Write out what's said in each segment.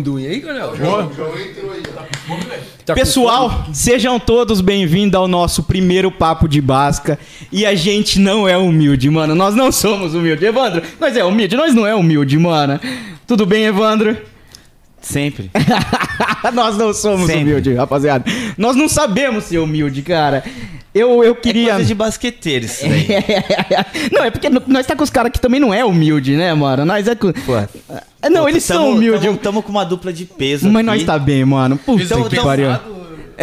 amendoim aí, Coronel? né? Tá com Pessoal, fome? sejam todos bem-vindos ao nosso primeiro papo de basca. E a gente não é humilde, mano. Nós não somos humilde, Evandro. Nós é humilde, nós não é humilde, mano. Tudo bem, Evandro? Sempre. Ah, nós não somos Sempre. humilde, rapaziada. Nós não sabemos ser humilde, cara. Eu, eu É queria. coisa de basqueteiro isso daí. não, é porque no- nós tá com os caras que também não é humilde, né, mano? Nós é. com- Pô. Ah, Não, eles Tamo- são humildes. Tamo, tamo com uma dupla de peso Mas aqui. nós tá bem, mano. Puta Então, que então- pariu.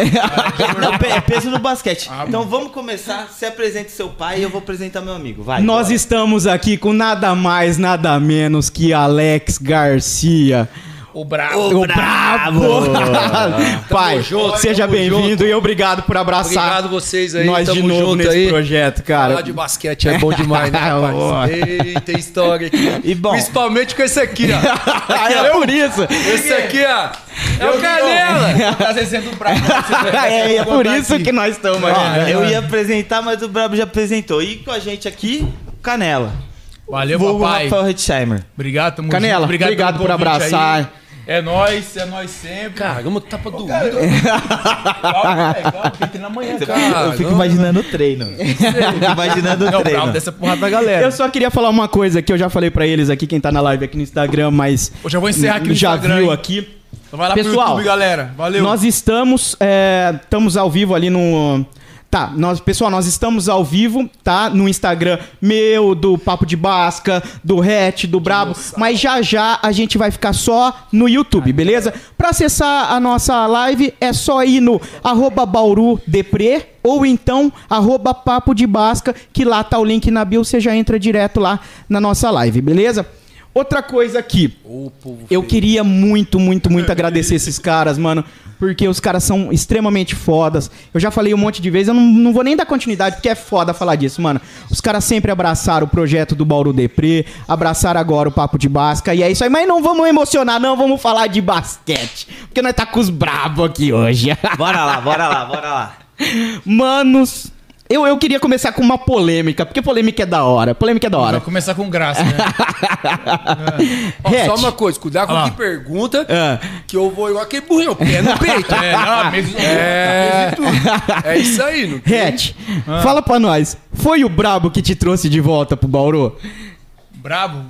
Não, pe- é peso no basquete. Ah, então vamos começar. Se apresente seu pai e eu vou apresentar meu amigo. Vai. Nós bora. estamos aqui com nada mais, nada menos que Alex Garcia. O brabo. Ô, bravo! Pai, junto, seja tamo bem-vindo e obrigado por abraçar Obrigado vocês aí, nós de tamo novo junto nesse aí. projeto, Falar cara. de basquete é bom demais, né, rapaz? Ei, tem história aqui. E bom. Principalmente com esse aqui, ó. é por isso. Esse aqui, ó. É o Canela. Tá sendo brabo. É, é por isso que nós estamos né? Ó, aqui. eu Ah, é. ia apresentar, mas o Brabo já apresentou. E com a gente aqui, Canela. Valeu, Vulgo papai. Rafael Hitzheimer. Obrigado, tamo Canela, junto. obrigado pelo por convite abraçar. aí. É nóis, é nóis sempre. Caramba, tu tá pra dormir. Calma, velho, calma, tem treino amanhã, cara. Cara, eu fico não- É imaginando o treino. fico imaginando o Não, treino. bravo dessa porrada da galera. Eu só queria falar uma coisa que eu já falei pra eles aqui, quem tá na live aqui no Instagram, mas Eu já vou encerrar aqui no já Instagram, viu hein? aqui. Então vai lá Pessoal, pro YouTube, galera. Valeu. Nós estamos, é, estamos ao vivo ali no. Tá, nós, pessoal, nós estamos ao vivo, tá? No Instagram meu, do Papo de Basca, do Hatch, do Brabo. Mas já já a gente vai ficar só no YouTube, beleza? Pra acessar a nossa live é só ir no arroba Bauru Depre ou então arroba Papo de Basca, que lá tá o link na bio, você já entra direto lá na nossa live, beleza? Outra coisa aqui. Ô, povo Eu queria muito, muito, É. muito agradecer esses caras, mano. Porque os caras são extremamente fodas. Eu já falei um monte de vezes, eu não, não vou nem dar continuidade, porque é foda falar disso, mano. Os caras sempre abraçaram o projeto do Bauru Depre, abraçaram agora o Papo de Basca, e é isso aí. Mas não vamos emocionar, não, vamos falar de basquete. Porque nós tá com os brabo aqui hoje. Bora lá, bora lá, bora lá. Manos, eu, eu queria começar com uma polêmica, porque polêmica é da hora. Polêmica é da Vai hora. começar com graça, né? É. Ó, só Hatch. uma coisa, cuidado com o Ah. que pergunta, Ah. que eu vou igual aquele burrinho, pé no peito. é, não, mesmo. É, é isso aí. Não tem- Hatch, Ah. fala pra nós, foi o Brabo que te trouxe de volta pro Bauru? Bravo.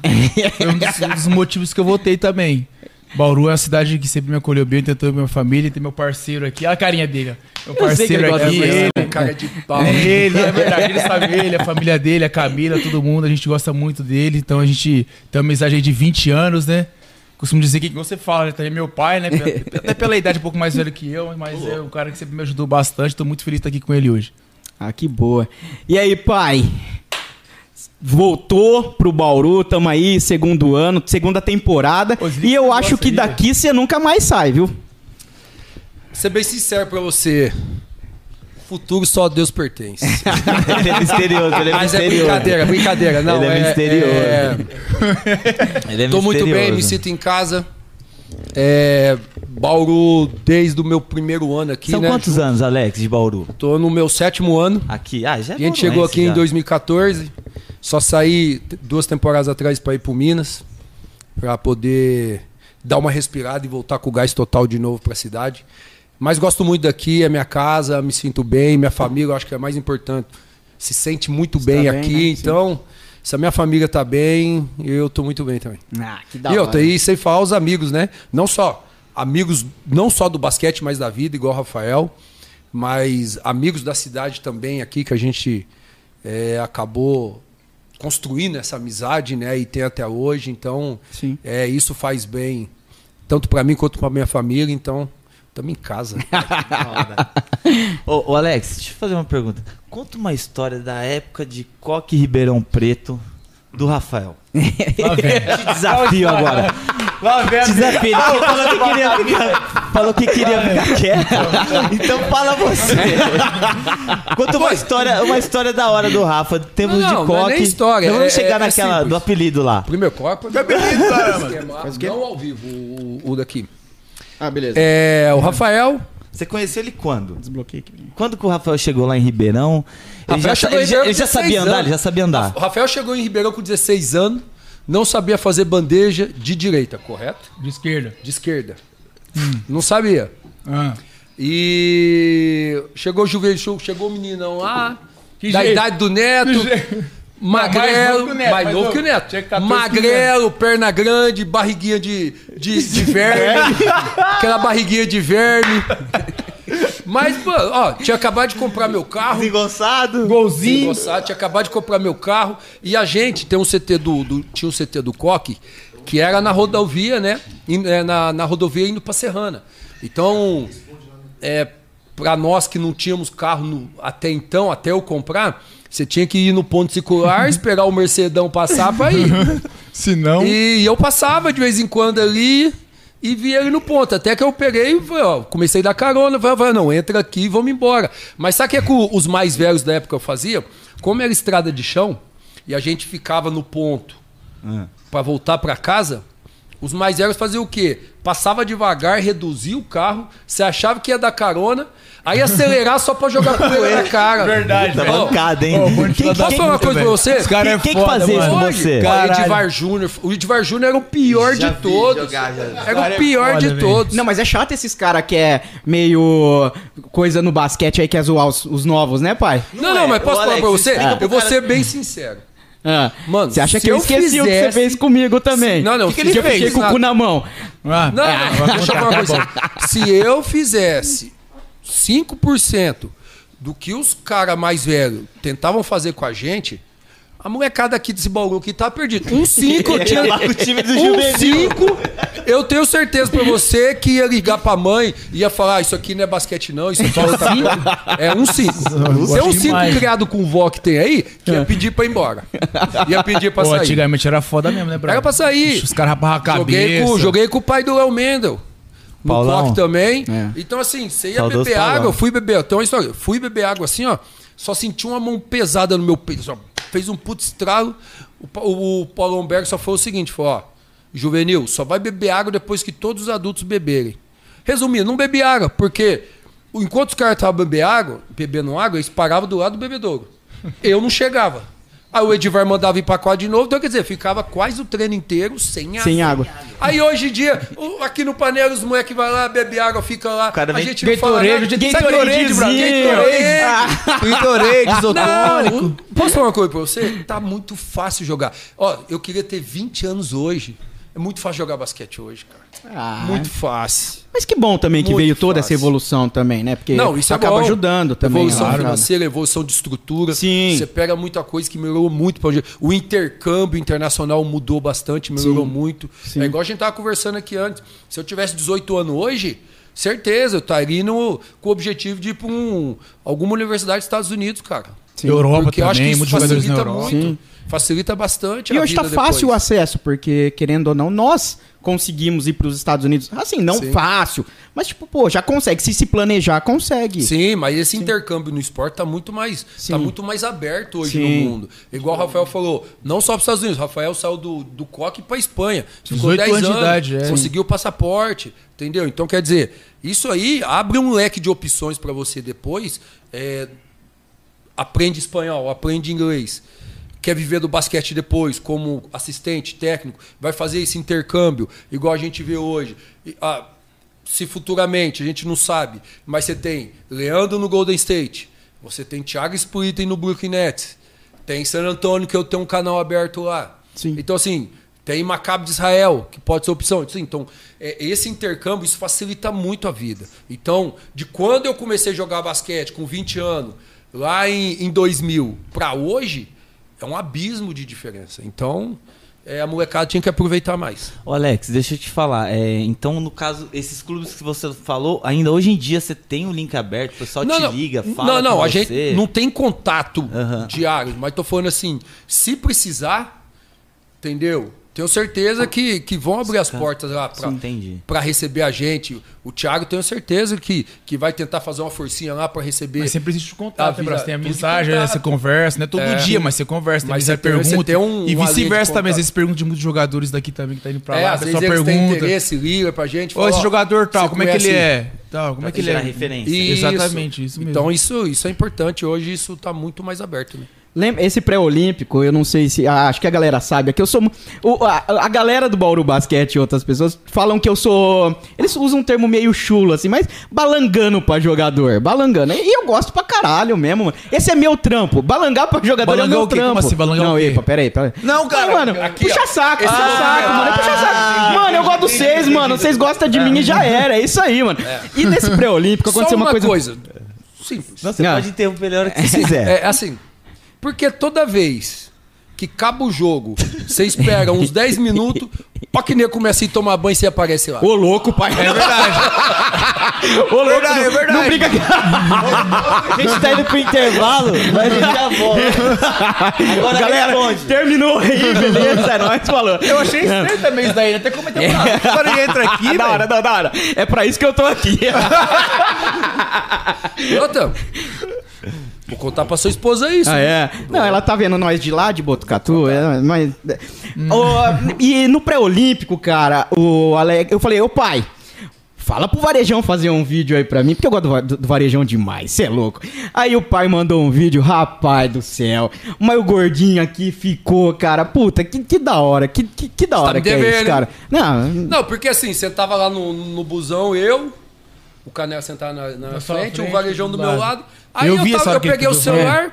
Foi um dos, um dos motivos que eu votei também. Bauru é uma cidade que sempre me acolheu bem, tentou minha família, tem meu parceiro aqui. Olha a carinha dele, ó. Meu Eu sei que ele parceiro gosta aqui. de você, ele- É, cara de pau. É ele, é verdade. Ele sabe ele, a família dele, a Camila, todo mundo. A gente gosta muito dele. Então a gente tem uma amizade aí de 20 anos, né? Costumo dizer que igual você fala, né? Também é meu pai, né? Pe- Até pela idade um pouco mais velho que eu, mas é um cara que sempre me ajudou bastante. Tô muito feliz de estar aqui com ele hoje. Ah, que boa. E aí, pai? Voltou pro Bauru, tamo aí, segundo ano, segunda temporada. Os livros E eu do acho que né? Guaçari. daqui você nunca mais sai, viu? Ser bem sincero pra você, futuro só a Deus pertence. Ele é misterioso, ele é Mas é misterioso. brincadeira, brincadeira. Não, Ele é misterioso. Ele é Tô muito bem, misterioso. me sinto em casa. É, Bauru desde o meu primeiro ano aqui, São né? quantos anos, Alex, de Bauru? Tô no meu sétimo ano. Aqui. Ah, já A gente é bauruense né, chegou aqui já. em 2014. Só saí t- duas temporadas atrás para ir pro Minas, para poder dar uma respirada e voltar com o gás total de novo para a cidade. Mas gosto muito daqui, é minha casa, me sinto bem, minha família, eu acho que é mais importante. Se sente muito bem bem, aqui, né? Sim. então, se a minha família tá bem, eu tô muito bem também. Ah, que e outra, e sem falar os amigos, né? Não só amigos, não só do basquete, mas da vida, igual o Rafael, mas amigos da cidade também aqui, que a gente é, acabou construindo essa amizade, né? E tem até hoje, então Sim. é, isso faz bem tanto pra mim quanto pra minha família, então estamos em casa. Ô, ô, Alex, deixa eu fazer uma pergunta. Conta uma história da época de Coque Ribeirão Preto do Rafael. Te desafio agora. Lá vem Te Desafio. Ele falou, falou que queria ficar, falou que queria ficar quieto. Então fala você. Conta uma história, uma história da hora do Rafa. Temos Não, não, de não é Coque. nem história, Não vamos é- chegar é- é naquela simples. do apelido lá. Primeiro copo. Não, não ao vivo, o, o daqui. Ah, beleza. É, o Rafael. Você conheceu ele quando? Desbloqueei aqui. Quando que o Rafael chegou lá em Ribeirão? Ele Rafael já, chegou em ele já- Ribeirão ele já com sabia 16 andar, anos. ele já sabia andar. O Rafael chegou em Ribeirão com 16 anos. Não sabia fazer bandeja de direita, correto? De esquerda. De esquerda. Não sabia. Ah. E chegou o Juvenil Show, chegou o meninão lá, Que da jeito. idade do Neto. mais novo Magrelo, que o Neto, mais mais novo que o novo. Neto. Tinha tá 14 Magrelo, perna grande, barriguinha de, de, de verme. aquela barriguinha de verme. Mas, pô, ó, tinha acabado de comprar meu carro. Desengonçado. Golzinho. Gossat, tinha acabado de comprar meu carro. E a gente tem um CT do. do- tinha um CT do Coque, que era na rodovia, né? In- é, na, na rodovia indo pra Serrana. Então, é, para nós que não tínhamos carro no- até então, até eu comprar, você tinha que ir no ponto circular, esperar o Mercedão passar pra ir. Se Então, não. E eu passava de vez em quando ali e via ele no ponto. Até que eu peguei e falei, ó, comecei a dar carona. Falei, falei, não, entra aqui e vamos embora. Mas sabe o que, é que o- os mais velhos da época faziam? Como era estrada de chão e a gente ficava no ponto É. pra voltar pra casa, os mais velhos faziam o quê? Passava devagar, reduzia o carro, você achava que ia dar carona, aí ia acelerar só pra jogar poeira na cara. Verdade, Ó, Tá bancada, hein? Ô, bando de Quem- filha da Posso quem- falar uma coisa pra você? Esse cara é Quem que foda, fazia isso mano. com Olha, você? cara, Caralho. Edvar Júnior. O Edvar Júnior era o pior Já de vi todos. jogar, já vi. Era Cara, o é pior foda, de velho. todos. Não, mas é chato esses cara que é meio coisa no basquete aí, que é zoar os, os novos, né, pai? não, não não, é. mas Ô, posso falar Alex, pra você? explica pro Eu vou cara- ser bem sincero. Ah, Mano, você acha se que eu eu esqueci o que você fizesse- fez comigo também? Não, não, que, que ele se eu fez? Fiquei fiquei com o na- cu na mão. Ah, Não, ah, não, deixa eu falar uma tá coisa. bom. Se eu fizesse 5% do que os caras mais velhos tentavam fazer com a gente, a molecada aqui desse Bauru aqui tá perdida. Um 5 eu tinha. O time do Um Juvenil. 5, eu tenho certeza pra você que ia ligar pra mãe e ia falar: "Ah, Isso aqui não é basquete, não, isso aqui é outra coisa. É um 5. Se é um 5 demais. criado com o vó que tem aí, que ia pedir pra ir embora. Ia pedir pra Pô, sair. antigamente era foda mesmo, né, Braga? Era pra sair. Os caras rapavam a cabeça. Joguei com, joguei com o pai do Léo Mendel. No Paulão. É. Coque também. Então, assim, você ia Saudoso beber Paulão. água, eu fui beber. Então, é uma história. Eu fui beber água assim, ó. Só senti uma mão pesada no meu peito. só fez um puto estrago. O, Pa- o, o Paulo Lomberg só foi o seguinte: falou, ó, juvenil, só vai beber água depois que todos os adultos beberem. Resumindo, não bebi água, porque enquanto os caras estavam bebendo água, bebendo água, eles paravam do lado do bebedouro. Eu não chegava. Aí o Edivar mandava ir pra quadra de novo, então quer dizer, ficava quase o treino inteiro sem água. Sem água. Aí hoje em dia, o- aqui no Panela, os moleques vão lá, bebe água, fica lá. cara a vem- gente não fala nada. Gatorade, Sabe Gatorade, Gatorade, Gatorade. Gatorade, isotônico. Não, o- posso falar uma coisa pra você? Tá muito fácil jogar. Ó, eu queria ter 20 anos hoje. É muito fácil jogar basquete hoje, cara. Ah, Muito fácil. Mas que bom também que Muito veio toda essa fácil. evolução também, né? Porque Não, isso é acaba bom. ajudando também. né? Evolução claro. financeira, evolução de estrutura. Sim. Você pega muita coisa que melhorou muito. pra hoje. O intercâmbio internacional mudou bastante, melhorou muito. É igual a gente estava conversando aqui antes. Se eu tivesse 18 anos hoje, certeza, eu estaria no, com o objetivo de ir para um, alguma universidade dos Estados Unidos, cara. Europa Porque eu acho que também, isso muitos jogadores na facilita Europa. muito. Facilita bastante E a hoje vida tá fácil o depois. acesso, porque, querendo ou não, nós conseguimos ir pros Estados Unidos. Assim, não Sim. fácil, mas tipo, pô, já consegue. Se se planejar, consegue. Sim, mas esse intercâmbio no esporte tá muito mais, Sim. tá muito mais aberto hoje Sim. no mundo. Igual o Rafael falou, não só para os Estados Unidos, o Rafael saiu do, do Coque para Espanha, ficou 18 10 anos anos, de idade, é. conseguiu o passaporte, entendeu? Então quer dizer, isso aí abre um leque de opções para você depois. é, aprende espanhol, aprende inglês, quer viver do basquete depois como assistente técnico, vai fazer esse intercâmbio, igual a gente vê hoje. E, ah, se futuramente, a gente não sabe, mas você tem Leandro no Golden State, você tem Thiago Splitten no Brooklyn Nets, tem San Antonio, que eu tenho um canal aberto lá. Sim. Então, assim, tem Maccabi de Israel, que pode ser opção. Sim, Então, é, esse intercâmbio, isso facilita muito a vida. Então, de quando eu comecei a jogar basquete, com 20 anos, lá em, em 2000, para hoje, é um abismo de diferença. Então, é, a molecada tinha que aproveitar mais. Ô, Alex, deixa eu te falar. é, então, no caso, esses clubes que você falou, ainda hoje em dia você tem o link aberto, o pessoal te liga, fala. Não, não, com a você. gente não tem contato Aham. diário, mas tô falando assim, se precisar, entendeu? Tenho certeza que, que vão abrir as portas lá pra, Tá. Sim, entendi. pra receber a gente. O Thiago, tenho certeza que, que vai tentar fazer uma forcinha lá pra receber. Mas sempre existe o A contato, vida- né, Brasil? Tem a tudo de mensagem, né, contato. você conversa, né? Todo É. dia, mas você conversa, tem Mas você você tem- pergunta. você tem um- e uma linha de vice-versa também, às contato. vezes pergunta de muitos jogadores daqui também que tá indo pra lá, é, a às pessoa vezes eles têm pergunta. interesse, liga pra gente. Ô, esse ó, jogador tal, você como é que ele conhece é? Tal, como é que ele Gerar é? referência. Isso. Exatamente, isso mesmo. Então isso, isso é importante. Hoje isso tá muito mais aberto. Né? Lembra, esse pré-olímpico, eu não sei se. ah, acho que a galera sabe. É que eu sou. mu- o- a, a galera do Bauru Basquete e outras pessoas falam que eu sou. Eles usam um termo meio chulo, assim, mas balangando pra jogador. Balangando. E eu gosto pra caralho mesmo, mano. Esse é meu trampo. Balangar pra jogador Balangar é meu o quê? trampo. Como assim, balangar não, o quê? epa, peraí, peraí. Não, cara, Mas, mano, aqui, ó. puxa saco, Esse puxa é o saco, lugar. mano. Puxa saco. Mano, eu gosto de vocês, mano. Vocês gostam de mim e já era. É isso aí, mano. E nesse pré-olímpico Só aconteceu uma, uma coisa. coisa. Simples. Você Não. pode interromper a hora que você quiser. É assim. Porque toda vez que acaba o jogo, você espera uns 10 minutos, pra que nem começa a ir tomar banho e você aparece lá. Ô, louco, pai. É verdade. Ô, louco, verdade, é não- verdade. Não briga que- A gente tá indo pro intervalo, mas a gente já volta. Agora Galera, é, responde. terminou aí, beleza? É nóis, falou. É. Eu achei estranho também isso daí, né? até comentei. Agora ele entra aqui, da hora, velho. da hora. É pra isso que eu tô aqui. E outra, Vou contar pra sua esposa isso. Ah, é? Não, ela tá vendo nós de lá, de Então Botucatu, tá. é, mas... Hum. Ô, e no pré-olímpico, cara, o Alex... Eu falei, ô pai, fala pro Varejão fazer um vídeo aí pra mim, porque eu gosto do, Va- do Varejão demais, cê é louco. Aí o pai mandou um vídeo, rapaz do céu, mas o gordinho aqui ficou, cara, puta, que, que da hora, que, que, que da tá hora me que é devendo, isso, hein? cara. Não, Não, porque assim, você tava lá no, no busão, eu, o Canel sentado na, na Na sua frente, frente, o varejão do, meu lado. Aí Eu eu, vi tava- essa hora eu que ele peguei o pegou. celular.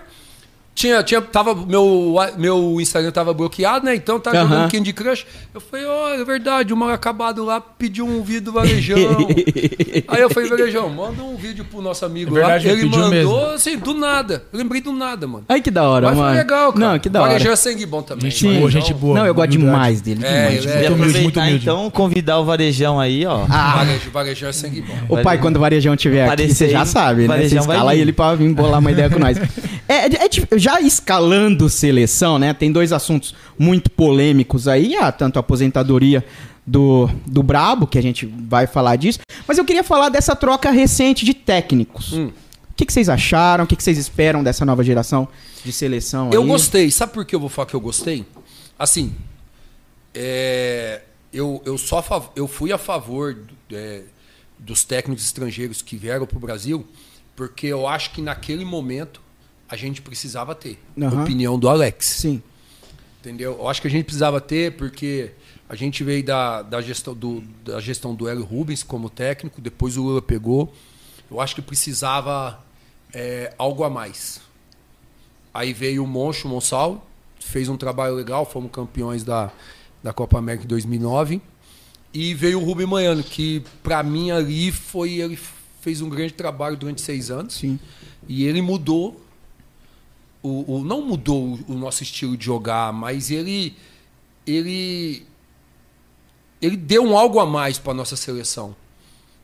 Tinha, tinha, tava, meu, meu Instagram tava bloqueado, né? Então tava Aham. jogando Candy Crush. Eu falei, ó, é verdade, o mal acabado lá pediu um vídeo do Varejão. Aí eu falei, Varejão, manda um vídeo pro nosso amigo É verdade, lá. ele Ele pediu mandou, mesmo. assim, do nada. Eu lembrei do nada, mano. ai que da hora, Mas mano. foi legal, cara. Não, que da hora. Varejão é sangue bom também. Gente boa, gente boa. Não, eu gosto Humildade. demais dele. É, demais. ele é- Muito humilde, E muito aproveitar, humilde. então, convidar o Varejão aí, ó. ah. Varejão, varejão é sangue bom. O pai, quando o Varejão tiver aqui, Aparecer você já aí, sabe, né? Você Varejão vai escala vir. ele pra vir bolar uma ideia com nós. É, é, é tipo, já escalando seleção, né? Tem dois assuntos muito polêmicos aí, ah, tanto a aposentadoria do, do Brabo, que a gente vai falar disso, mas eu queria falar dessa troca recente de técnicos. Hum. O que, que vocês acharam? O que, que vocês esperam dessa nova geração de seleção Eu aí? gostei. Sabe por que eu vou falar que eu gostei? Assim, é, eu, eu, só fa- eu fui a favor é, dos técnicos estrangeiros que vieram para o Brasil, porque eu acho que naquele momento a gente precisava ter Aham. a opinião do Alex. Sim. Entendeu? Eu acho que a gente precisava ter, porque a gente veio da, da, gestão, do, da gestão do Hélio Rubens como técnico, depois o Lula pegou. Eu acho que precisava é, algo a mais. Aí veio o Moncho Monsal, fez um trabalho legal, fomos campeões da, da Copa América em 2009. E veio o Rubem Maiano, que pra mim ali foi. Ele fez um grande trabalho durante seis anos. Sim. E ele mudou o, o- não mudou o, o nosso estilo de jogar, mas ele ele ele deu um algo a mais para nossa seleção.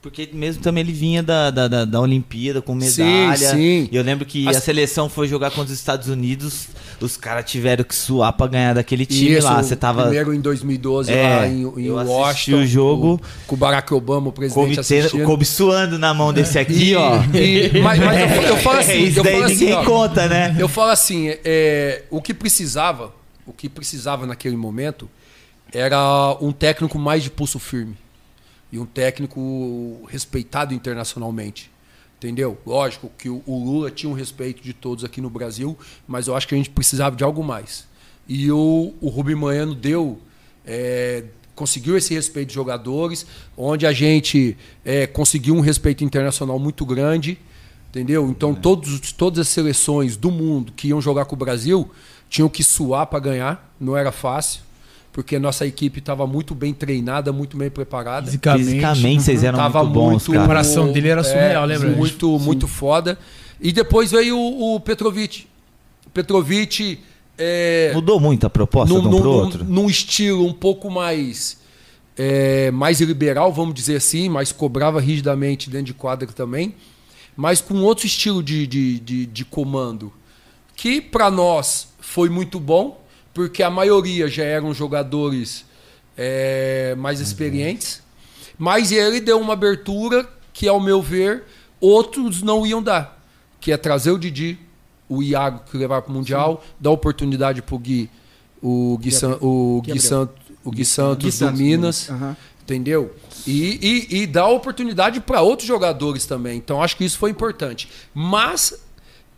Porque mesmo também ele vinha da, da, da, da Olimpíada com Sim, medalha. sim. E eu lembro que As- a seleção foi jogar contra os Estados Unidos, os caras tiveram que suar pra ganhar daquele time Isso, lá. Você tava. primeiro em 2012 É, lá em, em eu assisti Washington, o jogo. com o Barack Obama, o Kobe, presidente tendo- assistindo. Kobe suando na mão desse aqui, E- ó. É, e- mas, mas eu, falo- eu falo assim, Isso eu daí falo assim, ninguém ó, conta, né? Eu falo assim, é, o que precisava, o que precisava naquele momento era um técnico mais de pulso firme e um técnico respeitado internacionalmente. Entendeu? Lógico que o o Lula tinha um respeito de todos aqui no Brasil, mas eu acho que a gente precisava de algo mais. E o, o Rubem Manhano deu, é, conseguiu esse respeito de jogadores, onde a gente é, conseguiu um respeito internacional muito grande. Entendeu? Então todos, todas as seleções do mundo que iam jogar com o Brasil tinham que suar para ganhar, não era fácil, porque nossa equipe estava muito bem treinada, muito bem preparada. Fisicamente vocês eram Tava muito bons, muito- É, A cara. comparação dele era surreal, lembra? Muito, muito foda. E depois veio o, o Petrovic. O Petrovic é, Mudou muito a proposta num, de um num- pro num- outro. num estilo um pouco mais é, mais liberal, vamos dizer assim, mas cobrava rigidamente dentro de quadra também, mas com outro estilo de, de, de, de comando, que para nós foi muito bom, porque a maioria já eram jogadores é, mais experientes, mas ele deu uma abertura que, ao meu ver, outros não iam dar, que é trazer o Didi, o Iago que levar para o Mundial, dar oportunidade para o Gui, o Gui, San- o Gui, Sant- o Gui Santos do Minas, Aham. entendeu? E, e, e dar oportunidade para outros jogadores também. Então acho que isso foi importante. Mas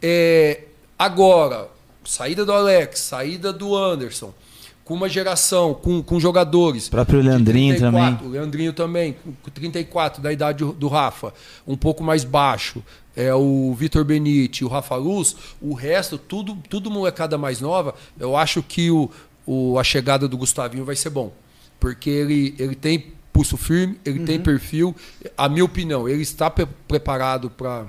é, agora saída do Alex, saída do Anderson, com uma geração, com, com jogadores. próprio Leandrinho também. O Leandrinho também, com 34, da idade do Rafa, um pouco mais baixo. É o Vitor Benite, o Rafa Luz, o resto, tudo, tudo molecada mais nova. Eu acho que o, o, a chegada do Gustavinho vai ser bom. Porque ele, ele tem pulso firme, ele tem Uhum. perfil. A minha opinião, ele está pre- preparado para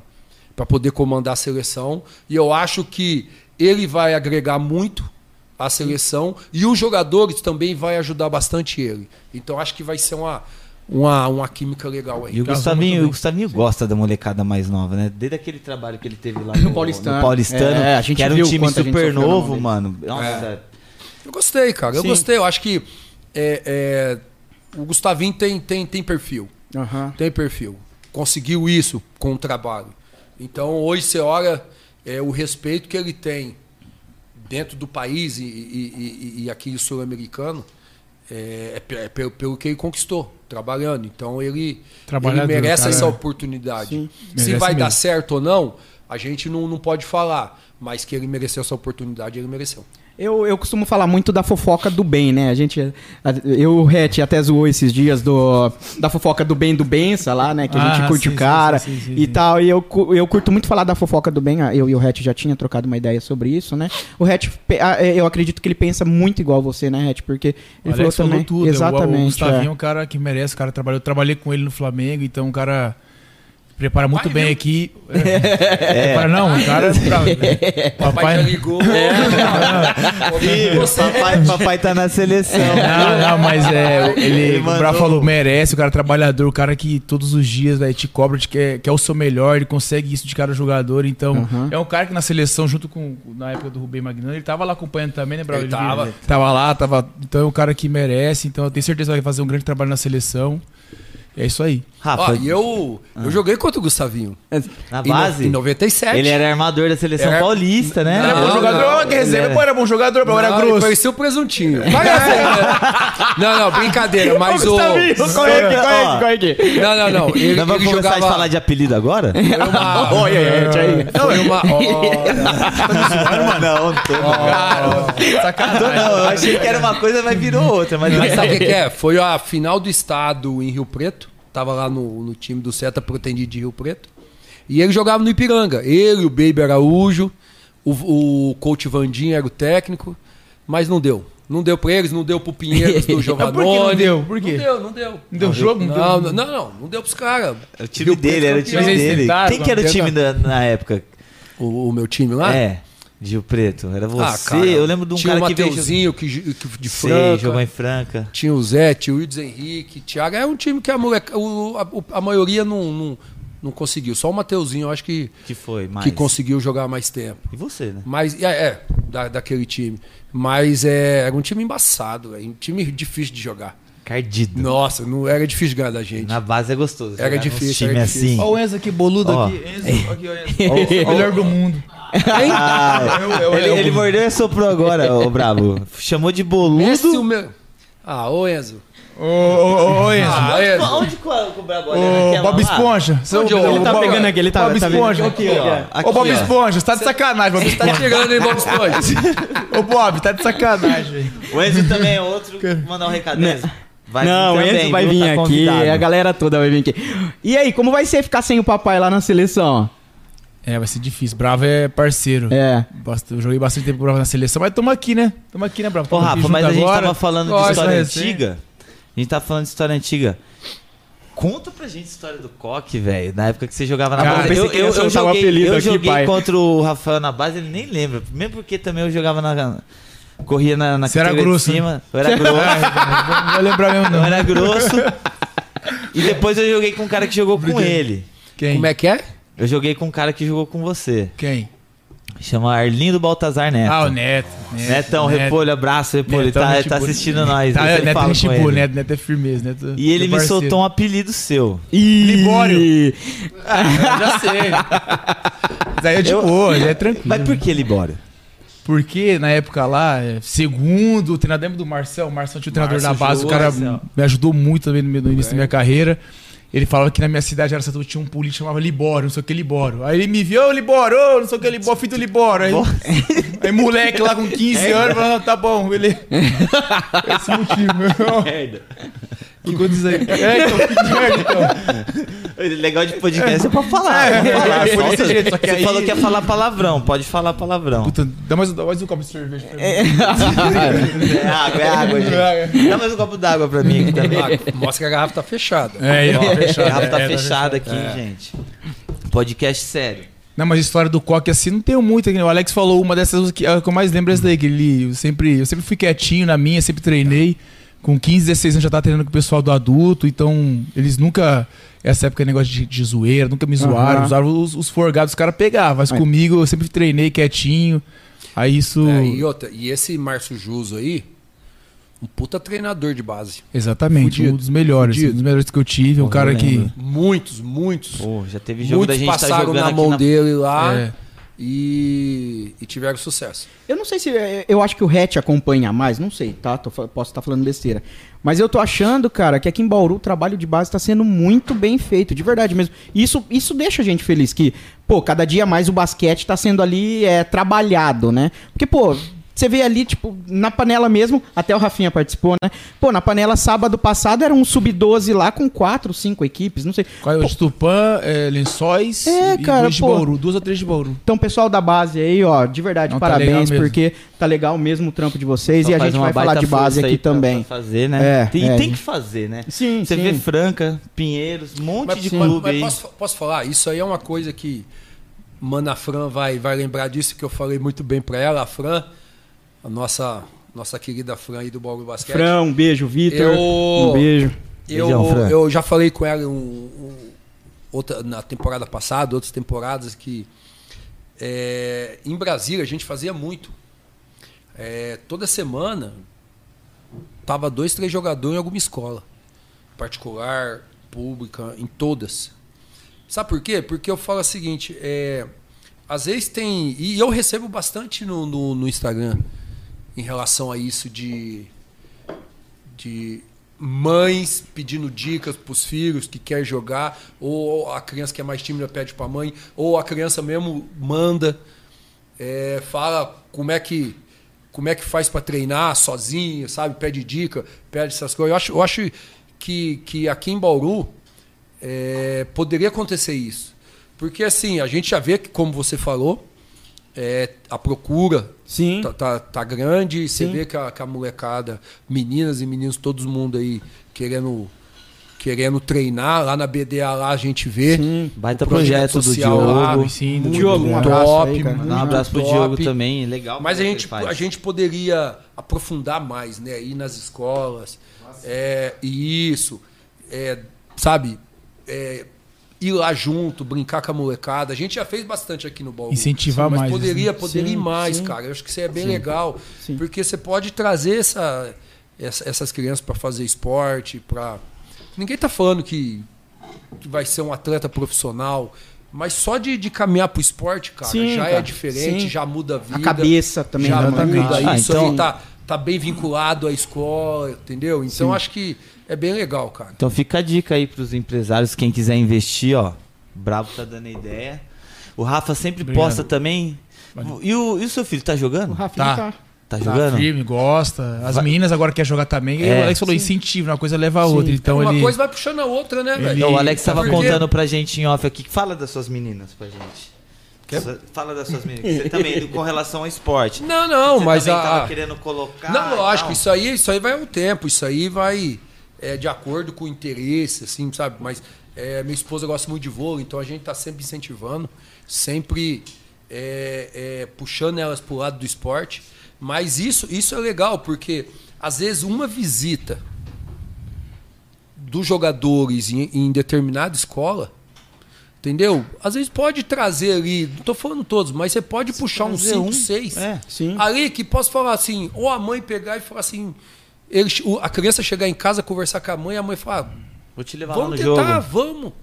poder comandar a seleção. E eu acho que ele vai agregar muito a seleção e os jogadores também vai ajudar bastante ele. Então acho que vai ser uma, uma, uma química legal aí. E o Casou muito Gustavinho, bem. o Gustavinho gosta da molecada mais nova, né? Desde aquele trabalho que ele teve lá no, Paulistano. no Paulistano, É, a gente que era um viu time quanto a gente super sofreu na mão novo, dele. mano. Nossa, Eu gostei, cara. Eu Sim. gostei. Eu acho que é, é, o Gustavinho tem, tem, tem perfil. Aham. Tem perfil. Conseguiu isso com o trabalho. Então hoje você olha é, o respeito que ele tem dentro do país e, e, e- e aqui sul-americano é, é pe- é pelo, pelo que ele conquistou, trabalhando. Então ele, ele Trabalhador, merece cara, essa é. oportunidade. Se merece vai dar mesmo. certo ou não, a gente não, não pode falar. Mas que ele mereceu essa oportunidade, ele mereceu. Eu, eu costumo falar muito da fofoca do bem, né? A gente. a- eu, o Rett, até zoou esses dias do, da fofoca do bem do Bença lá, né? Que a gente Ah, curte sim, o sim, cara sim, sim, sim, e sim. tal. E eu, cu- eu curto muito falar da fofoca do bem. ah, Eu e o Rett já tinha trocado uma ideia sobre isso, né? O Rett, pe- ah, é, eu acredito que ele pensa muito igual você, né, Rett? Porque O ele falou também. é, o- Exatamente. O Gustavinho é é. um cara que merece, o cara trabalhou. Eu trabalhei com ele no Flamengo, então o cara prepara muito bem aqui. É. Prepara, não, o cara. Papai já Papai. ligou. É. Ô, Ih, você- papai, papai tá na seleção. Não, não, mas é. Ele, Ele o Brau mandou. falou, merece, o cara é trabalhador, o cara que todos os dias velho, te cobra, te quer, quer é o seu melhor, ele consegue isso de cada jogador. Então, é um cara que na seleção, junto com. Na época do Rubem Magnano, ele tava lá acompanhando também, né, Brau? Ele tava. Tava lá, tava. Então é um cara que merece, então eu tenho certeza que vai fazer um grande trabalho na seleção. É isso aí. Rafa, Ó, e eu, eu joguei contra o Gustavinho. Ah, na Em no- base, Em 97. ele era armador da seleção Era- paulista, né? Não, Era é bom É, não, jogador, não. é. que reserva, pô, era bom jogador, pô, é era Não, ele grosso. Parecia o presuntinho. Mas, assim, né? não, não, brincadeira. Mas o. tá Gustavinho, corre é aqui, corre aqui, Ó. corre aqui. Não, não, não. Ele, Nós vamos ele começar jogava. a falar de apelido agora? Foi uma. Olha, Foi uma. Olha, não, não tô. Tô Sacanagem. não, eu achei que era uma coisa, mas virou outra. Mas mas sabe o que, que é? Foi a final do estado em Rio Preto. Tava lá no, no time do Seta Protendido de Rio Preto. E ele jogava no Ipiranga. Ele, o Baby Araújo, o, o coach Vandinho era o técnico. Mas não deu. Não deu pra eles, não deu pro Pinheiros do Mas Giovanni. por que não deu? Por Não quê? deu, não deu. Não deu jogo? Não Não, deu- não, não, não deu pros caras. o time dele, era o time Mas eles dele. tentaram, Quem que era o time da- na época? O, o meu time lá? É, Gil Preto. Era você. Ah. cara, eu lembro de um tinha cara o que veio. Mateuzinho que, ju- que de Sei, Franca. jogou em Franca. Tinha o Zé, tinha o Wildes Henrique, Thiago. É um time que a, moleca, o- a, o- a maioria não, não, não conseguiu. Só o Mateuzinho, eu acho que, Que foi, mas. que conseguiu jogar mais tempo. E você, né? Mas, é, é, da, daquele time. Mas é, era um time embaçado, velho, um time difícil de jogar. Cardido. Nossa, não era difícil ganhar da gente. Na base é gostoso. Era jogar num difícil, Time era assim. difícil. Ó o Enzo aqui, boludo Ó. aqui. Enzo, aqui, ó, Enzo. Ó, o melhor do mundo. É Ah, Eu- eu- ele, eu- ele mordeu e soprou agora, ô brabo. Chamou de Esse é o boludo. meu... Ah, ô Enzo. Ô, ô, ô, Enzo. Ah, Enzo. Onde que o o brabo Ô, Naquela Bob lá? Esponja. Seu- Onde eu- ô, Ele tá Bob- pegando aqui, ele tá- Bob tá vendo Esponja. Aqui, ó. Ô, Bob Aqui, ó. Esponja, você tá de sacanagem, Bob Tá Esponja. tirando, hein, Bob Esponja? Ô, Bob, tá de sacanagem, velho. O Enzo também é outro. Mandar um recado. Não. Enzo. Vai não, o vir Enzo também, vai viu? vir Tá aqui, convidado. a galera toda vai vir aqui. E aí, como vai ser ficar sem o papai lá na seleção? É, vai ser difícil. Bravo é parceiro. É. Basta- Eu joguei bastante tempo com o Bravo na seleção, mas tamo aqui, né? Tamo aqui, né, Bravo? Ô, Tamo aqui Rafa, junto mas a gente agora. né? tava falando de Nossa, história resenha. antiga. A gente tava falando de história antiga. Conta pra gente a história do Coque, velho. Na época que você jogava na Cara, base. pensei que ia soltar um apelido eu aqui, joguei pai. contra o Rafael na base, ele nem lembra. Mesmo porque também eu jogava na. Corria na, na Você era categoria grosso, né? de cima. Eu era grosso. Ah, não vou lembrar mesmo, eu não. era grosso. E depois eu joguei com um cara que jogou com ele. Quem? Como é que é? Eu joguei com um cara que jogou com você. Quem? Chama Arlindo Baltazar Neto. Ah, o Neto. Netão, Neto. Repolho, abraço, Repolho. Netão, tá, é gente tá boa. assistindo nós. Tá, depois Neto fala é com gente ele. boa, Neto, Neto é firmeza. Neto, E ele é me parceiro. soltou um apelido seu. Libório. Libório. Eu já sei. Mas aí é de Eu- boa, já é tranquilo. Mas por que Libório? Porque na época lá, é, segundo o treinador lembra do Marcel, o Marcel tinha o treinador Marcel É. da base, Jô, o cara Marcel. me ajudou muito também no, meu- no início da minha carreira. Ele falava que na minha cidade era Satu, tinha um político que chamava Libório, não sei o que Libório. Aí ele me viu, ô Libório, ô, não sei o que Libório, filho do Libório. Aí, aí moleque lá com É. 15 anos, falando, tá bom, ele. Esse é o motivo. Merda. Enquanto isso aí. É, então, que merda, então. Legal de podcast é pra falar. É, pra falar. é, é, solta. desse jeito, só que Você aí- falou que ia falar palavrão, pode falar palavrão. Puta, dá mais, dá mais um copo de cerveja pra mim. É água, é água, gente. Dá mais um copo d'água pra mim aqui também. Mostra que a garrafa tá fechada. É, Ó, ó, a garrafa tá é, fechada aqui, gente. Podcast sério. Não, mas história do Coque assim não tenho muito. né? O Alex falou uma dessas que, a que eu mais lembro é essa daí, que ele eu sempre, eu sempre fui quietinho na minha, sempre treinei. Com 15, 16 anos já tava treinando com o pessoal do adulto, então eles nunca. Essa época é negócio de, de zoeira, nunca me zoaram, Aham. usaram os, os forgados, os caras pegavam, mas comigo eu sempre treinei quietinho. Aí isso. É, e, outra, e esse Márcio Juso aí, um puta treinador de base. Exatamente, Fudido. um dos melhores, Fudido. um dos melhores que eu tive, um cara eu que. lembro. Muitos, muitos. Pô, já teve jogo da muitos gente tá passaram jogando na aqui mão na- dele lá É. e, e tiveram sucesso. Eu não sei se. é, Eu acho que o hatch acompanha mais, não sei, tá? Tô fa- posso estar falando besteira. Mas eu tô achando, cara, que aqui em Bauru o trabalho de base tá sendo muito bem feito, de verdade mesmo. Isso, isso deixa a gente feliz, que, pô, cada dia mais o basquete tá sendo ali é, trabalhado, né? Porque, pô. Você vê ali, tipo, na panela mesmo, até o Rafinha participou, né? Pô, na panela, sábado passado, era um sub-12 lá com quatro, cinco equipes, não sei. Qual é Pô, o Tupã, é, Lençóis É, cara, duas de pô. Bauru, duas ou três de Bauru. Então, pessoal da base aí, ó, de verdade, Não, tá legal parabéns, mesmo. porque tá legal mesmo o trampo de vocês Então e a faz gente uma vai falar baita de base força aqui aí pra- também. pra fazer, né? É, Tem- é. e tem que fazer, né? Sim, Você sim. vê Franca, Pinheiros, um monte de mas- clube mas aí. posso, posso falar? Isso aí é uma coisa que Mana Fran vai, vai lembrar disso, que eu falei muito bem pra ela. A Fran, a nossa, nossa querida Fran aí do Bauru Basquete. Fran, um beijo, Vitor. Eu- Um beijo. Eu, Beijão, Fran. eu já falei com ela um- um- outra, na temporada passada, outras temporadas, que é, em Brasília a gente fazia muito. É, toda semana tava dois, três jogadores em alguma escola. Particular, pública, em todas. Sabe por quê? Porque eu falo o seguinte, é, às vezes tem. E eu recebo bastante no, no- no Instagram em relação a isso de de mães pedindo dicas para os filhos que quer jogar, ou a criança que é mais tímida pede para a mãe, ou a criança mesmo manda, é, fala como é que como é que faz para treinar sozinha, sabe? Pede dica, pede essas coisas. Eu acho, eu acho que, que aqui em Bauru é, poderia acontecer isso. Porque assim, a gente já vê que, como você falou, é, a procura Sim. Tá, tá, tá grande, você vê que a, que a molecada, meninas e meninos, todo mundo aí querendo, querendo treinar. Lá na BDA lá a gente vê. Sim. Baita o projeto projeto, do social lá, Diogo. Sim, do Muito Diogo, um abraço top, aí, cara. muito Dá um abraço pro top. Diogo também, legal. Mas a que ele gente, faz. a gente poderia aprofundar mais, né? Ir nas escolas, é, e isso, é, sabe? É, ir lá junto, brincar com a molecada. A gente já fez bastante aqui no Bauru. Incentivar mas mais, poderia, né? poderia ir Sim, mais, sim. cara. Eu acho que isso é bem legal, Sim. porque você pode trazer essa- essa- essas crianças para fazer esporte, para Ninguém tá falando que que vai ser um atleta profissional, mas só de, de caminhar pro esporte, cara, Sim, já é cara, diferente, sim. já muda a vida. A cabeça também. já tá exatamente. muda Ah, isso então- é aí tá, tá bem vinculado à escola, entendeu? Então acho que é bem legal, cara. Então fica a dica aí pros empresários, quem quiser investir, ó. Bravo tá dando ideia. O Rafa sempre Obrigado. posta também. E o, e o seu filho tá O jogando? Rafinha Tá. tá. Tá Tá jogando? firme, gosta. As Vai- meninas agora querem jogar também. E É, o Alex falou incentivo, uma coisa leva a outra. Então Uma ele. coisa vai puxando a outra, né, ele- velho? Não, Então, o Alex Tá tava firme. contando pra gente em off aqui. Fala das suas meninas pra gente. Sua- Fala das suas meninas. Você também, do- com relação ao esporte. Não, não, Você mas também tava a. querendo colocar. Não, e lógico, tal. isso aí, isso aí vai um tempo, isso aí vai é, de acordo com o interesse, assim, sabe? Mas é, minha esposa gosta muito de vôlei, então a gente tá sempre incentivando, sempre é, é, puxando elas pro lado do esporte. Mas isso, isso é legal, porque às vezes uma visita dos jogadores em, em determinada escola, entendeu? Às vezes pode trazer ali, não tô falando todos, mas você pode puxar uns trazer 5, um, 6. é, sim. Ali que posso falar assim, ou a mãe pegar e falar assim, ele- o- a criança chegar em casa, conversar com a mãe, a mãe falar, Vou te ah, levar vamos lá no tentar, jogo. vamos.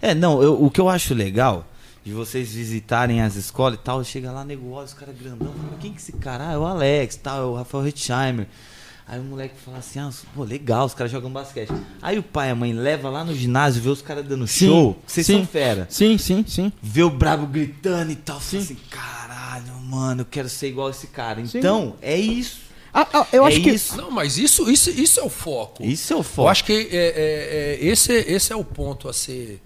É, não, eu- o que eu acho legal de vocês visitarem as escolas é e tal, chega lá, nego, olha os caras grandão, fala, quem que é esse cara? Ah, é o Alex, tal, é o Rafael Hitchheimer. Aí o moleque fala assim, ah, pô, legal, os caras jogam basquete. Aí o pai e a mãe leva lá no ginásio, vê os caras dando Sim, show, vocês sim. são fera. Sim, sim, sim. Vê o brabo gritando e tal, fala assim, caralho, mano, eu quero ser igual esse cara. Sim. Então, é isso. Ah, ah, eu É acho que. isso. Não, mas isso, isso, isso é o foco. Isso é o foco. Eu acho que é, é, é, esse, esse é o ponto a ser.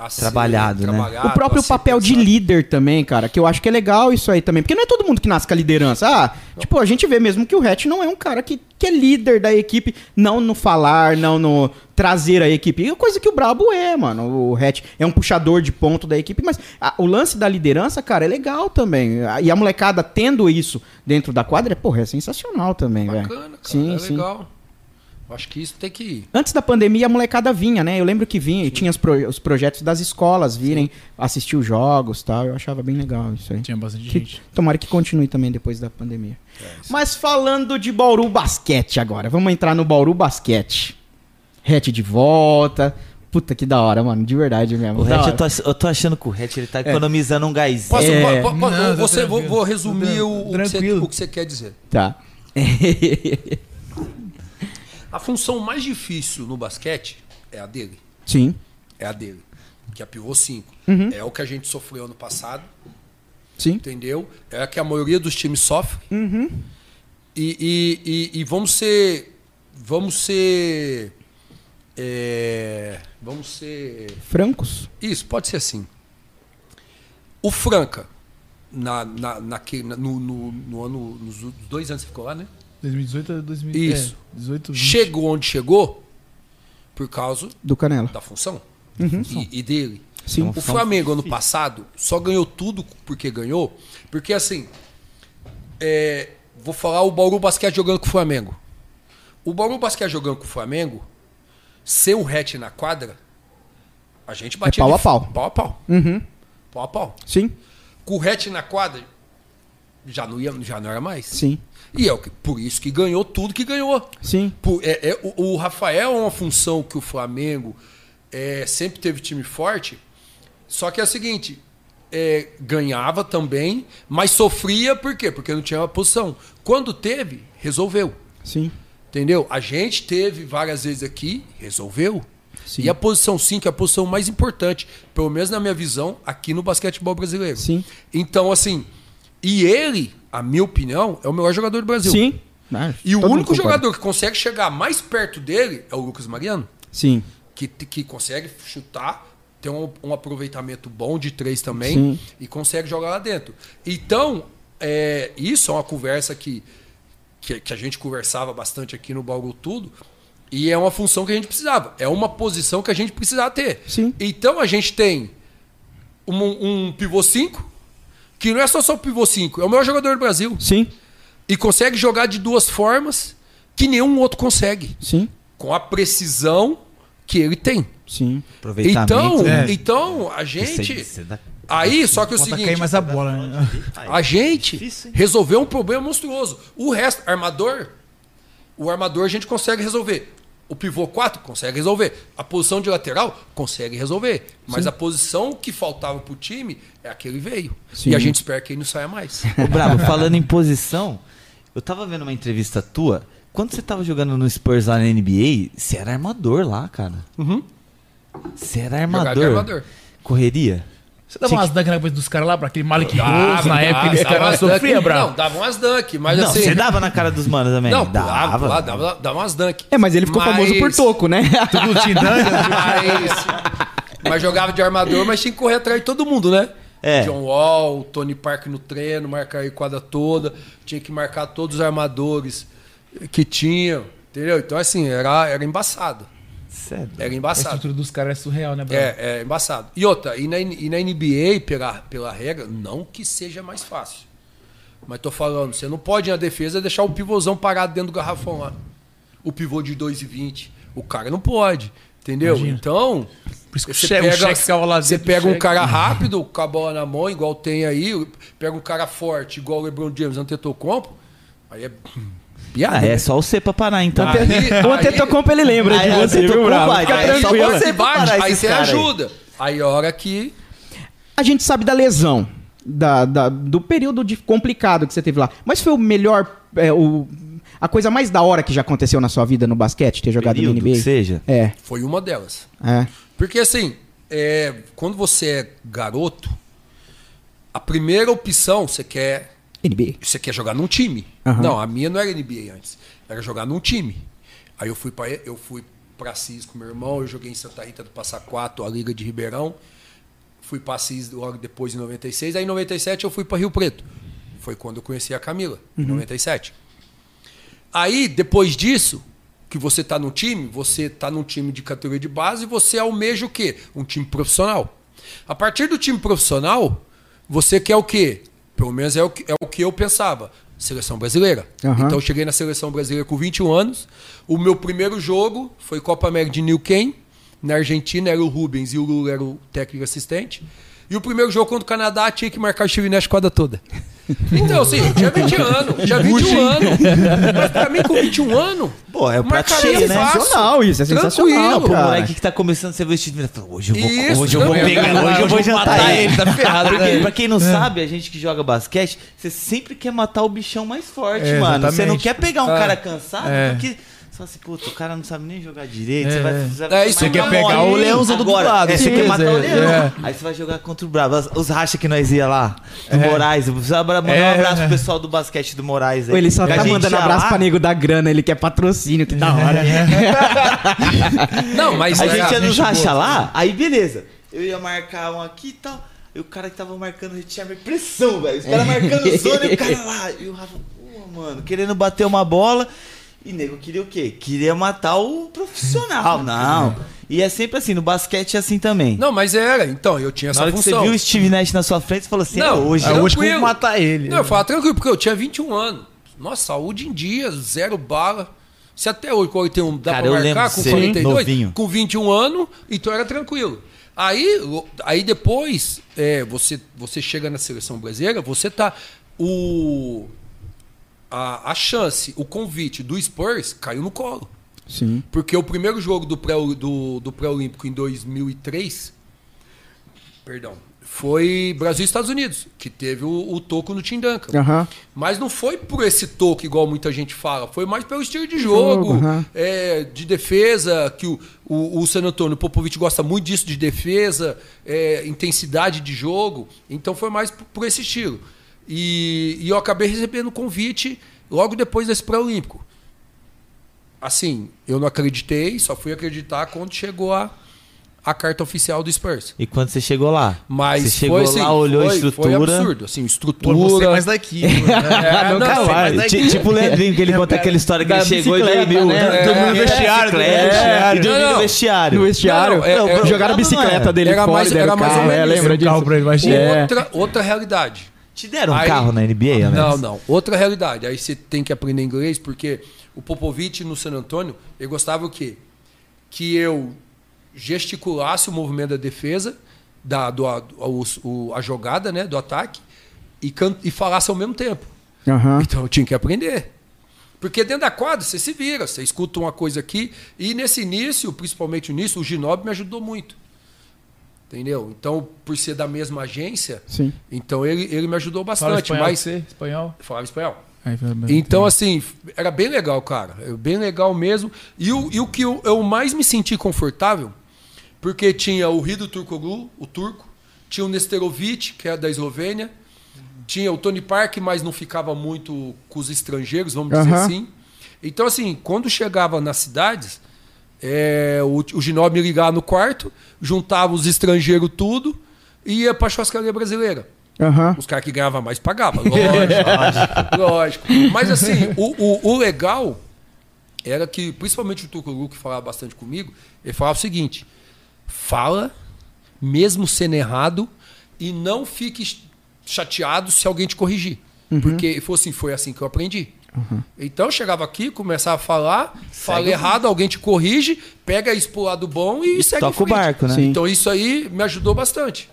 a ser Trabalhado, né? trabalhado, assim, O próprio a ser papel de pensado. líder também, cara, que eu acho que é legal isso aí também. Porque não é todo mundo que nasce com a liderança. Ah, tipo, a gente vê mesmo que o Hatch não é um cara que, que é líder da equipe, não no falar, não no trazer a equipe. E coisa que o Brabo é, mano. O Hatch é um puxador de ponto da equipe, mas a- o lance da liderança, cara, é legal também. A- E a molecada tendo isso dentro da quadra, porra, é sensacional também, velho. Bacana, cara. né? Sim, é sim. legal. Eu acho que isso tem que ir. Antes da pandemia, a molecada vinha, né? Eu lembro que vinha e tinha os, pro- os projetos das escolas virem assistir os jogos e tal. Eu achava bem legal isso aí. Tinha bastante Que- gente. tomara que continue também depois da pandemia. É Mas falando de Bauru Basquete agora, vamos entrar no Bauru Basquete. Hatch de volta. Puta que da hora, mano, de verdade mesmo. O da Hatch, hora. eu tô, tá- ach- eu tô achando que o Hatch, ele tá economizando um gás. Posso, É. po- po- po- Não, tá você, vou, tranquilo. vou resumir o, o que você, Tranquilo. o que você quer dizer. Tá. A função mais difícil no basquete é a dele. Sim. É a dele. Que é a pivô 5. É o que a gente sofreu ano passado, Sim. entendeu? É a que a maioria dos times sofre. E, e- e- e vamos ser. Vamos ser. é, vamos ser. Francos? Isso, pode ser assim. O Franca, na, na, naquele- na- no, no- no ano, nos u- dois anos que ficou lá, né? 2018 a 2000, Isso. É, 18, 20. Chegou onde chegou por causa Do Canela. da função e, e dele. Uhum. Sim. O Flamengo, ano passado, só ganhou tudo porque ganhou. Porque, assim, é, vou falar o Bauru Basquete jogando com o Flamengo. O Bauru Basquete jogando com o Flamengo, sem o hatch na quadra, a gente batia É pau de a f- pau. Pau a pau. Uhum. Pau a pau. Sim. Com o hatch na quadra, já não, ia, já não era mais. Sim. E é o que- por isso que ganhou tudo que ganhou. Sim. Pô, é- é- o, o Rafael é uma função que o Flamengo é, sempre teve time forte, só que é o seguinte, é, ganhava também, mas sofria por quê? Porque não tinha uma posição. Quando teve, resolveu. Sim. Entendeu? A gente teve várias vezes aqui, resolveu. Sim. E a posição 5 é a posição mais importante, pelo menos na minha visão, aqui no basquetebol brasileiro. Sim. Então, assim, e ele, a minha opinião, é o melhor jogador do Brasil. Sim. Ah, E o todo mundo único concorda. jogador que consegue chegar mais perto dele é o Lucas Mariano, Sim. que, que consegue chutar, tem um, um aproveitamento bom de três também Sim. e consegue jogar lá dentro. Então, é, isso é uma conversa que, que, que a gente conversava bastante aqui no Bauru Tudo. E é uma função que a gente precisava. É uma posição que a gente precisava ter. Sim. Então a gente tem um, um pivô 5, que não é só só o pivô 5, é o melhor jogador do Brasil Sim. e consegue jogar de duas formas que nenhum outro consegue, Sim. com a precisão que ele tem. Sim. Então, É, né? então a gente aí só que é o Falta cair seguinte, mais a bola, né? a gente Difícil, hein? resolveu um problema monstruoso. O resto, armador, o armador a gente consegue resolver. O pivô 4 consegue resolver. A posição de lateral consegue resolver. Mas a posição que faltava pro time é a que ele veio. Sim. E a gente espera que ele não saia mais. Ô, Brabo, falando em posição, eu tava vendo uma entrevista tua. Quando você tava jogando no Spurs lá na NBA, você era armador lá, cara. Você Jogava era Uhum. de armador. armador. Correria. Você dava umas dunks na cabeça dos caras lá, pra aquele Malik Rose, na época, eles dava caras umas sofriam, dunk. brabo. Não, dava umas dunk, mas não, assim. você dava na cara dos manos também? Não, dava, dava, dava, velho. dava, umas dunk. É, mas ele ficou famoso por toco, né? Tudo te né? dando. Mas, mas jogava de armador, mas tinha que correr atrás de todo mundo, né? É. John Wall, Tony Park no treino, marcar a quadra toda. Tinha que marcar todos os armadores que tinham, entendeu? Então, assim, era, era embaçado. Cê é doido. Era A embaçado. estrutura dos caras é surreal, né, brabo? É, é embaçado. E outra, e na, e na NBA, pela, pela regra, não que seja mais fácil. Mas tô falando, você não pode na defesa deixar o pivôzão parado dentro do garrafão lá. O pivô de 2,20. O cara não pode. Entendeu? Então. Por isso que você o Che- o Cheque ficava lá você dentro, pega o um Cheque. cara rápido, com a bola na mão, igual tem aí, pega um cara forte, igual o LeBron James, Antetokounmpo, aí é Ah, piada. é só você pra parar, então. Aí- O aí- Antetokounmpo, ele lembra de Aí, você, viu, Antetokounmpo, Bravo? vai, Fica vai, é só tranquilo. você- Aí bate, parar aí esses você cara aí. ajuda. Aí a hora que A gente sabe da lesão, da, da- do período de- complicado que você teve lá. Mas foi o melhor. é, o, a coisa mais da hora que já aconteceu na sua vida no basquete, ter jogado Período no NBA? que seja. É, Foi uma delas. é. Porque assim, é, quando você é garoto, a primeira opção você quer, NBA. você quer jogar num time. Aham. Não, a minha não era NBA antes, era jogar num time. Aí eu fui para eu fui para Assis com meu irmão, eu joguei em Santa Rita do Passa Quatro, a Liga de Ribeirão. Fui para Assis logo depois em 96, aí em 97 eu fui para Rio Preto. Foi quando eu conheci a Camila, em 97. Aí, depois disso, que você tá num time, você tá num time de categoria de base e você almeja o quê? Um time profissional. A partir do time profissional, você quer o quê? Pelo menos é o que, é o que eu pensava. Seleção brasileira. Aham. Então eu cheguei na seleção brasileira com 21 anos. O meu primeiro jogo foi Copa América de Newquem. Na Argentina era o Rubens e o Lula era o técnico assistente. E o primeiro jogo contra o Canadá tinha que marcar o Chivinés quadra toda. Então, assim, eu tinha 20 anos, tinha 21 anos. Mas pra mim, com 21 anos, Pô, é o prato marcaria cheio, né? fácil. Sensacional isso, é sensacional, Tranquilo. O cara. moleque que tá começando a ser vestido, ele fala, hoje eu vou, Isso, hoje eu vou também. pegar, hoje eu vou jantar matar ele. ele, tá ferrado, Porque, né? pra quem não sabe, a gente que joga basquete, você sempre quer matar o bichão mais forte, É, mano. Você não exatamente. quer pegar um É. cara cansado, É. porque você fala assim, puta, o cara não sabe nem jogar direito, É. você vai... É, vai isso tomar que é uma pegar molinha. o leãozão do Agora, lado, é, você sim, quer matar o é, leão. é. Aí você vai jogar contra o Bravo. Os- Os rachas que nós ia lá, do Moraes. Eu precisava mandar É. um abraço pro pessoal do basquete do Moraes. aí. Ele só Que a tá gente mandando ia abraço lá, pra nego da grana, ele quer patrocínio, que da hora. Não, mas A gente ia era, nos gente racha boa. Uhum. lá, aí beleza. Eu ia marcar um aqui e tal. E o cara que tava marcando o tinha pressão, velho. Os caras marcando zona e o cara lá. E o Rafa, pô, mano, querendo bater uma bola. E nego queria o quê? Queria matar o profissional. Não. E é sempre assim, no basquete é assim também. não, mas era. Então, eu tinha Na essa hora que você função. viu o Steve Nash na sua frente, você falou assim, é Não, hoje. É hoje que eu Tranquilo. vou matar ele. Não, eu falava, tranquilo, porque eu tinha 21 anos. Nossa, saúde em dia, zero bala. Se até hoje com 41 dá Cara, eu pra lembro marcar de com ser 42, novinho. com 21 anos, então era tranquilo. Aí, lo- aí depois, é, você, você chega na seleção brasileira, você tá. O, a, a chance, o convite do Spurs caiu no colo. Sim. Porque o primeiro jogo do pré- do, do pré-olímpico em 2003, perdão, foi Brasil e Estados Unidos, que teve o, o toco no Tindanka. Aham. Mas não foi por esse toque, igual muita gente fala. Foi mais pelo estilo de jogo, aham. é, de defesa, que o, o, o San Antonio, o Popovic gosta muito disso, de defesa, é, intensidade de jogo. Então foi mais p- por esse estilo. E, e eu acabei recebendo convite logo depois desse pré-olímpico. Assim, eu não acreditei, só fui acreditar quando chegou a, a carta oficial do Spurs. E quando você chegou lá? Mas você chegou foi, assim, lá, olhou a foi- estrutura. Foi absurdo, assim, Pô, estrutura. você é mais daqui. mano. É, Nunca você é mais vai. daqui. Tá, Ti- Tipo o Leandrinho, que ele conta aquela história que da ele chegou e bicicleta, dormiu. né? Dormiu no É, vestiário, dormiu no bicicleta, vestiário. E dormiu Não, no não. vestiário. No vestiário, Não, não, é- é- jogaram a bicicleta Não, dele era fora mais- e deram era mais carro. ou é, menos lembra isso. Um carro disso? pra ele, imagina. É. Outra, outra realidade. Te deram um Aí- carro na NBA, né? Não, não. Outra realidade. Aí você tem que aprender inglês, porque o Popovich no San Antônio, ele gostava o quê? Que eu gesticulasse o movimento da defesa, da, do, a, o- o- a jogada, né? Do ataque, e, can, e falasse ao mesmo tempo. Aham. Então eu tinha que aprender. Porque dentro da quadra você se vira, você escuta uma coisa aqui. E nesse início, principalmente no início, o Ginob me ajudou muito. Entendeu? Então, por ser da mesma agência, Sim. então ele, ele me ajudou Fala bastante. espanhol, Mas você? Espanhol? falava espanhol. Aí, pelo menos. Então, assim, era bem legal, cara. Era Bem legal mesmo. E o, e o que eu, eu mais me senti confortável, porque tinha o Rido Turkoglu, o turco, tinha o Nesterovic, que é da Eslovênia, tinha o Tony Park, mas não ficava muito com os estrangeiros, vamos dizer Aham. assim. Então, assim, quando chegava nas cidades, é, o, o Ginó me ligava no quarto, juntava os estrangeiros tudo e ia pra churrascaria brasileira. Aham. Os caras que ganhavam mais pagavam, lógico, lógico. Mas assim, o, o- o legal era que, principalmente o Tucuru, que falava bastante comigo, ele falava o seguinte: fala, mesmo sendo errado, e não fique ch- chateado se alguém te corrigir. Uhum. Porque ele falou assim, foi assim que eu aprendi. Então eu chegava aqui, começava a falar, fala errado, alguém te corrige, pega isso pro lado bom e, segue em toca o frente. barco, né? Sim. Então isso aí me ajudou bastante.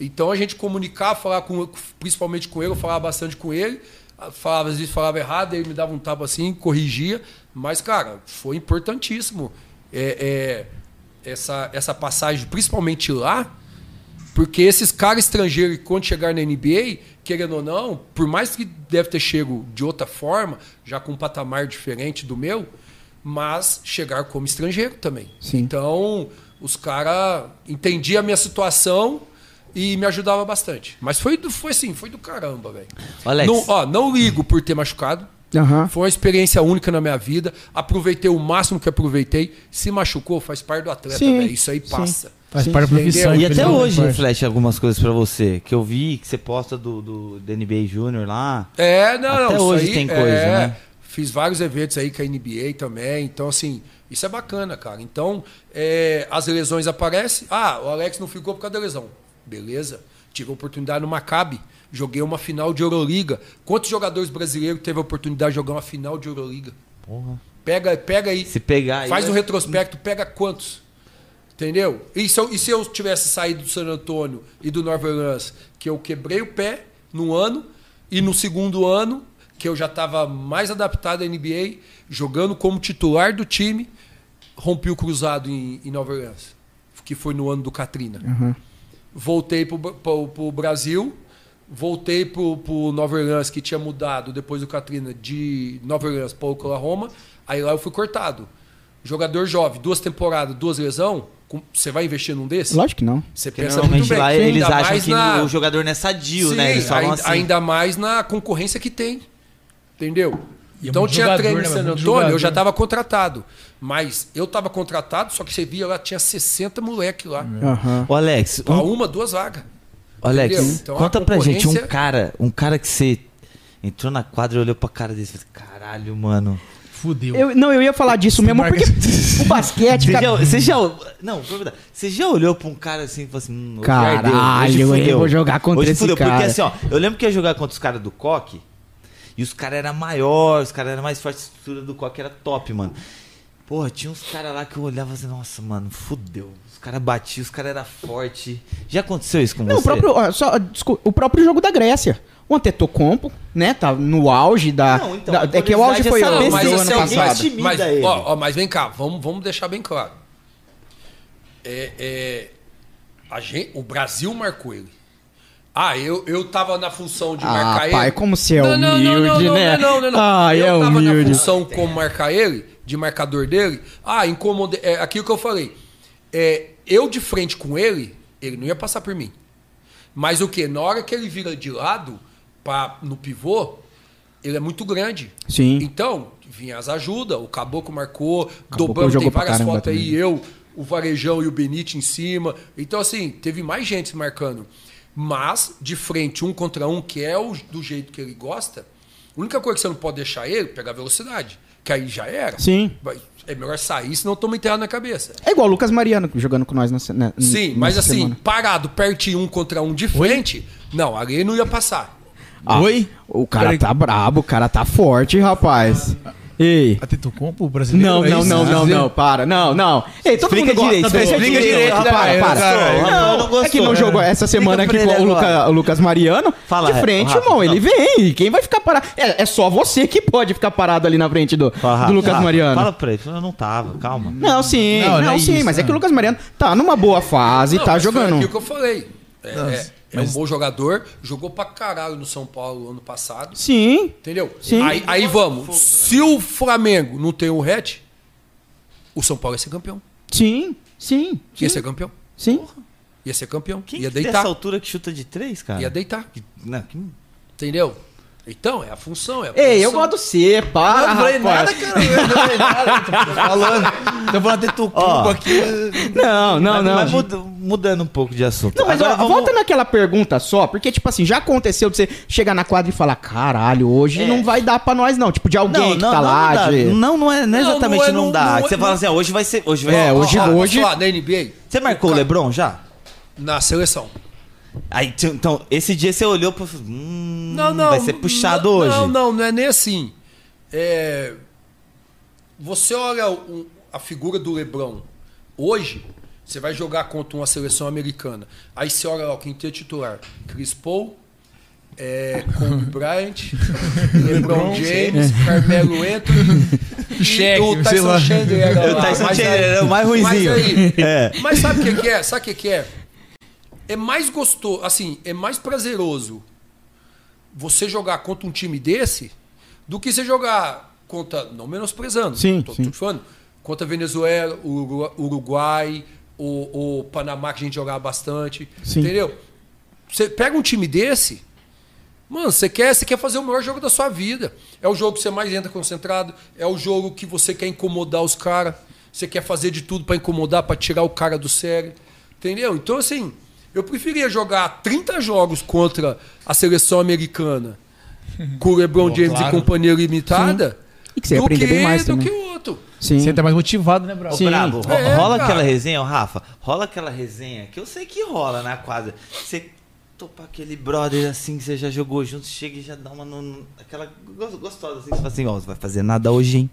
Então a gente comunicar, falar com, principalmente com ele, eu falava bastante com ele, ah, falava às vezes falava errado, ele me dava um tapa assim, corrigia, mas cara, foi importantíssimo é, é, essa essa passagem, principalmente lá, Porque esses caras estrangeiros, quando chegar na NBA, querendo ou não, por mais que deve ter chego de outra forma, já com um patamar diferente do meu, mas chegar como estrangeiro também. Sim. Então, os caras entendiam a minha situação e me ajudava bastante. Mas foi, do, foi assim, foi do caramba, velho. Alex. Não, ó, não ligo por ter machucado. Aham. Foi uma experiência única na minha vida. Aproveitei o máximo que aproveitei. Se machucou, faz parte do atleta, Sim. velho. Isso aí passa. Faz parte da Entendeu? Então, profissão. assim, E até infelizmente, hoje faz. reflete algumas coisas pra você. Que eu vi que você posta do, do, do NBA Júnior lá. É, não, Até não, isso hoje aí tem coisa, é, né? Fiz vários eventos aí com a NBA também, então assim, isso é bacana, cara. Então, é, as lesões aparecem. Ah, o Alex não ficou por causa da lesão. Beleza. Tive a oportunidade no Maccabi, joguei uma final de Euroliga. Quantos jogadores brasileiros teve a oportunidade de jogar uma final de Euroliga? Porra. Pega, pega aí. Se pegar aí, né? Faz vai- um retrospecto, pega quantos? Entendeu? E se, eu, e se eu tivesse saído do San Antônio e do Nova Orleans, que eu quebrei o pé num ano, e no segundo ano, que eu já estava mais adaptado à NBA, jogando como titular do time, rompi o cruzado em, em Nova Orleans, que foi no ano do Katrina. Voltei para o Brasil, voltei para o Nova Orleans, que tinha mudado depois do Katrina, de Nova Orleans para Oklahoma. Aí lá eu fui cortado. Jogador jovem, duas temporadas, duas lesão, com- você vai investir num desses? Lógico que não. Você Porque pensa muito normalmente bem. lá Ainda eles acham mais que na- o jogador não é sadio, Sim, né? Eles falam ainda, assim. ainda mais na concorrência que tem. Entendeu? E é então muito tinha jogador, treino né, em mano? San Muito Antônio, eu já jogador. estava contratado. Mas eu estava contratado, só que você via lá, tinha 60 moleque lá. É. Aham. Ô, Alex, Pra um- uma, duas vagas. Alex Entendeu? Então, a conta pra gente um concorrência- cara, um cara que você entrou na quadra e olhou pra cara desse e falou, assim, caralho, mano. Fudeu. Eu, não, eu ia falar disso mesmo, marca- porque o basquete, Você cara. já, você já- não, vou perguntar. você já olhou pra um cara assim e falou assim, hum, hoje Caralho, perdeu, hoje eu fudeu. vou jogar contra hoje esse fudeu. Porque cara. assim, ó, eu lembro que eu ia jogar contra os caras do Coque e os caras eram maiores, os caras eram mais fortes, a estrutura do Coque era top, mano. Porra, tinha uns caras lá que eu olhava assim, nossa, mano, fudeu. Os caras batiam, os caras eram fortes. Já aconteceu isso com Não, você? o próprio, ó, só, desculpa, o próprio jogo da Grécia. O Antetokounmpo, né, tá no auge da... Não, então, da- a é que o auge curiosidade é foi saber antes se do você ano é alguém passado. intimida mas, ele. ó, ó, mas vem cá, vamos, vamos deixar bem claro. É, é, a gente, o Brasil marcou ele. Ah, eu, eu tava na função de Ah, marcar ele. pai, como você é humilde, não, né? Não, não, não, não. Ah, eu é tava humilde. na função como marcar ele, de marcador dele. Ah, incomodei. É, aquilo que eu falei. É, eu de frente com ele, ele não ia passar por mim. Mas o que? Na hora que ele vira de lado, pra, no pivô, ele é muito grande. Sim. Então, vinha as ajudas, o Caboclo marcou, Caboclo dobrando, jogou tem pra várias caramba fotos aí, também. eu, o Varejão e o Benite em cima. Então, assim, teve mais gente se marcando. Mas, de frente, um contra um, que é o, do jeito que ele gosta, a única coisa que você não pode deixar ele é pegar velocidade. Que aí já era. Sim. Vai- É melhor sair, senão toma enterrado na cabeça. É igual o Lucas Mariano jogando com nós na, se- na Sim, nessa mas assim, semana. parado, pertinho, um contra um de frente, não, ali não ia passar. Ah, Oi? O cara Peraí. tá brabo, o cara tá forte, rapaz. Ei. Ah, Atentocompo brasileiro? Não, é não, isso? não, não, não, para, não, não. Ei, todo Explica mundo é gosta direito, do- explica Explica direito, direito, rapaz, para, para. cara, o Rafael não Não, é que não gostou. jogou essa semana Explica aqui pra com o, ele Luca- agora. o Lucas Mariano. Fala, de frente, Rafa, irmão, ele não. vem. Quem vai ficar parado? É, é só você que pode ficar parado ali na frente do, Fala, do Rafa, Lucas Rafa, Mariano. Fala pra ele, eu não tava, calma. Não, sim, Não, não, não é sim, isso, mas é não. que o Lucas Mariano tá numa boa fase, Não, tá mas Foi aquilo jogando. que eu falei. É, Nossa, é- é um bom jogador, jogou pra caralho no São Paulo ano passado. Sim. Entendeu? Sim. Aí, aí vamos. Se o Flamengo não tem o Red, o São Paulo ia ser campeão. Sim, sim. Ia sim, ser campeão. Sim. Ia ser campeão. Quem ia que tem essa deitar. altura que chuta de três, cara? Ia deitar. Que- Não, que- Entendeu? Então, é a função. É a Ei, eu função. gosto de você, para, não falei rapaz. É, nada, cara. Eu não falei nada. Tô falando. Tô falando um Tetocumpo aqui. Não, não, Mas- não. Mas muda- mudando um pouco de assunto. Não, mas Agora ó, volta naquela pergunta só, porque, tipo assim, já aconteceu de você chegar na quadra e falar, caralho, hoje É. não vai dar pra nós, não. Tipo, de alguém que tá não, lá. dá. de- não, não é não é Não, exatamente não, não é, não- dá. não é, você não- fala assim, ó, hoje vai ser. Hoje vai É, ó, hoje- ó, Ah, posso hoje- falar, na NBA, Você marcou o Lebron já? na seleção. Aí, t- então, esse dia você olhou pra. Hum, Vai ser puxado não, hoje. Não, não, não é nem assim. É, você olha o- um, a figura do Lebron hoje, você vai jogar contra uma seleção americana. Aí você olha lá o quinteto titular. Chris Paul, é, Kobe Bryant, Lebron James, Carmelo Anthony tá Cheque, né? e o sei lá. Tyson Chandler. era O lá. Tyson Mas Chandler aí- era o mais mas ruinzinho. aí- É. Mas sabe o que, que é? Sabe o que, que é? é mais gostoso, assim, é mais prazeroso você jogar contra um time desse do que você jogar contra, não menosprezando, Sim, tô, sim. tô te falando, contra Venezuela, Urugu- Uruguai, o, o Panamá que a gente jogava bastante, Sim. entendeu? Você pega um time desse, Mano, você quer, você quer fazer o melhor jogo da sua vida. É o jogo que você mais entra concentrado, é o jogo que você quer incomodar os caras, você quer fazer de tudo pra incomodar, pra tirar o cara do sério. Entendeu? Então, assim, eu preferia jogar 30 jogos contra a seleção americana com o LeBron James claro. e companhia limitada E que você ia aprender bem mais do também. que o outro. Sim. Você tá mais motivado, né, Bravo? Sim. Bravo, ro- É, rola cara. aquela resenha, ô, Rafa. Rola aquela resenha que eu sei que rola na quadra. Você topa aquele brother assim que você já jogou junto, chega e já dá uma. no- no- aquela gos- gostosa assim. Você fala assim: Ó, você vai fazer nada hoje, hein?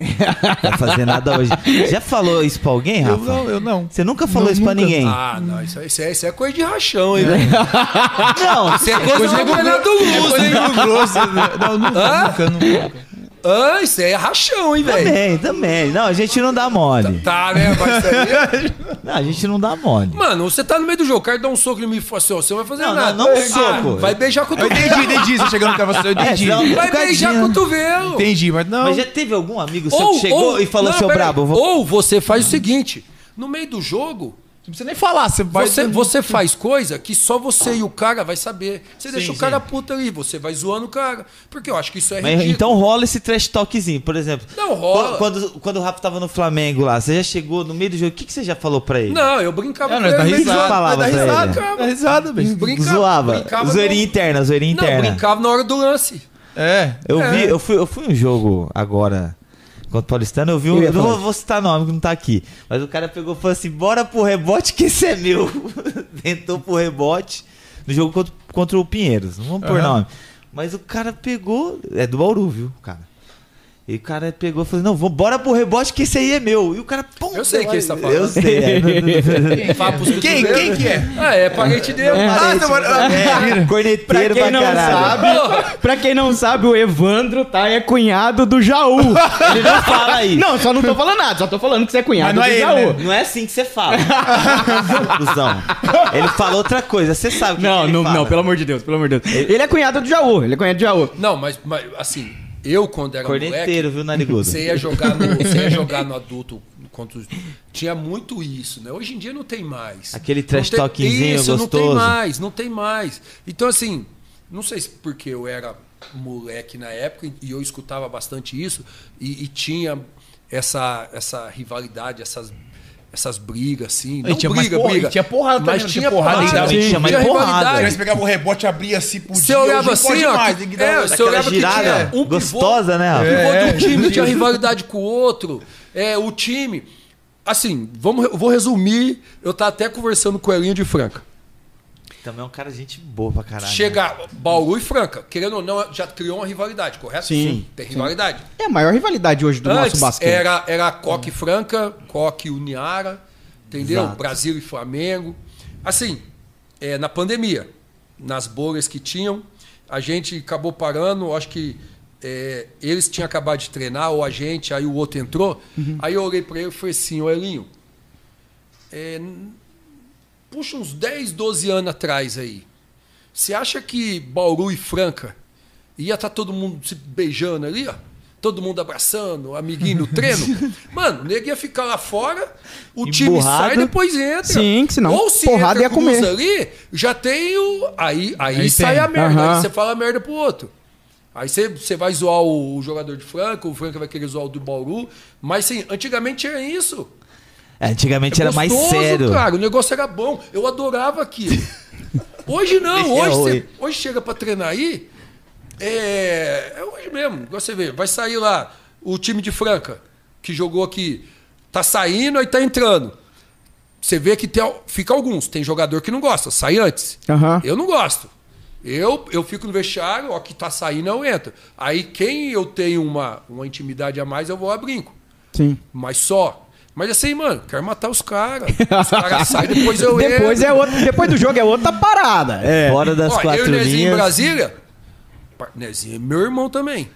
Vai fazer nada hoje. Já falou isso pra alguém, Eu Rafa? não, eu não. Você nunca falou Não, isso pra nunca. ninguém? Ah, não, isso, aí- isso, é, isso é coisa de rachão, hein? velho? Não, Isso é coisa de Renato É Luz, hein? Grosso, né? Não, nunca, Hã? nunca, nunca. Ah, isso aí é rachão, hein, velho? também, também. Não, a gente não dá mole. Tá, né? Mas isso aí Não, a gente não dá mole. Mano, você tá no meio do jogo, o cara dá um soco em mim e fala assim, ó, você não vai fazer Não, nada. não, não um Ah, soco. Vai beijar Eu cotovelo. entendi, entendi. Você chegando no cara, você eu entendi. É, não. Vai beijar Tadinho. cotovelo. Entendi, mas não. Mas já teve algum amigo seu que chegou e falou, não, assim, seu peraí. brabo, eu vou Ou você faz o Uhum. seguinte, no meio do jogo, Não precisa nem falar, você vai. você, você faz coisa que só você e o cara vai saber. Você deixa o cara puto ali, você vai zoando o cara. Porque eu acho que isso é Mas, ridículo. então rola esse trash talkzinho, por exemplo. Não, rola. Qu- Quando, quando o Rafa tava no Flamengo lá, você já chegou no meio do jogo, o que, que você já falou pra ele? Não, eu brincava É, nós dá mas- risada, nós dá Vai dar pra risada, É, ele. cara. Dá risada, bicho. Brincava, Zoava. brincava zoeirinha no- interna, zoeirinha Não, interna. brincava na hora do lance. É. eu, vi, É. eu, fui, eu fui um jogo agora contra o Paulistano, eu vi um. Eu Eu ia não falar vou, vou citar nome que não tá aqui. Mas o cara pegou e falou assim: bora pro rebote que esse é meu. Tentou pro rebote no jogo contra, contra o Pinheiros. Não vamos pôr Aham. nome. Mas o cara pegou. É do Bauru, viu, cara? E o cara pegou e falou: assim, não, vou, bora pro rebote que esse aí é meu. E o cara, pum, Eu sei quem você tá falando. Eu sei. É. Papo Quem, quem que é? Ah, é, parente dele. Ah, tá, mano, ah, é, corneteiro pra, Pra quem não caralho. sabe, pra quem não sabe, o Evandro tá é cunhado do Jaú. Ele não fala aí. não, só não tô falando nada, só tô falando que você é cunhado Mas não do é ele, Jaú. Não é assim que você fala. Cusão. Ele falou outra coisa, você sabe o que que Não, ele não, fala. não, pelo amor de Deus, pelo amor de Deus. Ele é cunhado do Jaú, ele é cunhado do Jaú. Não, mas, mas, assim, eu quando era moleque, Corneteiro, viu, narigudo? você ia, jogar no, você ia jogar no adulto contra os- Tinha muito isso, né? Hoje em dia não tem mais. Aquele Não trash tem- talkzinho Isso, não tem gostoso. mais, não tem mais. Então, assim, não sei se porque eu era moleque na época e eu escutava bastante isso e, e tinha essa, essa rivalidade, essas... Essas brigas, assim. E Não tinha mais briga, porra- briga. e tinha porrada Mas também, não tinha tinha porrada, porrada. antigamente tinha mais porrada. rivalidade. Antes pegava o rebote, abria assim, podia. Você olhava hoje pode assim, ó. mais, que- tem que dar- é, você olhava que girada tinha um gostosa, né, Rafa? pivô, É, pivô do time, entendi. tinha rivalidade com o outro. É, o time. Assim, vamos, eu vou resumir. Eu tava até conversando com o Elinho de Franca. Também é um cara gente boa pra caralho. Chega Bauru e Franca. Querendo ou não, já criou uma rivalidade, correto? Sim. Tem rivalidade. É a maior rivalidade hoje do nosso Antes basquete. era, era Coque e Franca, Coque e Uniara, entendeu? Exato. Brasil e Flamengo. Assim, é, na pandemia, nas bolhas que tinham, a gente acabou parando, acho que é, eles tinham acabado de treinar, ou a gente, aí o outro entrou. Uhum. Aí eu olhei para ele e falei assim, ô Elinho, é, n- puxa uns 10, 12 anos atrás aí. Você acha que Bauru e Franca ia estar todo mundo se beijando ali, ó? Todo mundo abraçando, amiguinho no treino. Mano, o nego ia ficar lá fora, o time Emburrado. sai depois entra. Sim, que senão Ou se porrada entra ia com comer. uns ali, já tem o. Aí, aí, Aí sai tem, a merda, aham. aí você fala merda pro outro. Aí você, você vai zoar o, o jogador de Franca, o Franca vai querer zoar o do Bauru. Mas sim, antigamente era isso. É, antigamente era mais Gostoso, sério. Cara, o negócio era bom. Eu adorava aquilo. Hoje não, É, hoje, hoje. cê- hoje chega pra treinar aí. É, é hoje mesmo. igual Você vê, vai sair lá o time de Franca, que jogou aqui. Tá saindo e tá entrando. Você vê que tem, al- fica alguns. Tem jogador que não gosta, sai antes. Aham. é, Eu não gosto. Eu, eu fico no vestiário, ó, que tá saindo, eu entro. Aí quem eu tenho uma, uma intimidade a mais, eu vou a brinco. Sim. Mas só. Mas assim, mano, quero matar os caras. Os caras saem, depois eu entro. Depois, é outro, depois do jogo é outra parada. É. Fora das Ó, eu e quatro o Nezinho em linhas. Brasília. pa- Nezinho é meu irmão também.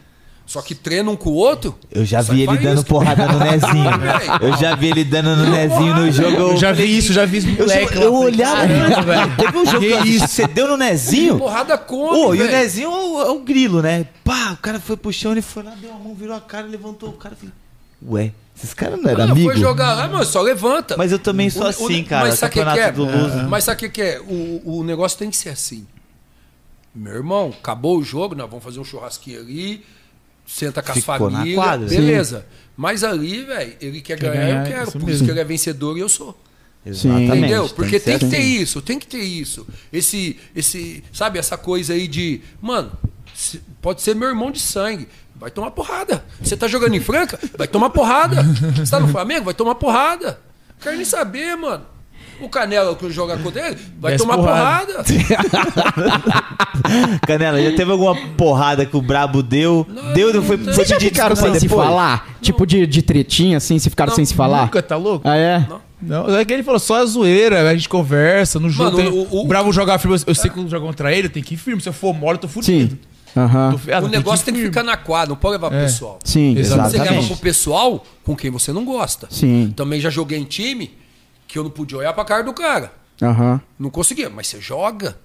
Só que treina um com o outro. Eu já sai vi ele faísca. dando porrada no Nezinho. velho. Eu já vi ele dando no Nezinho no jogo. Eu eu- já vi isso, já vi isso. Eu, moleque eu, lá, falei, olhava. "Caramba, velho." Teve um jogo que eu assisti, você deu no Nezinho? Porrada contra. Ô, e o velho. Nezinho é o, é o grilo, né? Pá, o cara foi pro chão, ele foi lá, deu a mão, virou a cara, levantou o cara. eu Falei, ué, esses caras é não eram Ah, amigos? Foi jogar lá, mano, só levanta. Mas eu também sou O- o- assim, cara. Mas sabe o que, que campeonato é? do Luso. Mas sabe o que, que é? O, o negócio tem que ser assim. Meu irmão, acabou o jogo, nós vamos fazer um churrasquinho ali, senta com as Ficou na famílias, quadra. beleza. Mas ali, velho, ele quer ganhar, eu ganhar, quero. isso Por mesmo. isso que ele é vencedor e eu sou. Exatamente. Entendeu? Porque tem que, ser ter assim. isso, tem que ter isso. Esse, esse, sabe, essa coisa aí de, mano, se- pode ser meu irmão de sangue. Vai tomar porrada. Você tá jogando em Franca? Vai tomar porrada. Você tá no Flamengo? Vai tomar porrada. Quero nem saber, mano. O Canela que joga contra ele, vai Desce tomar porrada. porrada. Canela, já teve alguma porrada que o Brabo deu? Não, deu, não foi, não. foi Vocês já pedir ficaram sem desculpa se depois? falar? Tipo de, de tretinha, assim, se ficaram Não, sem se falar? Nunca, tá louco? Ah, é? Não, é que ele falou só a zoeira, a gente conversa no jogo. Mano, tem- o- o- o Bravo jogar firme, eu- eu sei que eu jogo contra ele, eu tenho que ir firme. Se eu for mole, eu tô fudido. Sim. Aham. Tô fi- ah, O não, negócio tem ir que firme. ficar na quadra, não pode levar pro pessoal. Sim, Exatamente. Você um leva pro exatamente. pessoal com quem você não gosta. Sim. Também já joguei em time que eu não podia olhar pra cara do cara. Aham. Não conseguia, mas você joga.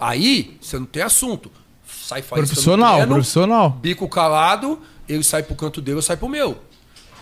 Aí, você não tem assunto. Sai faísca no Profissional, treino, profissional. Bico calado, ele sai pro canto dele, eu saio pro meu.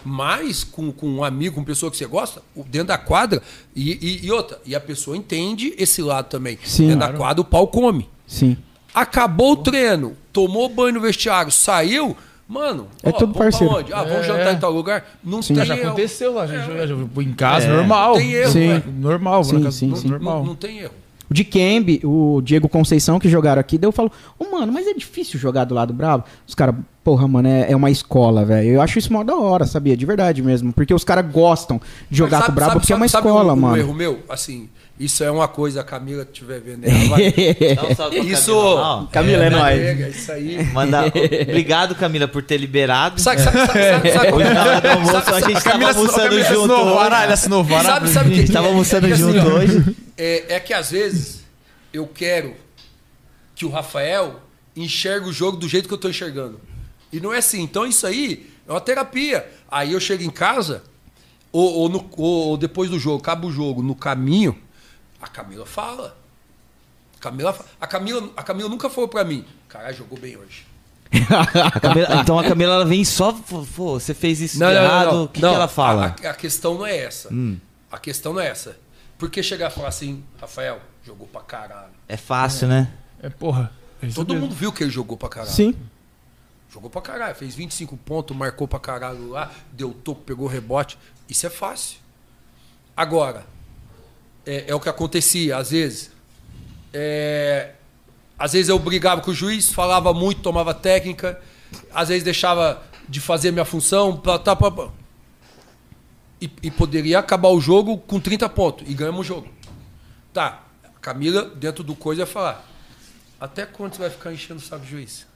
Mas com, com um amigo, com pessoa que você gosta, o- dentro da quadra, e, e- e outra, e a pessoa entende esse lado também. Sim. dentro Claro. da quadra, o pau come. Sim. Acabou o treino, tomou banho no vestiário, saiu, mano, É tudo vamos pra parceiro. onde? Ah, vamos É. jantar em tal lugar. Não Sim. tem Já erro. aconteceu lá, já, já- já- em casa, normal. É. Tem erro, Sim. é. Normal, É. Sim, na casa- sim, no- sim. normal. Não, não tem erro. O de Kembe, o Diego Conceição, que jogaram aqui, daí eu falo, ô mano, mas é difícil jogar do lado bravo. Os caras, porra, mano, é, é uma escola, velho. Eu acho isso mó da hora, sabia? De verdade mesmo. Porque os caras gostam de jogar Sabe- com o brabo, sabe- porque é uma sabe- sabe escola, um- Um mano. erro meu, assim, isso é uma coisa, a Camila estiver vendo. ela vai- Dá um salve pra Isso- Camila lá, ó. Camila, é nóis. Pega, Isso aí. Manda... Obrigado, Camila, por ter liberado. Sabe, sabe, sabe, sabe, sabe, Hoje na hora do sabe, almoço a sabe, gente tava Camila assinou- almoçando Camila junto. assinou o hoje. Varalha, assinou o Varalha. sabe, sabe o que A gente tava almoçando é que junto assim, ó, hoje. É, é que às vezes eu quero que o Rafael enxergue o jogo do jeito que eu tô enxergando. E não é assim. Então isso aí é uma terapia. Aí eu chego em casa, ou, ou no- ou- ou depois do jogo, acaba o jogo, no caminho, a Camila fala. Camila, fa- a, Camila, a Camila nunca falou pra mim, caralho, jogou bem hoje. A Camila- então a Camila ela vem só. Pô, pô, você fez isso de errado. O que, que ela fala? Hum. A, a questão não é essa. A questão não é essa. Por que chegar e falar assim, Rafael, jogou pra caralho? É fácil, né? É, porra. é isso Todo mesmo. mundo viu que ele jogou pra caralho. Sim. Jogou pra caralho. Fez 25 pontos, marcou pra caralho lá, deu topo, pegou rebote. Isso é fácil. Agora, é, é o que acontecia, às vezes. É, às vezes eu brigava com o juiz, falava muito, tomava técnica. Às vezes deixava de fazer minha função. Pra, tá, pra, pra. E, e poderia acabar o jogo com 30 pontos. E ganhamos o jogo. Tá. A Camila, dentro do coisa, ia falar. Até quando você vai ficar enchendo o saco do juiz?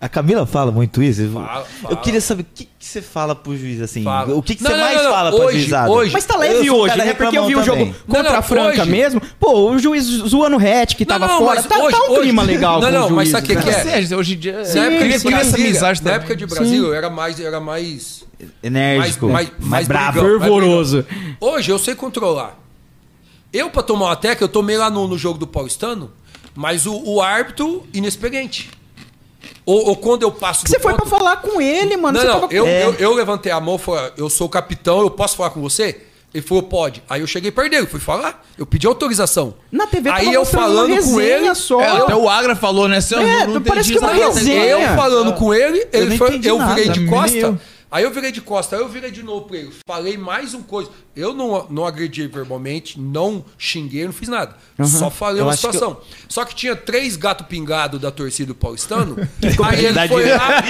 A Camila fala muito isso? Fala, Eu fala. queria saber o que, que você fala pro juiz assim. Fala. O que, que Não, você não, mais não, não. fala pra Hoje, juizada? hoje. Mas tá Eu leve sou um hoje, cara né? Porque eu vi o reclamão jogo também. contra Não, não, a Franca hoje- mesmo. Pô, o juiz zoando o Red, que tava Não, não, fora. mas Tá, hoje- tá um hoje- clima legal Não, com não, os mas juízes, sabe o que né? que é? Sério, Assim, hoje em dia. Na época de Queria- queria essa Brasília, amizade na também. época de Brasil, eu era mais, eu era mais, É, Enérgico. mais, mais, mais brabo. brigão, mais fervoroso. brigão. Hoje eu sei controlar. Eu, pra tomar uma teca, eu tomei lá no, no jogo do Paulistano, mas o, o árbitro inexperiente. Ou, ou quando eu passo do Você foi pra ponto- falar com ele, mano. Não, você não, tava com- eu, É. eu, eu levantei a mão e falei, eu sou o capitão, eu posso falar com você? Ele falou, pode. Aí eu cheguei perto dele, fui falar, eu pedi autorização. Na TV tava Aí eu mostrando uma falando com resenha ele, só. É, até o Agra falou, né? Seu, É, parece que é uma essa parada. resenha. Eu falando com ele, ele nem foi- entendi eu nada, virei de nem costa. eu. Aí eu virei de costa, aí eu virei de novo pra ele. Falei mais um coisa. Eu não, não agredi verbalmente, não xinguei, não fiz nada. Só falei Eu uma acho que eu- situação. Só que tinha três gato pingado da torcida do paulistano. aí ele foi direita. lá.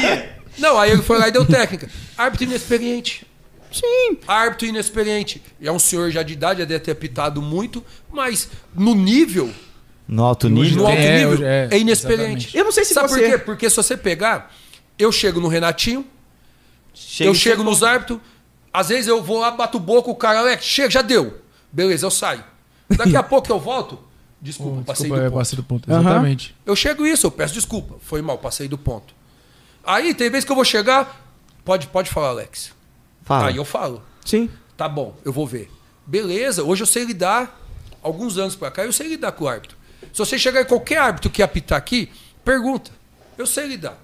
Não, aí ele foi lá e deu técnica. Árbitro inexperiente. Sim. Árbitro inexperiente. É um senhor já de idade, já deve ter apitado muito, mas no nível No alto Hoje nível. no tem, alto é, nível é, é, inexperiente. exatamente. Eu não sei se Sabe você- por quê? Porque se você pegar, eu chego no Renatinho, Chega eu e chego nos árbitros, às vezes eu vou lá, bato o boco, o cara, Alex, chega, já deu. Beleza, eu saio. Daqui a pouco eu volto. Desculpa, Desculpa, passei é, do ponto. passei do ponto. Exatamente. Eu chego isso, eu peço desculpa. Foi mal, passei do ponto. Aí tem vez que eu vou chegar. Pode, pode falar, Alex. Fala. Aí eu falo. Sim. Tá bom, eu vou ver. Beleza, hoje eu sei lidar. Alguns anos pra cá, eu sei lidar com o árbitro. Se você chegar em qualquer árbitro que apitar aqui, pergunta. Eu sei lidar.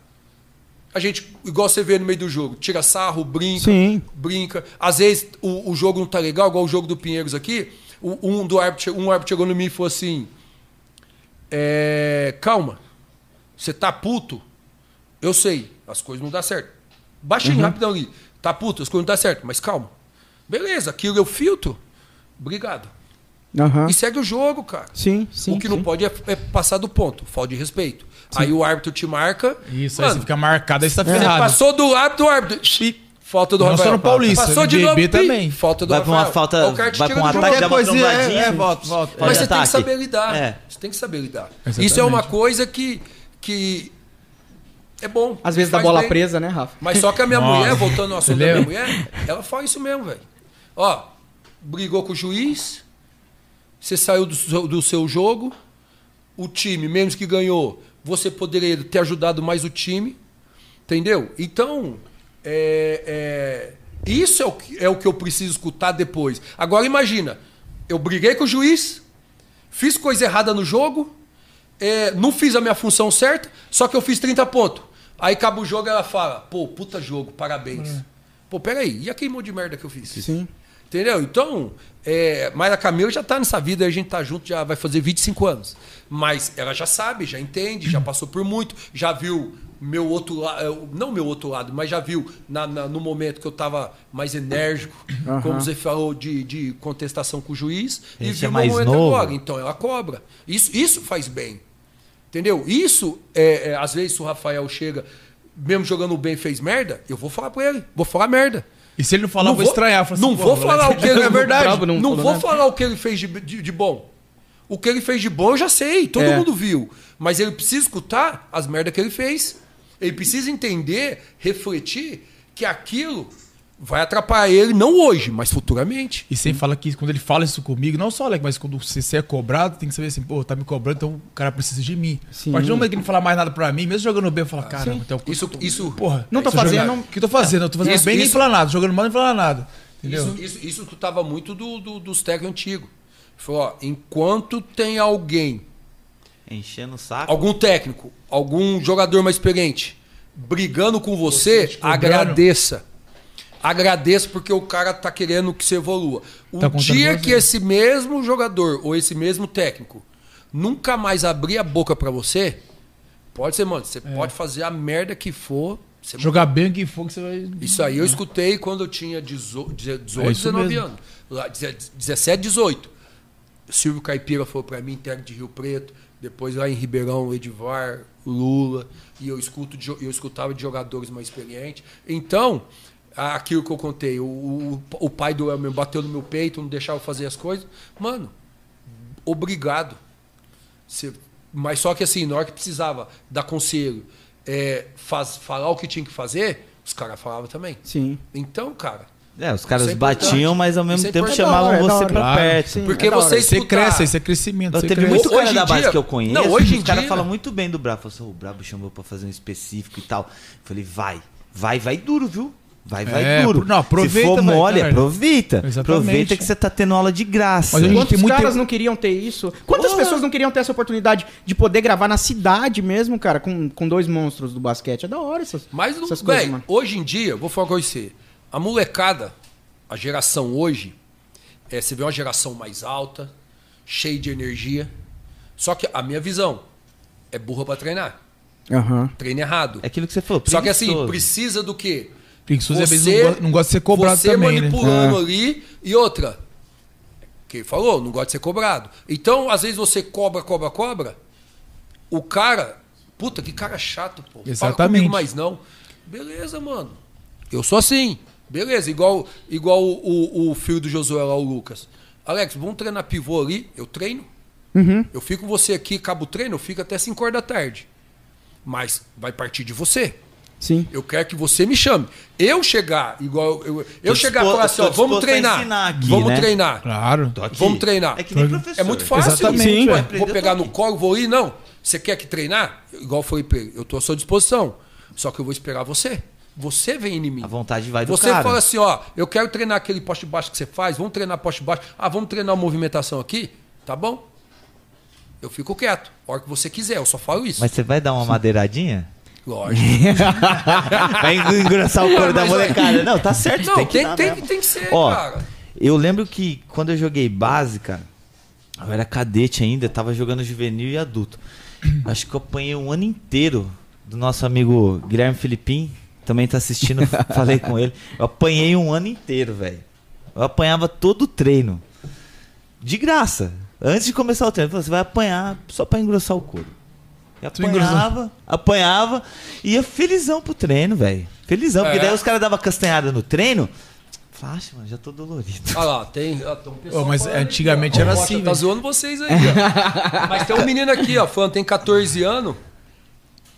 A gente, igual você vê no meio do jogo, tira sarro, brinca, Sim. brinca. Às vezes o, o jogo não tá legal, igual o jogo do Pinheiros aqui. o- Um, do árbitro, che- um árbitro chegou no mim e falou assim: é, Calma, você tá puto? Eu sei, as coisas não dá certo. Baixinho, Uhum. rapidão ali. Tá puto, as coisas não dá certo, mas calma. Beleza, aquilo eu filtro. Obrigado. Ah. Aham. E segue o jogo, cara. Sim, sim. o que não sim. pode é, é passar do ponto, falta de respeito. Aí o árbitro te marca. Isso, aí Mano, você fica marcado, aí você tá você ferrado. passou do árbitro, do árbitro. Ih, Falta do Não Rafael. só no Paulista, Passou de no novo. BB ih, também. Falta do Vai pra Rafael. uma falta- O cara te vai tira pra um do ataque, jogo. dá uma trombadinha. é, volta, volta. Pode Mas você tem que ataque. saber lidar. É. Você tem que saber lidar. Exatamente. Isso é uma coisa que, que é bom. Às vezes dá Faz bola bem. presa, né, Rafa? Mas só que a minha Nossa. mulher, voltando ao assunto da minha Entendeu? mulher, ela fala isso mesmo, velho. Ó, brigou com o juiz, você saiu do seu, do seu jogo, o time, menos que ganhou, você poderia ter ajudado mais o time, entendeu? Então, é, é, isso é o, que, é o que eu preciso escutar depois. Agora imagina, eu briguei com o juiz, fiz coisa errada no jogo, é, não fiz a minha função certa, só que eu fiz 30 pontos. Aí acaba o jogo ela fala, pô, puta jogo, parabéns. É. Pô, peraí, e aquele monte de merda que eu fiz? Sim. Entendeu? Então, é, mas a Camila já tá nessa vida, a gente tá junto, já vai fazer 25 anos. Mas ela já sabe, já entende, já passou por muito, já viu meu outro lado, não meu outro lado, mas já viu na- na- no momento que eu tava mais enérgico, como você falou, de, de contestação com o juiz, A gente é viu mais novo. agora. Então ela cobra. Isso, isso faz bem. Entendeu? Isso, é, é, às vezes, se o Rafael chega, mesmo jogando bem, fez merda, eu vou falar pra ele, vou falar merda. E se ele não falar, eu vou estranhar. falar assim, Não pô, vou moleque, falar o né, que ele. É verdade. Brabo, não Não, falou vou nada. falar o que ele fez de, de- de bom. O que ele fez de bom eu já sei, todo É. mundo viu. Mas ele precisa escutar as merdas que ele fez. Ele precisa entender, refletir que aquilo vai atrapalhar ele, não hoje, mas futuramente. E sem falar que quando ele fala isso comigo, não só Alec, mas quando você, você é cobrado, tem que saber assim, pô, tá me cobrando, então o cara precisa de mim. Sim. A partir do momento que ele não falar mais nada pra mim, mesmo jogando bem, eu falo, caramba, até o Isso- isso- porra, Não tô isso é fazendo, jogar- não- O que eu tô fazendo? Eu tô fazendo Isso- bem nem isso- falar nada, jogando mal nem falar nada. Entendeu? Isso, isso, isso eu escutava muito do, do- dos técnicos antigos. Falou, ó, enquanto tem alguém Enchendo o saco. algum técnico, algum jogador mais experiente brigando com você, te cobrando. agradeça. Agradeça porque o cara tá querendo que você evolua. O Tá contando dia com que você. esse mesmo jogador ou esse mesmo técnico nunca mais abrir a boca pra você, pode ser, mano, você pode fazer a merda que for. você- É. Jogar bem o que for que você vai. Isso aí eu escutei quando eu tinha 18, 18 Uhum. É isso 19 mesmo. anos. Lá, 17, 18. Silvio Caipira falou para mim, técnico de Rio Preto, depois lá em Ribeirão, o Edivar, o Lula, e eu, escuto de jo- eu escutava de jogadores mais experientes. Então, a- aquilo que eu contei, o, o, o pai do Elmer bateu no meu peito, não deixava eu fazer as coisas. Mano, obrigado. Você- mas só que assim, na hora que precisava dar conselho, é, faz- falar o que tinha que fazer, os caras falavam também. Sim. Então, cara, É, os caras Isso é batiam, importante. mas ao Isso mesmo é tempo importante. chamavam É da hora, é da você hora. pra Claro. perto. Sim, porque é da hora. você Você escutar... cresce, isso é crescimento. Não, você teve cresce. muito cara Hoje em da base dia- que eu conheço. Não, hoje que em os caras dia- falam muito bem do Brabo. Falou, "Ô, o Brabo chamou pra fazer um específico e tal. Eu falei, vai, vai, vai duro, viu? Vai, vai É, duro. pro- não, aproveita, Se for vai, mole, cara. aproveita. Exatamente. Aproveita que você tá tendo aula de graça. Mas a gente Quantos tem muito caras tempo- não queriam ter isso? Quantas Porra! pessoas não queriam ter essa oportunidade de poder gravar na cidade mesmo, cara, com, com dois monstros do basquete? É da hora essas, Mas, não, essas coisas, velho, mano. hoje em dia, vou falar com você, a molecada, a geração hoje, é, você vê uma geração mais alta, cheia de energia, só que a minha visão é burra pra treinar, Aham. treina errado. É aquilo que você falou. só que assim, preguiçoso. precisa do quê? Preguiçoso, às vezes, não gosta- não gosta de ser cobrado você também, né? manipulando ali, e outra, quem falou, não gosta de ser cobrado. Então, às vezes você cobra, cobra, cobra, o cara, puta, que cara chato, pô. Fala Exatamente. comigo mais não. Beleza, mano. Eu sou assim. Beleza, igual, igual o, o- o filho do Josué lá, o Lucas. Alex, vamos treinar pivô ali? Eu treino. Eu fico com você aqui, acabo o treino, eu fico até 5 horas da tarde. Mas vai partir de você. Sim. Eu quero que você me chame. Eu chegar, igual eu, eu, eu Tô chegar e dispo- falar assim, tô ó, vamos disposto a treinar. ensinar aqui, vamos né? treinar. Claro. Tô aqui. Vamos treinar. É que nem É professor. É muito fácil. Exatamente, Sim, é. Vou pegar no colo, vou ir, não. Você quer que treinar? Igual eu falei pra ele, eu tô à sua disposição. Só que eu vou esperar você. Você vem em mim. A vontade vai do Você cara. fala assim, ó, eu quero treinar aquele poste baixo que você faz, vamos treinar poste baixo. Ah, vamos treinar a movimentação aqui? Tá bom. Eu fico quieto, a hora que você quiser, eu só falo isso. Mas você vai dar uma madeiradinha? Lógico. Vai engrossar o couro da Mas, ué, molecada. Não, tá certo, Não, tem que tem, dar tem, mesmo. tem que ser, Ó, cara. eu lembro que quando eu joguei base, cara, eu era cadete ainda, tava jogando juvenil e adulto. Acho que eu apanhei um ano inteiro do nosso amigo Guilherme Filipim, também tá assistindo, falei com ele. Eu apanhei um ano inteiro, velho. Eu apanhava todo o treino. De graça. Antes de começar o treino, ele falou, você vai apanhar só pra engrossar o couro. E Tu engrossou. apanhava, apanhava, e ia felizão pro treino, velho. Felizão, porque É. daí os caras davam castanhada no treino. Flash, mano, já tô dolorido. Olha lá, tem. ó, tem um pessoal Ô, mas falando aqui, antigamente ó. era O Rocha assim, Tá velho. zoando vocês aí, ó. Mas tem um menino aqui, ó, fã, tem 14 anos.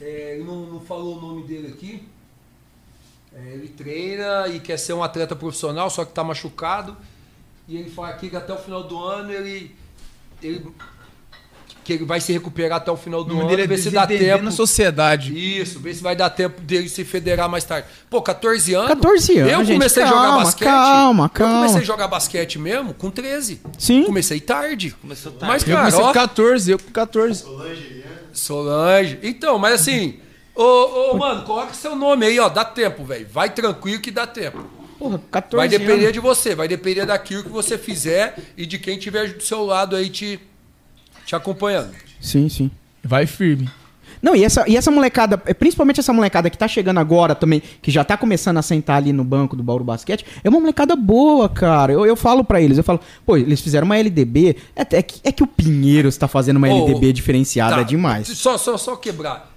É, ele não, não falou o nome dele aqui. É, ele treina e quer ser um atleta profissional, só que tá machucado. E ele fala aqui que até o final do ano ele. ele que ele vai se recuperar até o final do ano, é ver se dá tempo. na sociedade. Isso, ver se vai dar tempo dele se federar mais tarde. Pô, 14 anos. 14 anos, Eu gente, comecei a jogar calma, basquete. calma, Eu calma. comecei a jogar basquete mesmo com 13. Sim. Comecei tarde. Começou tarde. Mas, Eu cara, comecei ó, com 14, eu com 14. Solange. Então, mas assim. Ô, ô, mano, coloca seu nome aí, ó. Dá tempo, velho. Vai tranquilo que dá tempo. Porra, 14 Vai depender anos. de você, vai depender daquilo que você fizer e de quem tiver do seu lado aí te, te acompanhando. Sim, sim. Vai firme. Não, e essa, e essa molecada, é, principalmente essa molecada que tá chegando agora também, que já tá começando a sentar ali no banco do Bauru Basquete, é uma molecada boa, cara. Eu, eu falo pra eles, eu falo, pô, eles fizeram uma LDB, é, até que, é que o Pinheiros tá fazendo uma Ô, LDB diferenciada Tá, demais. Só, só, só quebrar.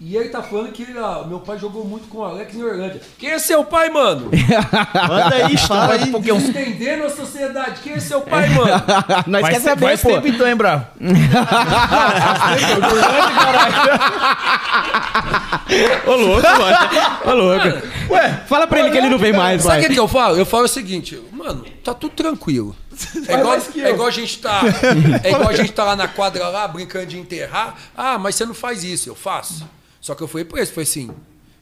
E ele tá falando que ah, meu pai jogou muito com o Alex em Orlândia. Quem é seu pai, mano? Manda aí, fala aí. Entendendo a sociedade. Quem é seu pai, mano? Nós Vai quer ser, saber, vai ser pô. então, hein, Bravo? Ô, louco, mano. Ô, louco. Ué, fala pra ele que ele não vem mais, Sabe o vai. que, que eu falo? Eu falo o seguinte, mano, tá tudo tranquilo. É igual, é igual a gente tá. É igual a gente tá lá na quadra lá, brincando de enterrar. Ah, mas você não faz isso, eu faço. Só que eu fui preso, foi assim.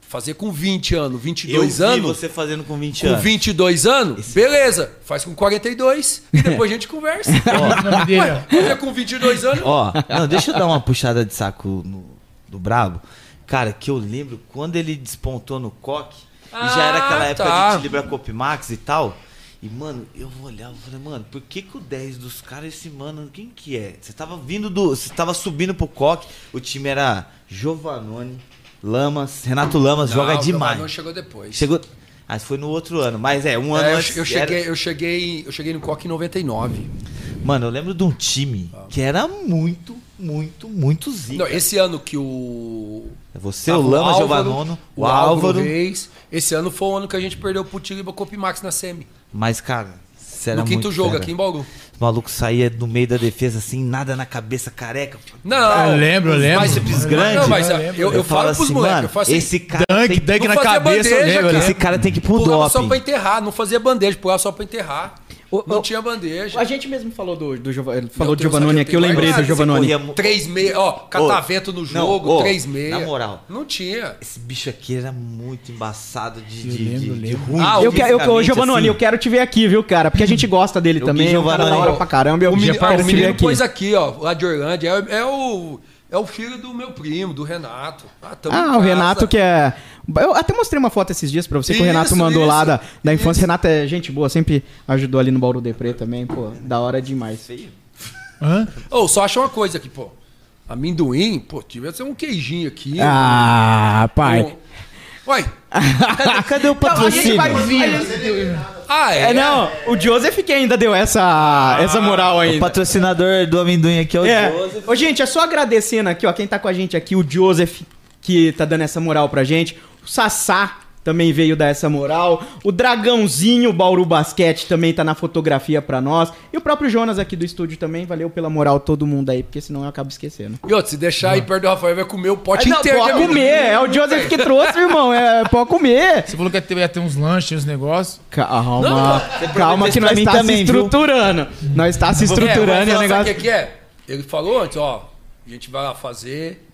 Fazer com 20 anos, Eu 22 vi anos. você fazendo com 20 Com anos. 22 anos, beleza, faz com 42 e depois a gente conversa. é O nome dele, ó. Fazer com 22 anos, Ó, não, deixa eu dar uma puxada de saco no, do Brabo. Cara, que eu lembro quando ele despontou no coque, e já era aquela Ah, época tá. de Libra Cop Max e tal. E, mano, eu olhava e falei, mano, por que, que o 10 dos caras, esse mano, quem que é? Você tava vindo do. Você tava subindo pro coque, o time era Giovanoni, Lamas, Renato Lamas, Não, joga o demais. Gavanão chegou depois. Chegou. Ah, foi no outro ano, mas é, um ano É, eu, antes. eu era- cheguei, eu, cheguei, eu cheguei no Coque em 99. Mano, eu lembro de um time que era muito, muito, muito zica. Ah. Não, esse ano que o. Você, tava o Lama, Álvaro, Giovanono, o Álvaro Álvaro Reis. Esse ano foi o ano que a gente perdeu pro Tiriba Copimax na Semi. Mas, cara, você era no quinto muito jogo fera. aqui em Bauru. O maluco saía no meio da defesa assim, nada na cabeça, careca. Não. Eu lembro, eu lembro. Mas, Mas grande. Não, mas Eu eu, lembro. eu, falo pros assim, moleques. mano, Eu falo assim, esse cara Dunk, tem... dunk na fazer cabeça, bandeja, né, eu lembro, eu cara. lembro. Esse cara tem que ir pro pulava só doping. pra enterrar, não fazia bandeja, pulava só pra enterrar. Ô, não ô, tinha bandeja. A gente mesmo falou do, do Giova- falou Eu do tenho- Giovannone eu aqui, eu tenho lembrei do guardado, Giovannone. você corria- Três meia, ó, catavento no jogo, é ô, três meia. na moral. Não tinha. Esse bicho aqui era muito embaçado de, de, de, lembro, de lembro. ruim. Ah, Eu quero, eu, ô, fisicamente, Giovannone, assim. eu quero te ver aqui, viu, cara? Porque a gente gosta dele Eu também. vi é um cara da Giovannone. hora pra caramba. Eu O menino, ah, quero o te ver menino aqui. pôs aqui, ó, lá de Orlândia. É, é o, é o filho do meu primo, do Renato. Ah, tamo em Ah, o casa. Renato que é. Eu até mostrei uma foto esses dias pra você que o Isso, Renato mandou lá isso, da, da infância. isso. Renato é gente boa, sempre ajudou ali no Bauru Deprê também, pô. Da hora demais. Hã? é- Ô, só acha uma coisa aqui, pô. Amendoim, pô, devia ser um queijinho aqui. Ah, pai. Um... Ué, Cadê, cadê o a gente patrocínio? vai vir. ah, é? É, não, o Joseph que ainda deu Ah, essa, essa tá. moral O ainda. patrocinador do amendoim aqui é o É. Joseph. Ô, gente, é só agradecendo aqui, ó, quem tá com a gente aqui, o Joseph, que tá dando essa moral pra gente. O Sassá também veio dar essa moral. O Dragãozinho Bauru Basquete também tá na fotografia pra nós. E o próprio Jonas aqui do estúdio também. Valeu pela moral todo mundo aí, porque senão eu acabo esquecendo. E outro, se deixar aí perto do Rafael, vai comer o pote Não, inteiro. de pode amendoim. comer, é o Joseph que trouxe, irmão. É, pode comer. Você falou que ia ter, ia ter uns lanches, uns negócios. Calma, calma que pra nós é mim tá se também, viu? estruturando. Nós tá se É, mas estruturando e o sabe negócio... O que, que é? Ele falou antes, ó, a gente vai lá fazer,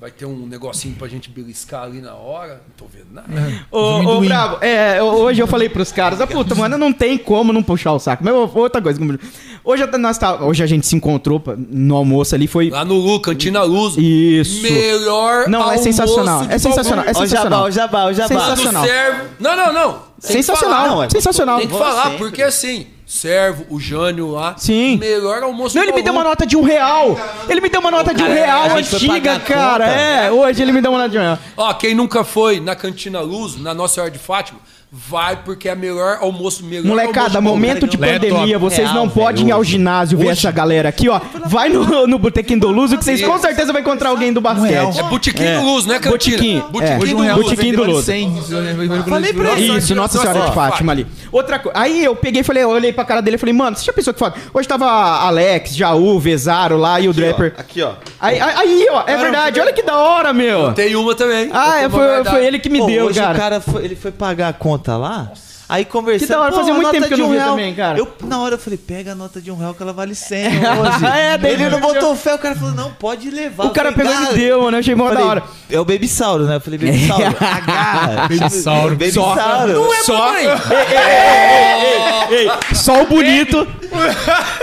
Vai ter um negocinho pra gente beliscar ali na hora. Não tô vendo nada. Ô, ô, amendoim. Bravo, é, eu- hoje eu falei pros caras, ah, puta, mano, não tem como não puxar o saco. Mas ô, outra coisa, como- hoje, até nós tá, hoje a gente se encontrou pra- no almoço ali, foi... Ah, Lá no Lu, Cantina Luz. Isso. Melhor Não, é almoço sensacional, de é sensacional, Palmeiras. é Ó, o jabá, o jabá, o jabá. Lá sensacional. do servo. Não, não, não. Tem que Sensacional, falar. é sensacional. Tem que Vou falar, sempre. porque assim, servo, o Jânio lá. Sim. Melhor almoço Não, ele do me deu uma Palmeiras. nota de um real. Ele me deu uma nota de um cara, real a gente foi antiga, pagar a cara. conta. É, hoje ele me deu uma nota de um real. Ó, quem nunca foi na Cantina Luz, na Nossa Senhora de Fátima, vai porque é melhor almoço, melhor Molecada, almoço do momento de Palmeiras. pandemia, Laptop. vocês não Real, podem ir ao ginásio ver essa galera aqui, ó. Vai no, no Botequim do Luso que vocês com certeza vão encontrar alguém do Palmeiras. É basquete. Botequim do Luz, né, Cantina? Botequim, é. do Hoje no Luz. Real Botequim Botequim do do Lodo. Lodo. Falei pra ele. Isso, Nossa Senhora de Fátima ali. Outra coisa. Aí eu peguei e falei, eu olhei pra cara dele e falei, mano, você já pensou que foda? Hoje tava Alex, Jaú, Vezaro lá e o Draper. Aqui, ó. Aí, aí- aí, ó, é verdade, olha que da hora, meu. Tem uma também. Ah, Eu é, tô foi, guardado. foi ele que me Pô, deu, hoje cara. o cara foi, ele foi pagar a conta lá. Aí conversando. Que da hora, pô, fazia a muito nota tempo que eu de não um via real. também, cara. Eu, na hora eu falei, pega a nota de um real que ela vale 100 hoje. É, daí ele ele não me botou fé, o cara falou, não, pode levar. O cara Eu falei, pegou e me "Cara, deu, mano. Eu achei mó da Falei, hora. É o Baby Sauro, né? Eu falei, Baby Sauro, agarra. Tipo, Babysauro. Baby Sauro. Não é Só... Só o bonito.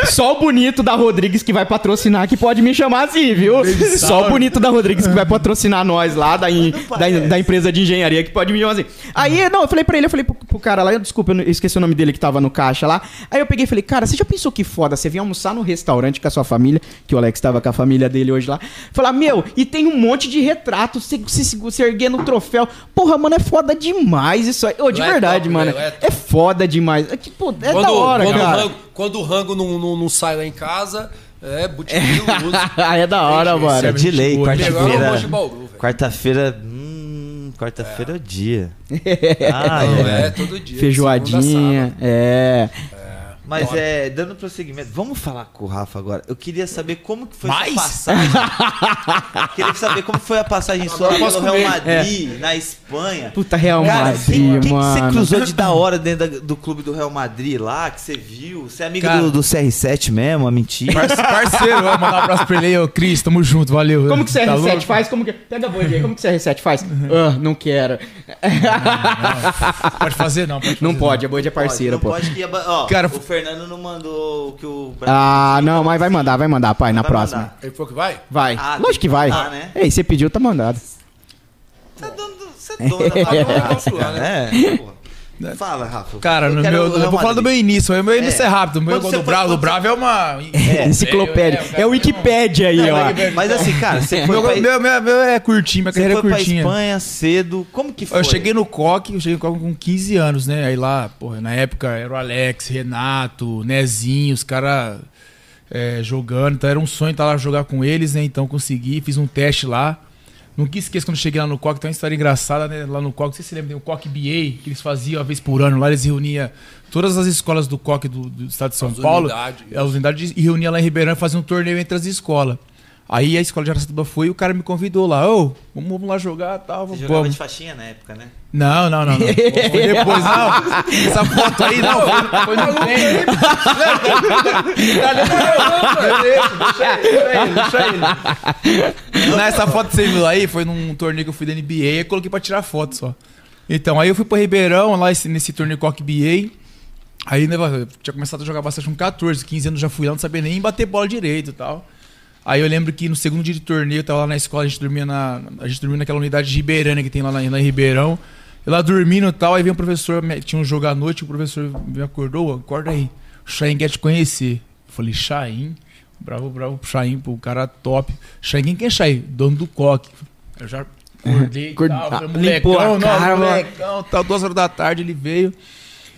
só o bonito da Rodrigues que vai patrocinar, que pode me chamar assim, viu? Só o bonito da Rodrigues que vai patrocinar nós lá, da, em- da, em- da empresa de engenharia, que pode me chamar assim. Aí, não, eu falei pra ele, eu falei pro, pro cara lá, eu, desculpa, eu não- eu esqueci o nome dele que tava no caixa lá. Aí eu peguei e falei, cara, você já pensou que foda? Você vem almoçar no restaurante com a sua família, que o Alex tava com a família dele hoje lá. Falar, meu, e tem um monte de retratos, se, se, se, se erguendo o troféu. Porra, mano, é foda demais isso aí. Ô, de Lá é verdade, top, mano. né? Lá é top. É foda demais. É, que, pô, é quando, da hora, quando cara. O rango, quando o rango não, não, não sai lá em casa, é botequim do Luz. é da hora, É mano. de lei, Melhor Melhor almoço um de quarta-feira. Bauru, velho. Quarta-feira. Hum, quarta-feira é o dia. Ah, Não, é. é, todo dia. segunda a sábado. Feijoadinha, é. Mas é, dando prosseguimento, vamos falar com o Rafa agora. Eu queria saber como que foi Mais? a passagem. queria saber como foi a passagem sua Agora eu pelo posso Real comer. Madrid, na Espanha. Puta, Real Cara, Madrid, quem, que você mano. cruzou de da hora dentro da- do clube do Real Madrid lá, que você viu? Você é amigo Cara. do, do CR7 mesmo, a mentira? Parce- Parceiro, ó, mandar um abraço pra ele aí, ô Cris, tamo junto, valeu. Como que Tá CR7 louco? faz? Como que... Pega a boia aí. Como que CR7 faz? Ah, não quero. Pode fazer não, pode fazer Não pode, a boia é parceira, não pô. pode que... ia ba- Ó, Cara, o Fernando não mandou o que o... Ah, não, mas vai mandar, vai mandar, pai, na Vai próxima. mandar. Ele falou que vai? Vai. Ah, tem Lógico que que vai. mandar, né? Ei, você pediu, tá mandado. Você é dono, do- você é dono da palavra, É. cara, né? Porra. Fala, Rafa. Cara, Eu no quero meu, o Real eu vou falar do Madrid. meu início, meu início é, É. rápido. O meu Quando gol você do foi- Bravo, o quando Bravo é uma... Enciclopédia. É o Wikipédia aí, ó. Mas assim, cara, você Meu, foi pra, meu, meu, meu é curtinho, minha você carreira é foi pra curtinha. Espanha cedo. Como que foi? Eu cheguei no Coque, eu cheguei no Coque com 15 anos, né? Aí lá, porra, na época era o Alex, Renato, Nezinho, os caras jogando. Então era um sonho estar lá jogar com eles, né? Então consegui, fiz um teste lá. Nunca esqueço quando eu cheguei lá no Coque, tem uma história engraçada, né? Lá no Coque, não sei se você lembra, tem o Coque BA, que eles faziam uma vez por ano. Lá eles reuniam todas as escolas do Coque do, do estado de São As Paulo. é, unidades. As unidades. E reunia lá em Ribeirão e fazia um torneio entre as escolas. Aí a escola de Aracatuba foi e o cara me convidou lá. Ô, vamos, vamos lá jogar tal. Você Vamos, jogava de faixinha na época, né? não, não, não, não. Foi depois, não. Essa foto aí, não. Foi, foi no trem. Não, essa foto que você viu aí foi num torneio que eu fui da NBA e coloquei pra tirar foto só. Então, aí eu fui pra Ribeirão, lá esse- nesse torneio Coque BA. Aí né, eu tinha começado a jogar bastante com 14, 15 anos já fui lá, não sabia nem bater bola direito e tal. Aí eu lembro que no segundo dia de torneio, eu tava lá na escola, a gente dormia, na, a gente dormia naquela unidade de Ribeirânia que tem lá, na, lá em Ribeirão. Eu lá dormindo e tal, aí veio um professor, me- tinha um jogo à noite, o professor me acordou, "Ô, acorda aí, o Chain quer te conhecer. Eu falei, Chain? Bravo, bravo, Chain, pô, o cara top. Chain, quem que é Chain? Dono do coque. Eu já acordei, e tal, falei, Limpou a molecão, cara, não, molecão, tal, duas horas da tarde ele veio.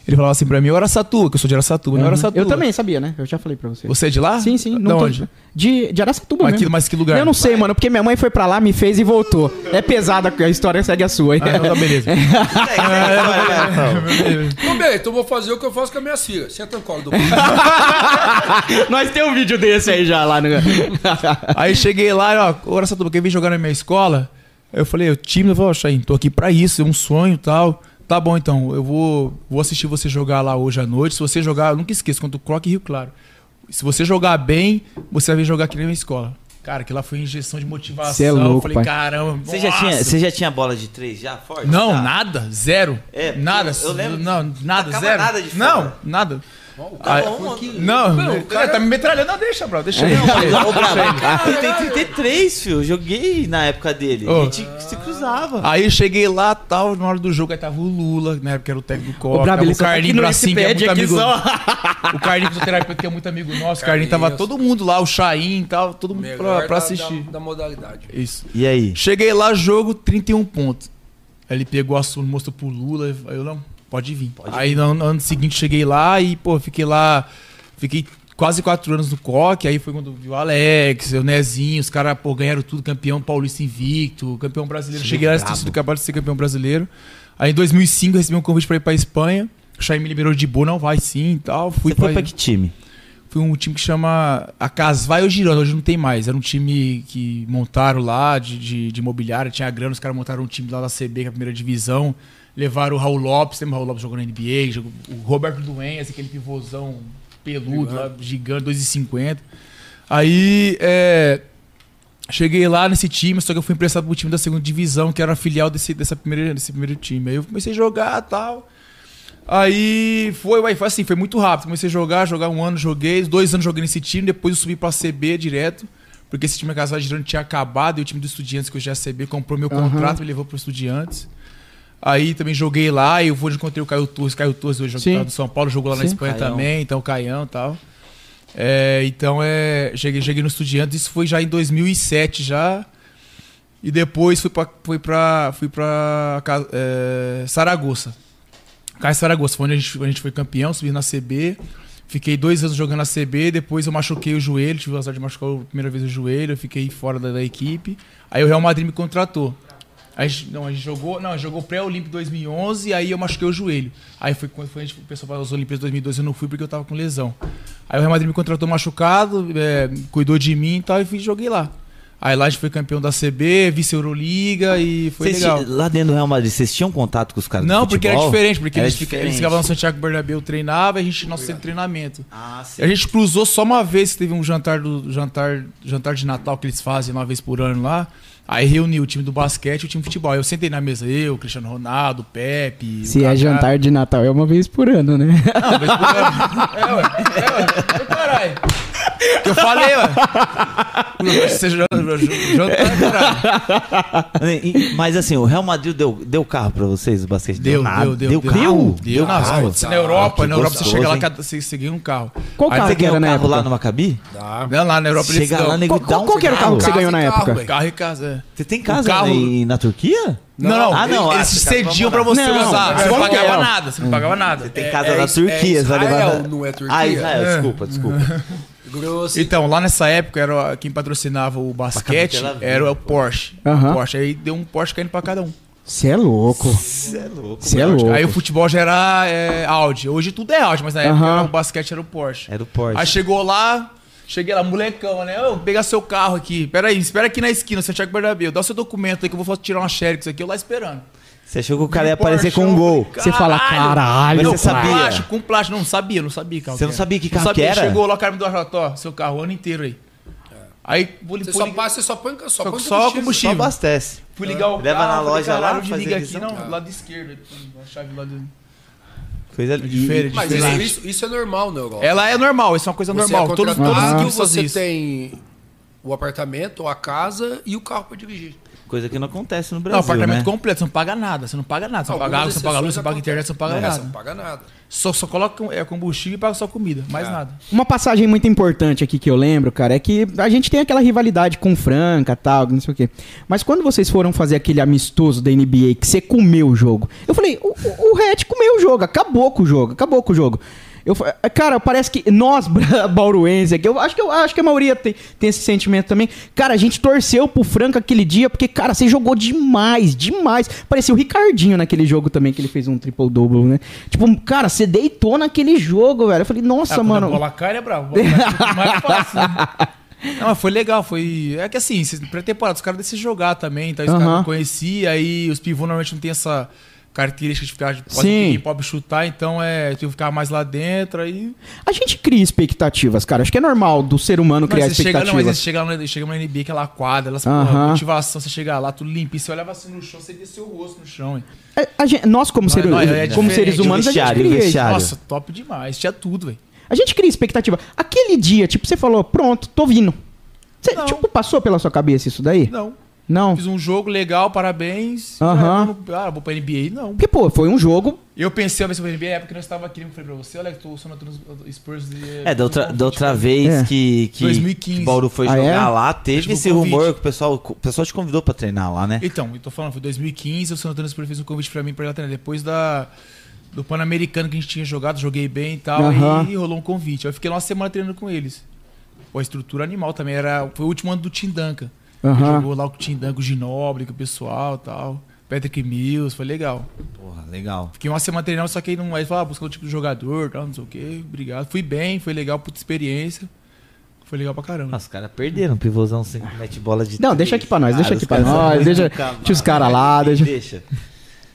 Ele falava assim pra mim, eu era Satu, que eu sou de Aracatuba, não era Satu. Eu também sabia, né? Eu já falei pra você. Você é de lá? Sim, sim. Da não tô- onde? De, de Aracatuba Mas mesmo. que- mas que lugar? Eu não sei, mano, porque minha mãe foi pra lá, me fez e voltou. É pesada a história, segue a sua. hein? Ah, então tá É, beleza. Segue, segue, vai, vai. Então, bem, então vou fazer o que eu faço com a minha filha. Senta no colo do Nós tem um vídeo desse aí já lá no... Aí cheguei lá, ó, ora Satuba, quem vem jogar na minha escola? Aí eu falei, eu time, eu falei, ó, Chain, tô aqui pra isso, é um sonho e tal. Tá bom, então, eu vou, vou assistir você jogar lá hoje à noite. Se você jogar, eu nunca esqueço, contra o Croc e Rio Claro. Se você jogar bem, você vai vir jogar aqui na minha escola. Cara, que lá foi injeção de motivação. Cê é louco, Falei, pai. caramba, Você já, nossa. tinha, você já tinha bola de três já, forte? Não, já? nada, zero. É, porque nada. eu lembro- Não, nada, Tacava zero. nada de não, fora. nada. Tava Tá Ah, uma- Não, cara, tá me metralhando, não, deixa, bro, deixa É. aí. Ô, Brabo, cara, ele Ah, tem 33, filho. Eu joguei na época dele. Ô. A gente se cruzava. Aí eu cheguei lá, tal, na hora do jogo, aí tava o Lula, na época era o técnico do Copa, Ô, Brabo, tava ele o só tá Carlinho aqui no Bracim, que é muito Wikipedia aqui amigo. só. O Carlinho fisioterapeuta, que é muito amigo nosso, o Carlinho tava Carlinhos. todo mundo lá, o Chain e tal, todo mundo pra, Melhor pra da- assistir. Da, da modalidade. Isso. E aí? Cheguei lá, jogo, 31 pontos. Aí ele pegou o assunto, mostrou pro Lula, aí eu, não, pode vir. aí no ano- ano seguinte cheguei lá e, pô, fiquei lá, fiquei quase quatro anos no Coque, aí foi quando viu o Alex, o Nezinho, os caras, pô, ganharam tudo, campeão paulista invicto, campeão brasileiro. cheguei lá, assisti do capaz de ser campeão brasileiro. Aí em 2005 recebi um convite pra ir pra Espanha, o Xaim me liberou de boa, não vai sim e tal. Fui Você foi pra que time? foi um time que chama a Casvai ou Girona, hoje não tem mais. Era um time que montaram lá de, de, de imobiliária, tinha grana, os caras montaram um time lá da CB, que é a primeira divisão. Levaram o Raul Lopes, lembra o Raul Lopes jogou na NBA, jogou, o Roberto Duenas, aquele pivôzão peludo, lá, gigante, 2,50. Aí, é, cheguei lá nesse time, só que eu fui emprestado pro time da segunda divisão, que era a filial desse, dessa primeira, desse primeiro time. Aí eu comecei a jogar e tal. Aí foi, ué, foi assim, foi muito rápido. Comecei a jogar, jogar um ano, joguei, dois anos joguei nesse time, depois eu subi pra CB direto, porque esse time da Casa Girona tinha acabado e o time do Estudiantes, que hoje é a CB, comprou meu contrato e levou pro Estudiantes. Aí também joguei lá, e eu vou encontrei o Caio Torres, Caio Torres hoje Sim. joga no São Paulo, jogou lá na Sim. Espanha Caião. também, então o Caião e tal. É, então é, cheguei, cheguei no Estudiantes, isso foi já em 2007 já. E depois fui pra, fui pra, fui pra Ca- é, Saragoça. Caio Saragossa, foi onde a gente, a gente foi campeão, subi na CB. Fiquei dois anos jogando na CB, depois eu machuquei o joelho, tive o azar de machucar a primeira vez o joelho, eu fiquei fora da, da equipe. Aí o Real Madrid me contratou. A gente, não, a gente jogou, não, a gente jogou pré-olímpico 2011 aí eu machuquei o joelho. Aí foi quando foi, a gente, o pessoal para as Olimpíadas 2012, eu não fui porque eu tava com lesão. Aí o Real Madrid me contratou machucado, é, cuidou de mim e tal, e fui, joguei lá. Aí lá a gente foi campeão da CB, vice-Euroliga e foi Vocês legal. ti- Lá dentro do Real Madrid, vocês tinham contato com os caras do Não, porque era futebol? diferente, porque Era eles, fica- eles diferente. ficavam no Santiago Bernabéu, treinava e a gente nosso centro de treinamento. Ah, E a gente cruzou só uma vez, teve um jantar do jantar, jantar de Natal que eles fazem uma vez por ano lá. Aí reuniu o time do basquete e o time de futebol. Aí eu sentei na mesa, eu, Cristiano Ronaldo, Pepe. o Se Kaká. é jantar de Natal, é uma vez por ano, né? Não, vez por ano. É, ué. É, ué. Ô, Caralho. Que eu falei, ué. Não, mas Você janta, jantar, caralho. E- e- Mas assim, o Real Madrid deu, deu carro pra vocês, o basquete? Deu, nada. deu, deu. Deu carro? Deu, na, carro. Ah, na Europa, que na Europa você gostoso, chega lá, hein? cada- você você ganha um carro. Qual Aí carro Você que era ganhou na um carro época? lá no Macabi? Dá. Não, lá na Europa eles Chega dão. lá, nego, Qual- dá um qual que era o cigarro. carro que você ganhou na e carro, época? velho. Carro e casa, é. Você tem casa O carro- né, em- na Turquia? Não, não, Ah, não, eles ah, eles tá, cediam vamos pra lá. você Não, usar. Você igual não que pagava eu. nada, você não pagava nada. Hum. Tem casa É na Is- Turquia, é vai Israel, levar. não é Turquia? Ah, Israel, desculpa, desculpa. Grosso. Então, lá nessa época, era quem patrocinava o basquete Tel Aviv, era o Porsche. Aham. O Porsche. Aí deu um Porsche caindo pra cada um. Você é louco. Você é louco. Você é louco. Aí o futebol já era é, Audi. Hoje tudo é Audi, mas na época Aham. era o basquete era o Porsche. Era o É Porsche. Aí chegou lá, cheguei lá, molecão, né? Ô, pegar seu carro aqui. Pera aí, espera aqui na esquina, Santiago Bernabéu. Dá o seu documento aí que eu vou tirar uma xerox aqui. Eu lá esperando. Você achou que o cara ia Porsche, é aparecer com um eu gol. falei, Você fala, caralho, Mas você pai. sabia? Plástico, com plástico. Não, sabia, não sabia carro Você não era. sabia que Não carro que era? Chegou lá, o cara me deu uma nota, ó, seu carro o ano inteiro aí. Aí vou Você limpar. só passa, você só põe só, Só- põe só combustível. Só abastece. Fui ligar o Leva carro, na falei, loja lá, caralho, onde fazer liga aqui, revisão? não, do lado esquerdo. A chave lá do... Coisa Diferente. Mas isso, Diferente. isso, isso é normal na Europa. Ela é normal, isso é uma coisa Você normal. é Todos, contratado todos os que times você fazem isso. tem o apartamento, ou a casa e o carro pra dirigir. é Coisa que não acontece no Não, Brasil, apartamento né? completo, você não paga nada, você não paga nada. Você não paga água, você não paga luz, você não paga internet, você não paga É, nada. Você não paga nada. Só, só coloca é, combustível e paga só comida, mais É. nada. Uma passagem muito importante aqui que eu lembro, cara, é que a gente tem aquela rivalidade com Franca, tal, não sei o quê. Mas quando vocês foram fazer aquele amistoso da NBA que você comeu o jogo, eu falei, o, o, o Red comeu o jogo, acabou com o jogo, acabou com o jogo. Eu, fa- é, cara, parece que nós, bra- bauruense, aqui, eu acho que eu acho que a maioria tem, tem esse sentimento também. Cara, a gente torceu pro Franca aquele dia, porque, cara, você jogou demais, demais. Parecia o Ricardinho naquele jogo também, que ele fez um triple-double, né? Tipo, cara, você deitou naquele jogo, velho. Eu falei, nossa, Ah, mano. Quando a bola cai, ele é bravo. A bola cai, é mais fácil. né? Não, mas foi legal, foi. É que assim, esses- pré-temporada, os caras decidem jogar também, então os Aham. caras não conheciam, aí os pivôs normalmente não tem essa. características de ficar de Sim. pode, pop chutar, então é, tinha que ficar mais lá dentro aí. A gente cria expectativas, cara. Acho que é normal do ser humano criar você chega, não, mas você expectativas. chega, lá na- chega na NBA, aquela quadra, ela porra, Aham. motivação, você chega lá, tudo limpinho, você olhava assim no chão, você via seu rosto no chão. hein? É, a gente- nós, como, Não, ser- não, é como diferente, seres o humanos, a gente vestiário, o cria. vestiário. Cara. Nossa, top demais, tinha tudo, velho. A gente cria expectativa. Aquele dia, tipo, você falou, pronto, tô vindo. Você, Não. tipo, passou pela sua cabeça isso daí? Não, Não. fiz um jogo legal, parabéns. Aham. Ah, não- Ah, vou pra NBA, não. Porque, pô, foi um jogo. Eu pensei uma vez sobre a NBA, é porque nós estava aqui, eu falei pra você, olha que tô sonando nos Spurs de... É, da outra, da outra vez É. que, que, 2015. que Bauru foi Ah, jogar é? lá, teve Tipo, esse convite. rumor que o pessoal, o pessoal te convidou pra treinar lá, né? Então, eu tô falando, foi 2015, o San Antonio Spurs fez um convite pra mim pra ir lá treinar. Depois da, do Pan-Americano que a gente tinha jogado, joguei bem e tal, Aham. e rolou um convite. Aí Eu fiquei lá uma semana treinando com eles. Pô, a estrutura animal também, era, foi o último ano do Tindanka. Aham. Jogou lá com o Tindanka, o Ginobre, com o pessoal e tal. Patrick Mills, foi legal. Porra, legal. Fiquei uma semana treinando, só que aí não aí falava, ah, buscou o tipo de jogador, tal, não sei o quê. Obrigado. Fui bem, foi legal, puta experiência. Foi legal pra caramba. Ah, os caras perderam, pivôzão sem mete bola de Não, três. deixa aqui pra nós, deixa Cara, aqui os pra caras são nós, muito deixa, cavalo. deixa os caras lá, deixa. Deixa.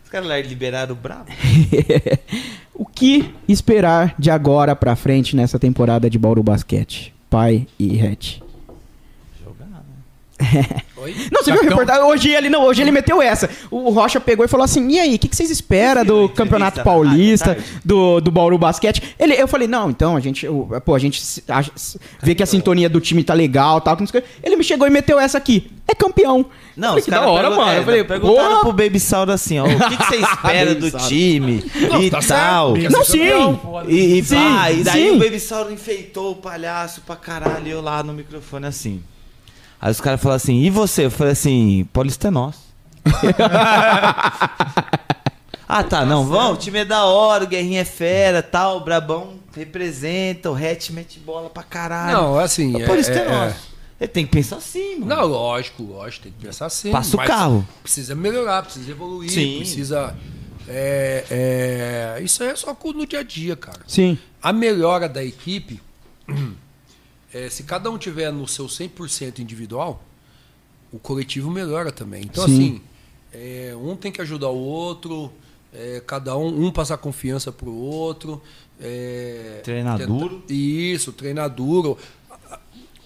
Os caras lá liberaram o brabo. o que esperar de agora pra frente nessa temporada de Bauru Basquete? Pai e Hatch. né? Não, você Tá viu a Capitão- reportagem? Hoje ele não, hoje ele meteu essa. O Rocha pegou e falou assim: e aí, o que, que vocês esperam do entrevista Campeonato na Paulista, rádio à tarde? do, do Bauru Basquete? Ele, eu falei, não, então, a gente. o- pô, a gente se- a- se- vê que a sintonia do time tá legal tal. que não sei o quê. Ele me chegou e meteu essa aqui. É campeão. Eu Não, falei, os que da caras hora, perguntaram- mano. é, Eu falei, perguntaram pô, pro Baby Sauro assim, ó, o que, que você espera do time e tal. Porque Não, assim, sim. campeão, foda. é E, e Sim, pá, e daí sim. o Baby Sauro enfeitou o palhaço pra caralho e eu lá no microfone assim. Aí os caras falaram assim, e você? Eu falei assim, Paulista é nosso. ah tá, não, vão, o time é da hora, o Guerrinha é fera, tal, o Brabão representa, o Hatch mete bola pra caralho. Não, assim. o Paulista Ah, é, nosso. Ele tem que pensar assim, mano. Não, lógico, lógico, tem que pensar assim. Passa o mas carro. Precisa melhorar, precisa evoluir, Sim. precisa. é, é, isso aí é só com- no dia a dia, cara. Sim. A melhora da equipe, é, se cada um tiver no seu 100% individual, o coletivo melhora também. Então, Sim. assim, é, um tem que ajudar o outro, é, cada um, um passar confiança pro outro. É, Treinar tenta- duro. Isso, treinar duro.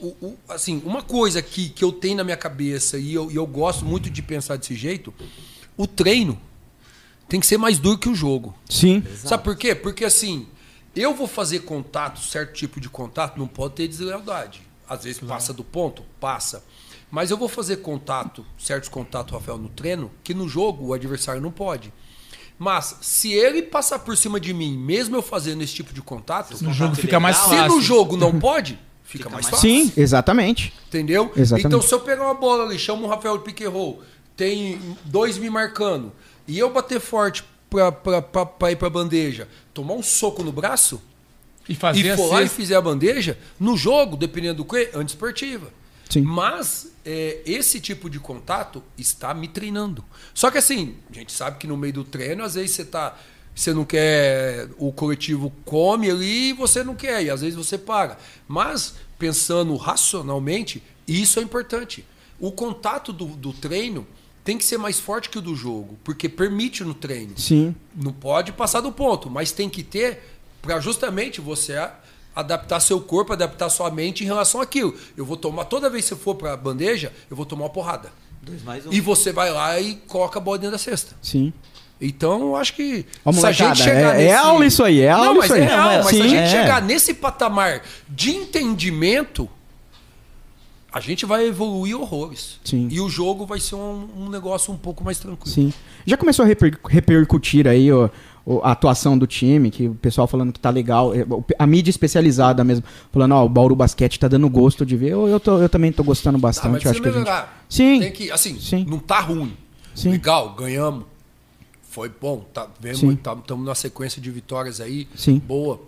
O- o- assim, uma coisa que, que eu tenho na minha cabeça e eu, e eu gosto muito de pensar desse jeito, o treino tem que ser mais duro que o jogo. Sim. Sabe por quê? Porque assim, eu vou fazer contato, certo tipo de contato, não pode ter deslealdade. Às vezes passa do ponto, passa. Mas eu vou fazer contato, certos contatos, Rafael, no treino, que no jogo o adversário não pode. Mas se ele passar por cima de mim, mesmo eu fazendo esse tipo de contato, No jogo fica mais se fácil. no jogo não pode, fica, mais fácil. Sim, exatamente. Entendeu? Exatamente. Então, se eu pegar uma bola ali, chamo o Rafael de Piquerrou, tem dois me marcando, e eu bater forte pra, pra, pra, pra ir pra bandeja, tomar um soco no braço, E fazer e a for lá e cesta. fizer a bandeja, no jogo, dependendo do que, antiesportiva. Sim. Mas é, esse tipo de contato está me treinando. Só que assim, a gente sabe que no meio do treino, às vezes você tá. Você não quer. O coletivo come ali e você não quer. E às vezes você para. Mas, pensando racionalmente, isso é importante. O contato do, do treino tem que ser mais forte que o do jogo, porque permite no treino Sim. não pode passar do ponto, mas tem que ter para justamente você a- adaptar seu corpo, adaptar sua mente em relação àquilo. Eu vou tomar toda vez que você for para bandeja, eu vou tomar uma porrada. Dois mais um. E você vai lá e coloca a bola dentro da cesta. Sim. Então, eu acho que Ó, molecada, é- é aula isso aí, é aula Não, mas isso é aí. real, mas se a Sim. gente É. chegar nesse patamar de entendimento, a gente vai evoluir horrores. Sim. E o jogo vai ser um, um negócio um pouco mais tranquilo. Sim. Já começou a reper- repercutir aí ó, o- a atuação do time, que o pessoal falando que tá legal, é, o- a mídia especializada mesmo, falando, ó, o Bauru Basquete tá dando gosto de ver. Eu, eu, tô- eu também tô gostando Ah, mas bastante, eu acho precisa que a gente... melhorar. Sim. Tem que, assim, Sim. não tá ruim. Sim. Legal, ganhamos. Foi bom, tá, Sim. estamos tá, tamo numa sequência de vitórias aí. Sim. Boa.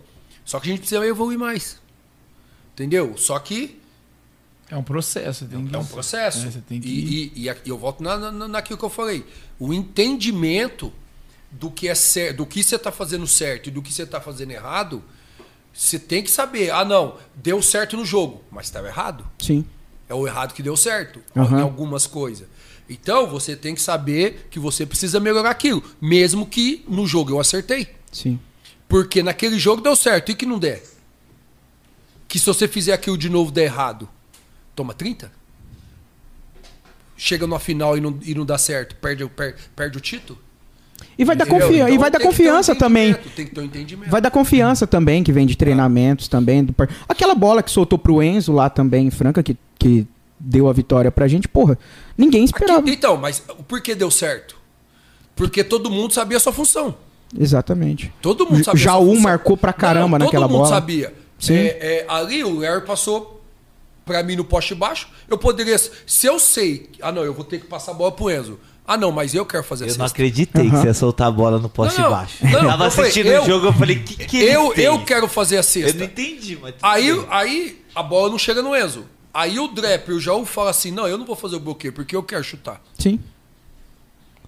Só que a gente precisa evoluir mais. Entendeu? Só que É um processo. Tem que- é um processo. É, você tem que- E, e- e a- eu volto na, na, naquilo que eu falei. O entendimento do que é certo, do que você está fazendo certo e do que você está fazendo errado, você tem que saber. Ah, não, deu certo no jogo, mas estava errado. Sim. É o errado que deu certo Aham. em algumas coisas. Então, você tem que saber que você precisa melhorar aquilo. Mesmo que no jogo eu acertei. Sim. Porque naquele jogo deu certo. E que não der? Que se você fizer aquilo de novo der errado, toma 30? Chega numa final e não, e não dá certo, perde, o- per- perde o título? E vai dar, Entendeu? confi e Então vai dar tem que ter um confiança também. entendimento, Tem que ter um entendimento. Vai dar confiança também, que vem de treinamentos também. Do... par- Aquela bola que soltou pro Enzo lá também, em Franca, que, que deu a vitória pra gente, porra, ninguém esperava. Aqui- então, mas por que deu certo? Porque todo mundo sabia a sua função. Exatamente. Todo mundo J- sabia. Jaú essa função. marcou pra caramba naquela Todo mundo bola. sabia. Sim. É, é, ali o Larry passou pra mim no poste baixo. Eu poderia. Se eu sei. Ah, não, eu vou ter que passar a bola pro Enzo. Ah, não, mas eu quero fazer Eu assim. não acreditei que você ia soltar a bola no poste Não, não, baixo. não, eu tava eu falei, assistindo eu- o jogo, eu falei, que que ele Eu, fez? eu quero fazer a Eu não cesta. entendi, mas... tudo Aí, bem. aí a bola não chega no Enzo. Aí o Drep e o Jaú falam assim: não, eu não vou fazer o bloqueio porque eu quero chutar. Sim,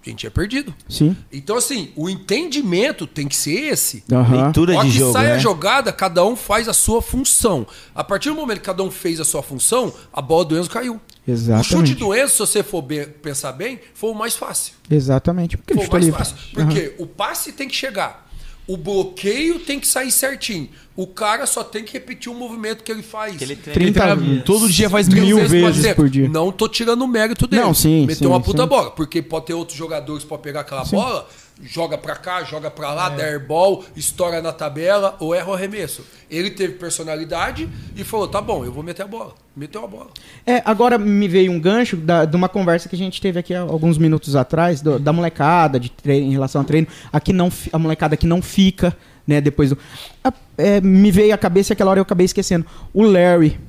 A gente é perdido. sim. Então, assim, o entendimento tem que ser esse. Aham. Leitura Hora de que jogo, sai a né? jogada, cada um faz a sua função. A partir do momento que cada um fez a sua função, a bola do Enzo caiu. O Exatamente. chute do Enzo, se você for be- pensar bem, foi o mais fácil. Exatamente. Porque ele Foi o chutou mais livre. fácil. Aham. Porque o passe tem que chegar. O bloqueio tem que sair certinho. O cara só tem que repetir o movimento que ele faz. Aquele treino. 30 Ele Hum, treina todo dia faz Porque mil às vezes pode vezes ser, por dia. Não tô tirando o mérito dele. Não, sim, Meteu sim, uma puta sim. bola. Porque pode ter outros jogadores pra pegar aquela bola, joga pra cá, joga pra lá, dá airball, estoura na tabela ou erra o arremesso. Ele teve personalidade e falou: tá bom, eu vou meter a bola. Meteu a bola. É, agora me veio um gancho da- de uma conversa que a gente teve aqui há alguns minutos atrás, do- da molecada, de treino, em relação ao treino. Aqui não, fi- a molecada que não fica, né, depois do... A- é, me veio à cabeça, aquela hora eu acabei esquecendo. O Larry.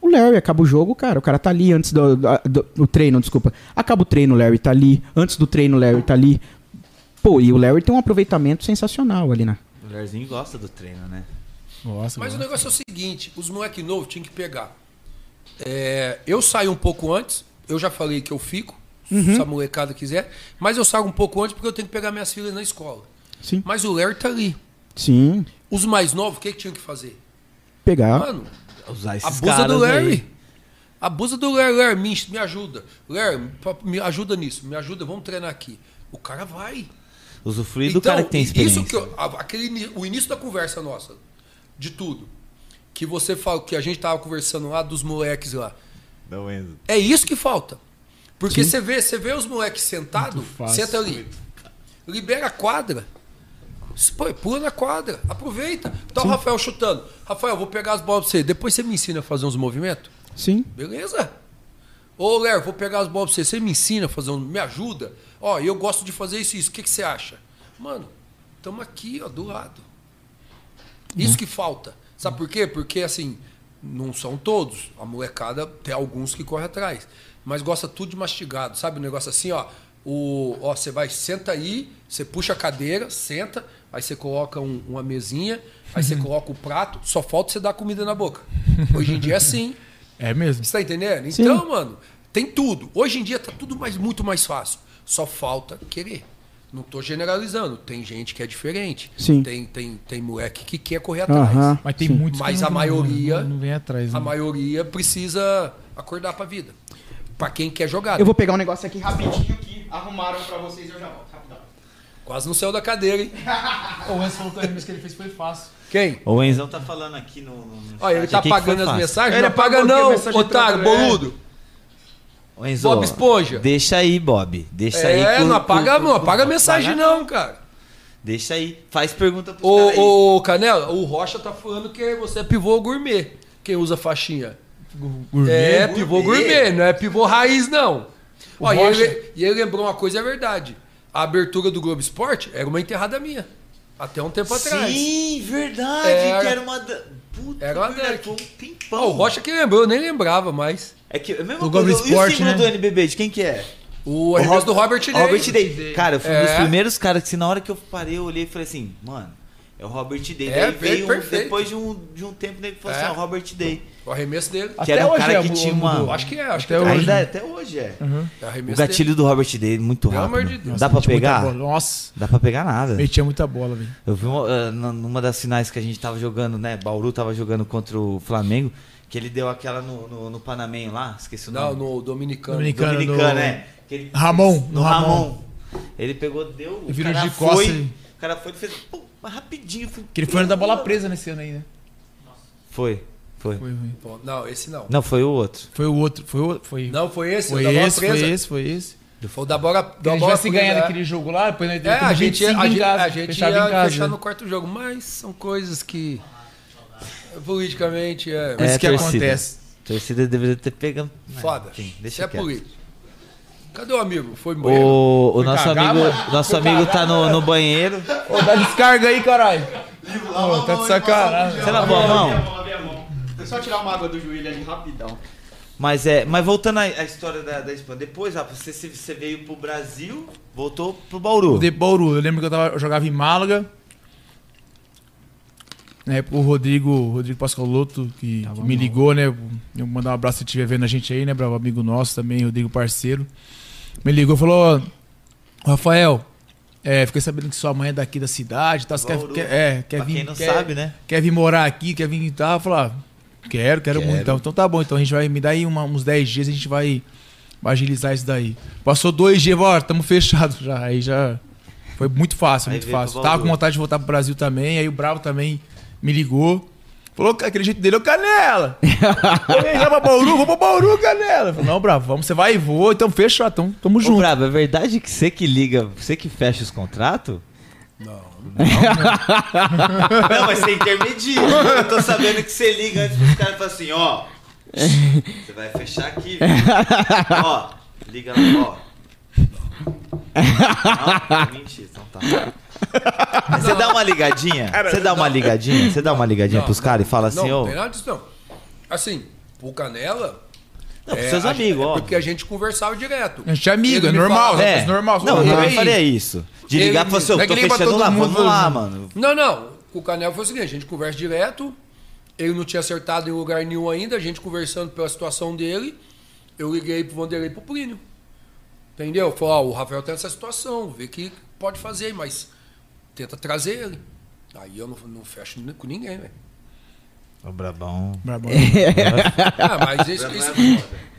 O Larry acaba o jogo, cara. O cara tá ali antes do, do, do- do treino, desculpa. Acaba o treino, o Larry tá ali. Antes do treino, o Larry tá ali. Pô, e o Larry tem um aproveitamento sensacional ali, né? O Lerzinho gosta do treino, né? Nossa, Mas o mano. negócio é o seguinte: os moleque novo tinha que pegar. É, eu saio um pouco antes, eu já falei que eu fico, Uhum. se a molecada quiser, mas eu saio um pouco antes porque eu tenho que pegar minhas filhas na escola. Sim. Mas o Larry tá ali. Sim. Os mais novos, o que, que tinham que fazer? Pegar. Mano, Usar esses abusa caras do Larry. aí. Abusa do Larry, Larry, me, me ajuda. Larry, pa- me ajuda nisso, me ajuda, vamos treinar aqui. O cara vai. Usufruir do cara que tem experiência. Então, Isso que eu- a- aquele, ini- o início da conversa nossa, de tudo. Que você fala, que a gente tava conversando lá dos moleques lá. Não, Enzo. É isso que falta. Porque você vê, você vê os moleques sentados, fácil. senta ali. Libera a quadra. Pô, pula na quadra, aproveita. Tá o Rafael chutando. Rafael, vou pegar as bolas pra você. Depois você me ensina a fazer uns movimentos? Sim. Beleza? Ô, Léo, vou pegar as bolas pra você. Você me ensina a fazer um. Me ajuda? Ó, eu gosto de fazer isso e isso. O que, que você acha? Mano, estamos aqui, ó, do lado. Isso que falta. Sabe por quê? Porque, assim, não são todos. A molecada tem alguns que correm atrás. Mas gosta tudo de mastigado, sabe? Um negócio assim, ó. O, ó, você vai, senta aí, você puxa a cadeira, senta, aí você coloca um- uma mesinha, aí você coloca o prato, só falta você dar comida na boca. Hoje em dia é assim. É mesmo. Você tá entendendo? Sim. Então, mano, tem tudo. Hoje em dia tá tudo mais, muito mais fácil. Só falta querer. Não tô generalizando. Tem gente que é diferente. Sim. Tem, tem, tem moleque que quer correr atrás. Aham. Mas tem Sim. muitos que Mas não- a maioria- Não, não vem atrás. A né? maioria precisa acordar pra vida. Pra quem quer jogar. Eu vou pegar um negócio aqui rapidinho que arrumaram pra vocês e eu já volto. Rapidão. Quase não saiu da cadeira, hein? O Enzo falou que o arremesso que ele fez foi fácil. Quem? O Enzão tá falando aqui no. no, no Olha, ele chat tá aqui que foi apagando as fácil. mensagens? Ele não apaga apagou aqui a não, mensagem otário, pra- é. boludo. Ô, Enzo, Bob Esponja. Deixa aí, Bob. Deixa aí. É, com- não apaga, com- não com- apaga a mensagem apaga. não, cara. Deixa aí. Faz pergunta pro cara Tá aí. Ô, ô, Canela, o Rocha tá falando que você é pivô gourmet. Quem usa faixinha. É, pivô Gourmet. gourmet, não é pivô raiz, não. Ó, e, Rocha. ele, e ele lembrou uma coisa, é verdade. A abertura do Globo Esporte era uma enterrada minha. Até um tempo atrás. Sim, verdade. Era- Que era uma. da- Puta, É. Era uma verdade, da- foi um Ó, tempão. o Rocha que lembrou, eu nem lembrava mais. É que a mesma Do coisa. Globo Esporte, e o símbolo né? do NBB, de quem que é? O arremesso do Robert Day. Robert Day. Cara, eu fui um dos É. primeiros caras que se na hora que eu parei, eu olhei e falei assim, mano, é o Robert Day. É, Daí veio um- perfeito. depois de um, de um tempo, ele falou É. assim, ó, Robert Day. O arremesso dele. Que era um cara que tinha uma- Eu acho que é, acho que Até é. hoje. Ainda é- até hoje é. O O arremesso gatilho do Robert Day, muito Uhum. Pelo rápido. amor de Deus. é Dá pra pegar? Nossa, Dá pra pegar nada. metia muita bola, velho. eh, Eu vi uma, ah, na- numa das finais que a gente tava jogando, né? Bauru tava jogando contra o Flamengo, Que ele deu aquela no, no, no Panamém lá, esqueci o Não, nome. no dominicano. Dominicano. Dominicano, no- é. Que ele- Ramon, No no Ramon. Ele pegou, deu. O Virou cara de costas, foi. ele- O cara foi e fez. Pum, mas rapidinho. Foi. Que ele foi no da bola presa nesse ano aí, né? Foi. Foi. Foi, foi. Pô, Não, esse não. Não, foi o outro. Foi o outro. Foi o outro. Foi, Não, foi esse, foi, o da bola esse foi presa. esse, foi esse. Foi o da bola, Se da a gente bola tivesse ganhado presa. aquele jogo lá, depois nós É, a gente, ia- a gente, a gente ia fechava em casa. fechar no quarto jogo, mas são coisas que politicamente é, Coisas que torcida. acontece. A torcida deveria ter pegado. né, foda. Enfim, Isso deixa é quieto. político. Cadê o amigo? Foi embora. O, o nosso cagar, amigo, mano? nosso amigo tá no, no banheiro. Ô, dá descarga aí, caralho. Ô, tá de sacanagem. Você lavou a mão? É Só tirar uma água do joelho ali rapidão. Mas, é, mas voltando à, à história da, da Espanha. Depois, Rafa, você, se- você veio pro Brasil, voltou pro Bauru. De Bauru, eu lembro que eu, tava- eu jogava em Málaga. Né, o Rodrigo, Rodrigo Pascoloto, que, que me ligou, né? Eu mandar um abraço se estiver vendo a gente aí, né? Bravo amigo nosso também, Rodrigo parceiro. Me ligou e falou: "Ó, Rafael, é, fiquei sabendo que sua mãe é daqui da cidade, tá? Você quer, Bauru. quer, é, quer pra vir. quem não quer- sabe, né? quer vir morar aqui, quer vir e tal, eu falava, quero, quero, muito. Então, então tá bom, então a gente vai me dar aí uma- uns 10 dias, a gente vai, vai agilizar isso daí. Passou dois dias, ó, tamo fechado já. Aí já foi muito fácil, Aí muito veio pro fácil. Bauru. Tava com vontade de voltar pro Brasil também, aí o Bravo também me ligou. Falou que aquele jeito dele, ô Canela! Vem já pra Bauru, vou pra Bauru, Canela! Eu falei, não, Bravo, vamos, você vai e vou, então fechou, então tamo Ô, junto. Brabo, é verdade que você que liga, você que fecha os contratos? Não, não. Não, mas você intermedia. Eu tô sabendo que você liga antes pros caras e fala assim, ó. Você vai fechar aqui, viu? Ó, liga lá, ó. Não, mentira, então tá. Mas Você dá uma ligadinha? você dá uma ligadinha? Você dá uma ligadinha Não, pros caras e fala não, assim, não ó. tem nada disso não. Assim, o Canela... Não, pros é, seus a- amigos, é ó. Porque a gente conversava direto. A gente é amigo, Ele é me normal, falava- né? mas normal, Não, eu vamos também aí. faria isso. De Ele ligar e falar assim, eu tô mesmo. Não é que liga pra fechando todo lá, mundo, vamos lá, né? mano. Não, não. Com o Canela foi o seguinte, a gente conversa direto. Ele não tinha acertado em lugar nenhum ainda, a gente conversando pela situação dele. Eu liguei pro Vanderlei e pro Plínio. Entendeu? Falei, ó, o Rafael tem essa situação, vê o que pode fazer, mas tenta trazer ele. Aí eu não, não fecho ni- com ninguém, né? velho. Ô, Brabão. Bravo. É. Ah, mas isso. isso-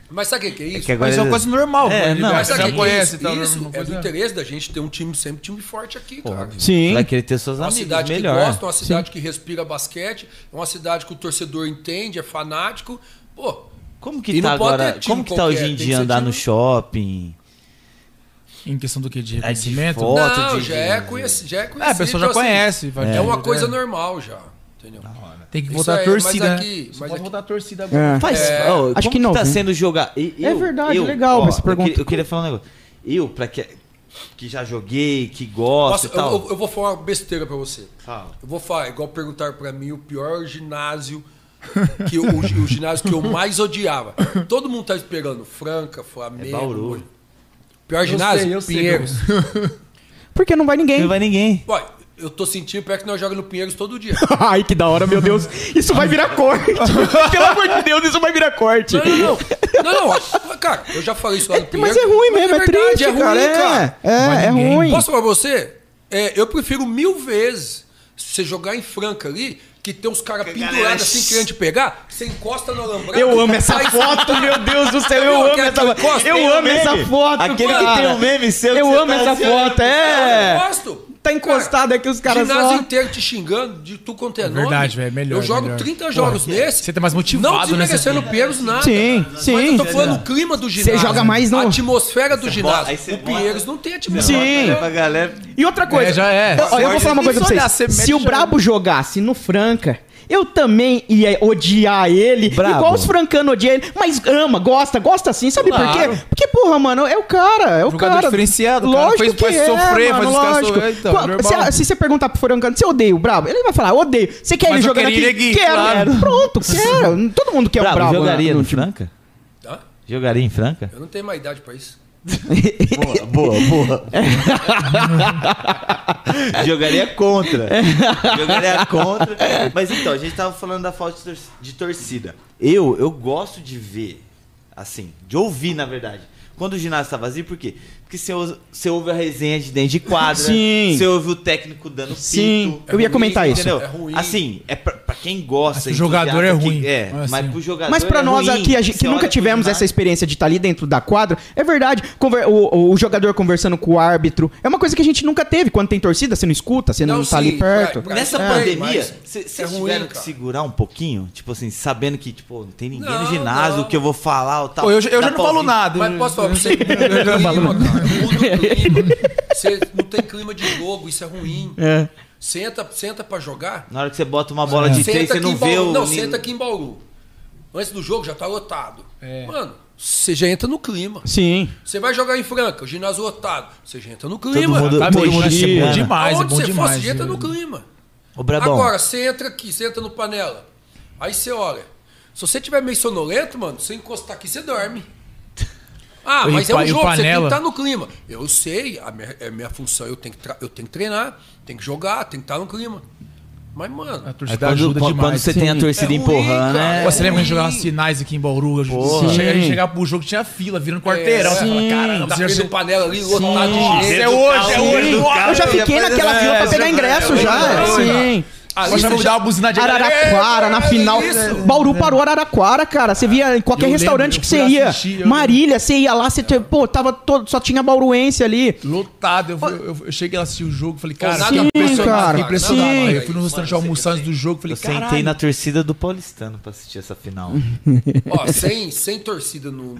mas sabe o que, que é isso? Que agora Mas é uma ele- coisa normal, É, pô, ele não, mas já sabe o que que é conhece, isso? então, isso não- é coisa- do interesse da gente ter um time sempre time forte aqui, cara. Sim. Vai querer ter seus uma amigos cidade melhor. que gosta, uma cidade que respira basquete, é uma cidade que o torcedor entende, é fanático. Pô, Como que E tá não pode agora? ter time Como que tá hoje qualquer, em tem que dia ser andar time- no shopping? Em questão do que? De É de reconhecimento? foto. Outro não, de- já, é conheci, já é conhecido. É, a pessoa já assim, conhece. vai- É, uma coisa normal já, entendeu? Tem que Isso voltar é, a mas torcida. né? aqui- Só mas pode aqui- voltar a torcida agora. É. Faz, É, ó, acho como que não, tá viu? sendo jogar? E- É verdade, legal essa eu pergunta. queria- Eu queria falar um negócio. Eu, pra que, que já joguei, que Posso- gosto e tal. eu, eu- eu vou falar uma besteira pra você. Fala. Eu vou falar, igual perguntar pra mim o pior ginásio que eu- o, gi- o ginásio que eu mais odiava. Todo mundo tá esperando Franca, Flamengo. É Bauru. Pior ginásio? sei, eu sei, Pinheiros. Porque não vai ninguém. Não vai ninguém. Ué, eu tô sentindo pior que nós jogamos no Pinheiros todo dia. Ai, que da hora, meu Deus. Isso vai virar corte. Pelo amor de Deus, isso vai virar corte. Não, não, não. Não, não. Cara, eu já falei isso lá no Pinheiros. Mas é ruim mesmo, é, verdade, triste, cara. É, é, é ninguém. ruim. Posso falar pra você? É, eu prefiro mil vezes você jogar em Franca ali, que tem uns caras galera- é pendurados assim querendo te pegar, você encosta no alambrado. Eu amo essa Aí- foto, meu Deus do céu, eu Não, amo aquela essa que é foto. encosta, Eu tem um amo meme. essa foto, Aquele cara. que tem um meme seu. que Eu você amo tá essa assim, olhando foto, pro Eu é. gosto. Tá encostado aqui os caras Ginásio só. inteiro te xingando de tu quanto é nome. verdade, velho, melhor, Eu jogo melhor. 30 Pô, jogos nesse. você tá mais motivado Não desmerecendo nessa- Pinheiros nada. Sim, Mas sim. eu tô falando o clima do ginásio. joga mais no- A atmosfera do bota- aí você ginásio. O bota- Pinheiros não tem Você atmosfera. Sim. olha Pra galera. E outra coisa. É, já é. Ó, eu vou falar uma Só coisa pra olhar, vocês. você mete Se o já- Brabo jogasse no Franca, eu também ia odiar ele. Brabo. Igual os francanos odiam ele. Mas ama, gosta, gosta sim. Sabe por Claro. quê? Porque, porra, mano, é o cara. É o Jogador cara. diferenciado, cara. Lógico Fez- que faz é, sofrer, mano, faz os caras lógico. sofrer, então, Qual- normal. se a- se você perguntar pro francano, você odeia o Brabo? Ele vai falar, odeio. Você quer Mas ele eu jogando aqui? queria ele aqui, quero. claro. Pronto, quero. Todo mundo quer o Bravo, Brabo. jogaria né? no Franca? Hã? Jogaria em Franca? Eu não tenho mais idade pra isso. Boa, boa, boa. Jogaria contra. Jogaria contra. Mas então, a gente tava falando da falta de, tor- de torcida. Eu, eu gosto de ver, assim, de ouvir, na verdade. Quando o ginásio tá vazio, por quê? Porque você, ousa- você ouve a resenha de dentro de quadra. Sim. Você ouve o técnico dando Sim, pito. eu ia ruim, comentar isso. Entendeu? É ruim. Assim, é pra, pra pra quem gosta. Mas pro jogador é entusiasta, que- ruim. É, Assim. mas pro jogador Mas pra é nós ruim. aqui, a gente, Você que nunca olha pro tivemos ginásio- essa experiência de estar ali dentro da quadra, é verdade. Conver- o, o- o jogador conversando com o árbitro é uma coisa que a gente nunca teve. Quando tem torcida, você não escuta, você não, Não, tá sim, ali perto. pra- pra- Nessa É, pandemia, mas vocês é ruim, tiveram que cara. segurar um pouquinho? Tipo assim, sabendo que, tipo, não tem ninguém no Não, ginásio, não. o que eu vou falar ou tal. Tá. Pô, eu, já- eu Dá já não pra falo ouvir. nada. Tá Mas posso falar pra você? Tá Muda o clima, cara. Muda o clima. Você não tem clima de jogo, isso é ruim. É. Senta, senta pra jogar. Na hora que você bota uma É. bola de três, Senta você aqui não em vê Bauru. o. Não, senta aqui em Bauru. Antes do jogo já tá lotado. É. Mano, você já entra no clima. Sim. Você vai jogar em Franca, o ginásio lotado. Você já entra no clima. mundo- Tá bem, Mogi, né? Isso é bom mano. demais, é Aonde bom você for, demais. você já entra no clima. Ô, Tá Brabão. Agora, você entra aqui, você entra no panela. Aí você olha. Se você tiver meio sonolento, mano, você encostar aqui, você dorme. Ah, E mas é pa- um e o jogo, você tem que Panela? estar no clima. Eu sei, a minha, é minha função, eu tenho, que tra- eu tenho que treinar, tenho que jogar, tenho que estar no clima. Mas, mano, A Aí É, torcida quando, ajuda quando demais. você tem a torcida É ruim, empurrando, cara. né? Pô, você lembra ruim. de jogar assim? umas finais aqui em Bauru? A Porra. gente chega- a gente Sim. chegava pro jogo, tinha fila, virando quarteirão. Você fala, caramba, É. tá você frente já- do panela ali, lotado Nossa, de é gente. hoje, é hoje. Sim. Nossa, Eu já fiquei depois naquela é, fila pra já né? pegar vai, ingresso é, já. é, Sim. Ali você me dá uma buzinadinha. Araraquara, na Ei, final. isso. Bauru parou Araraquara, cara. Você via em qualquer é Eu restaurante lembro, que eu você fui ia. assistir, eu Marília, você ia lá, você. te- Pô, tava todo. Só tinha bauruense ali. Lotado. Eu, fui- eu, eu cheguei lá assistir o jogo, falei, cara, Sim, fiquei impressionado. cara. fiquei impressionado. Sim. Aí eu fui no restaurante Mano, almoçar você- antes do jogo, falei, Eu cara. sentei na torcida do Paulistano pra assistir essa final. Uhum. Ó, sem, sem torcida no, no,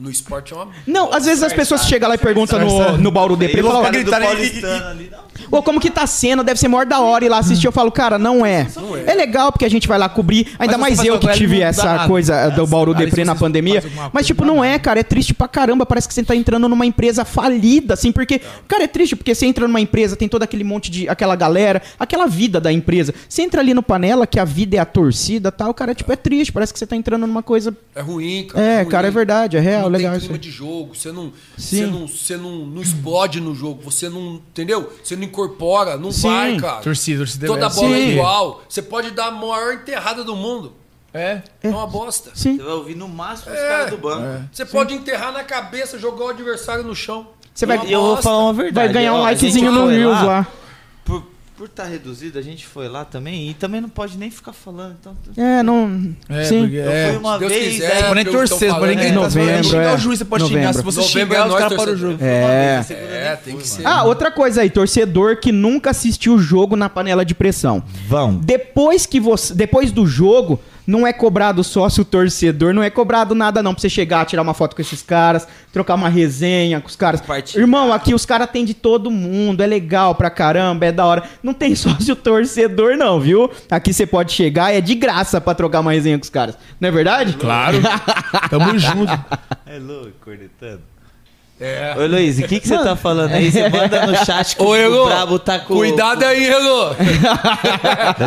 no esporte é uma. Não, às vezes as pessoas chegam lá e perguntam no, no Bauru Depre. Os falam, caras do gritar, né? Paulistano ali, não. Ou como que tá a cena, deve ser maior da hora ir lá assistir. Eu falo, cara, não é. É legal porque a gente vai lá cobrir, ainda Mas mais você eu faz que uma tive coisa, não dá essa nada. coisa eh, do Bauru cara, Depre se na você pandemia. faz alguma Mas, coisa, tipo, não não dá é, cara. É triste pra caramba. Parece que você tá entrando numa empresa falida, assim, porque, cara, é triste porque você entra numa empresa, tem todo aquele monte de. aquela galera, aquela vida da empresa. Você entra ali no panela, que a vida é a torcida tal, cara, tipo, é triste. Parece que você tá entrando numa coisa. É ruim, cara. É, ruim. cara, é verdade, é real, não legal tem isso. clima aí. de jogo, você não, Sim. você não, você não, não explode no jogo, você não, entendeu? Você não incorpora, não Sim. vai, cara. Torcida, torcida Toda é- bola é Sim. igual. Você pode dar a maior enterrada do mundo. É. É, uma bosta. Sim. Você vai ouvir no máximo os É. caras do banco. Você pode enterrar na cabeça, jogar o adversário no chão. Você vai- É uma E eu vou bosta. falar uma verdade. Vai ganhar um ó, a gente likezinho no foi Reels lá. Por estar reduzido, a gente foi lá também e também não pode nem ficar falando. Então, É, não. É, Sim. porque eu é. fui uma se Deus vez, quiser, aí Podem porque eu tô torcer, falando, podem é. gritar. se podem Novembro, xingar é. o juiz, você pode xingar. Se você Novembro xingar, é os nós, caras param o torcedor. jogo. É. É, tem que ser. Ah, outra coisa aí, torcedor que nunca assistiu o jogo na panela de pressão. Vão. Depois que você, depois do jogo, não é cobrado sócio torcedor, não é cobrado nada não pra você chegar, tirar uma foto com esses caras, trocar uma resenha com os caras. Compartilhar. Irmão, aqui os caras tem de todo mundo, é legal pra caramba, é da hora. Não tem sócio torcedor não, viu? Aqui você pode chegar, é de graça pra trocar uma resenha com os caras. Não é verdade? Claro. Tamo junto. É louco, cornetando. É. Ô Luiz, o que, que você tá falando aí? Você manda no chat que Ô, o Elô, Brabo tá com. cuidado aí, Elô.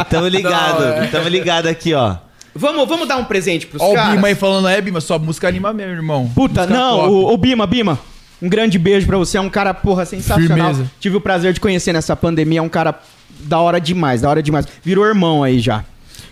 Tamo ligado, Não, é. tamo ligado aqui, ó. Vamos, vamos dar um presente pros Ó o caras. Bima aí falando, é, Bima, sua música anima mesmo, irmão. Puta, Música não, top. o, o Bima, Bima. Um grande beijo pra você, é um cara, porra, sensacional. Firmeza. Tive o prazer de conhecer nessa pandemia, é um cara da hora demais, da hora demais. Virou irmão aí já.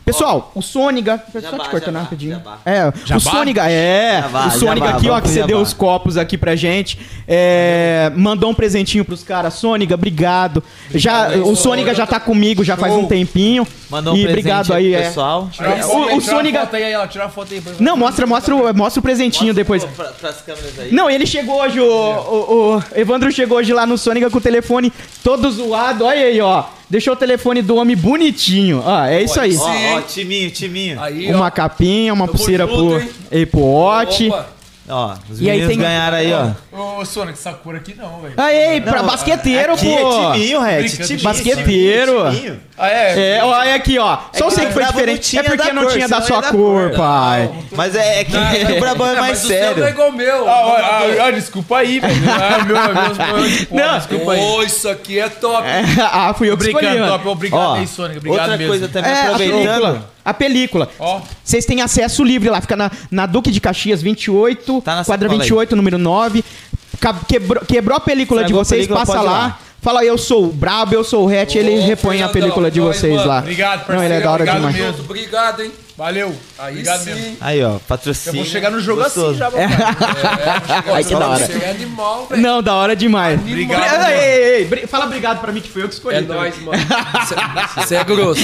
Pessoal, o Sônica. Só Jabá, te cortando jabá, rapidinho. jabá. É, Jabá? o Sônica, é. Jabá, o Sônica jabá, aqui, ó, vamos que pro você deu jabá. os copos aqui pra gente. É, mandou um presentinho pros caras. Sônica, obrigado. Já, o Sônica já tá comigo já faz um tempinho. Mandou um e presente obrigado aí, pro é. pessoal. Tira uma O- foto o aí, tira uma Sonic- foto aí, ó, tira uma foto aí. pra- Não, mostra, mostra, o- mostra o presentinho depois. Pra, pras câmeras aí. Não, ele chegou hoje, o, o- o Evandro chegou hoje lá no Sônica com o telefone todo zoado. Olha aí, ó. Deixou o telefone do homem bonitinho. Ó, é isso aí. Ó, ó, timinho, timinho. Aí, Uma ó. capinha, uma Tamo pulseira junto, pro, hein? e pro Ote. Opa. Ó, os E aí meninos tem- ganharam aí, ó. Ô, Sônia, essa cor aqui não, velho. Aí, pra Não, é basqueteiro, aqui pô. é timinho, Red. Brincando de basqueteiro. timinho. Ah, é? É, ó, é aqui, ó. Só que sei que foi o Brabo não diferente. tinha É porque da não cor, tinha da senão sua era da cor, cor. pai. Mas é, é que, é que o Brabão é Não, mais mas o seu sério. não é igual o meu. Ah, ó, ah, ah, desculpa aí, velho. Ah, meu, meus problemas de porra, Não. desculpa aí. Ô, isso aqui é top. ah, fui eu que escolhi, Brincando, mano. top. Obrigado aí, Sônia. Obrigado outra mesmo. coisa também, É, a aproveitando. película. A película. Ó. Vocês têm acesso livre lá, fica na, na Duque de Caxias 28, Tá na quadra sacola aí. 28, número 9. Ca- Quebrou, quebrou a película Estragou de vocês, a película, passa pode ir lá. lá. Fala, eu sou o Brabo, eu sou o Hatch, ele Ô, repõe a Fernandão, película de nós, vocês mano. lá. Obrigado, Não, ele é parceiro, da hora obrigado demais. mesmo. Obrigado, hein? Valeu. Obrigado mesmo. Aí, ó, Eu patrocínio. vou chegar no jogo assim Gostoso. já, papai. É, Ai, que da hora. Você é animal, velho. Não, da hora demais. Obrigado, Bri- mano. Ei, ei, ei, bri- fala obrigado pra mim que foi eu que escolhi. É nóis, mano. Você é grosso.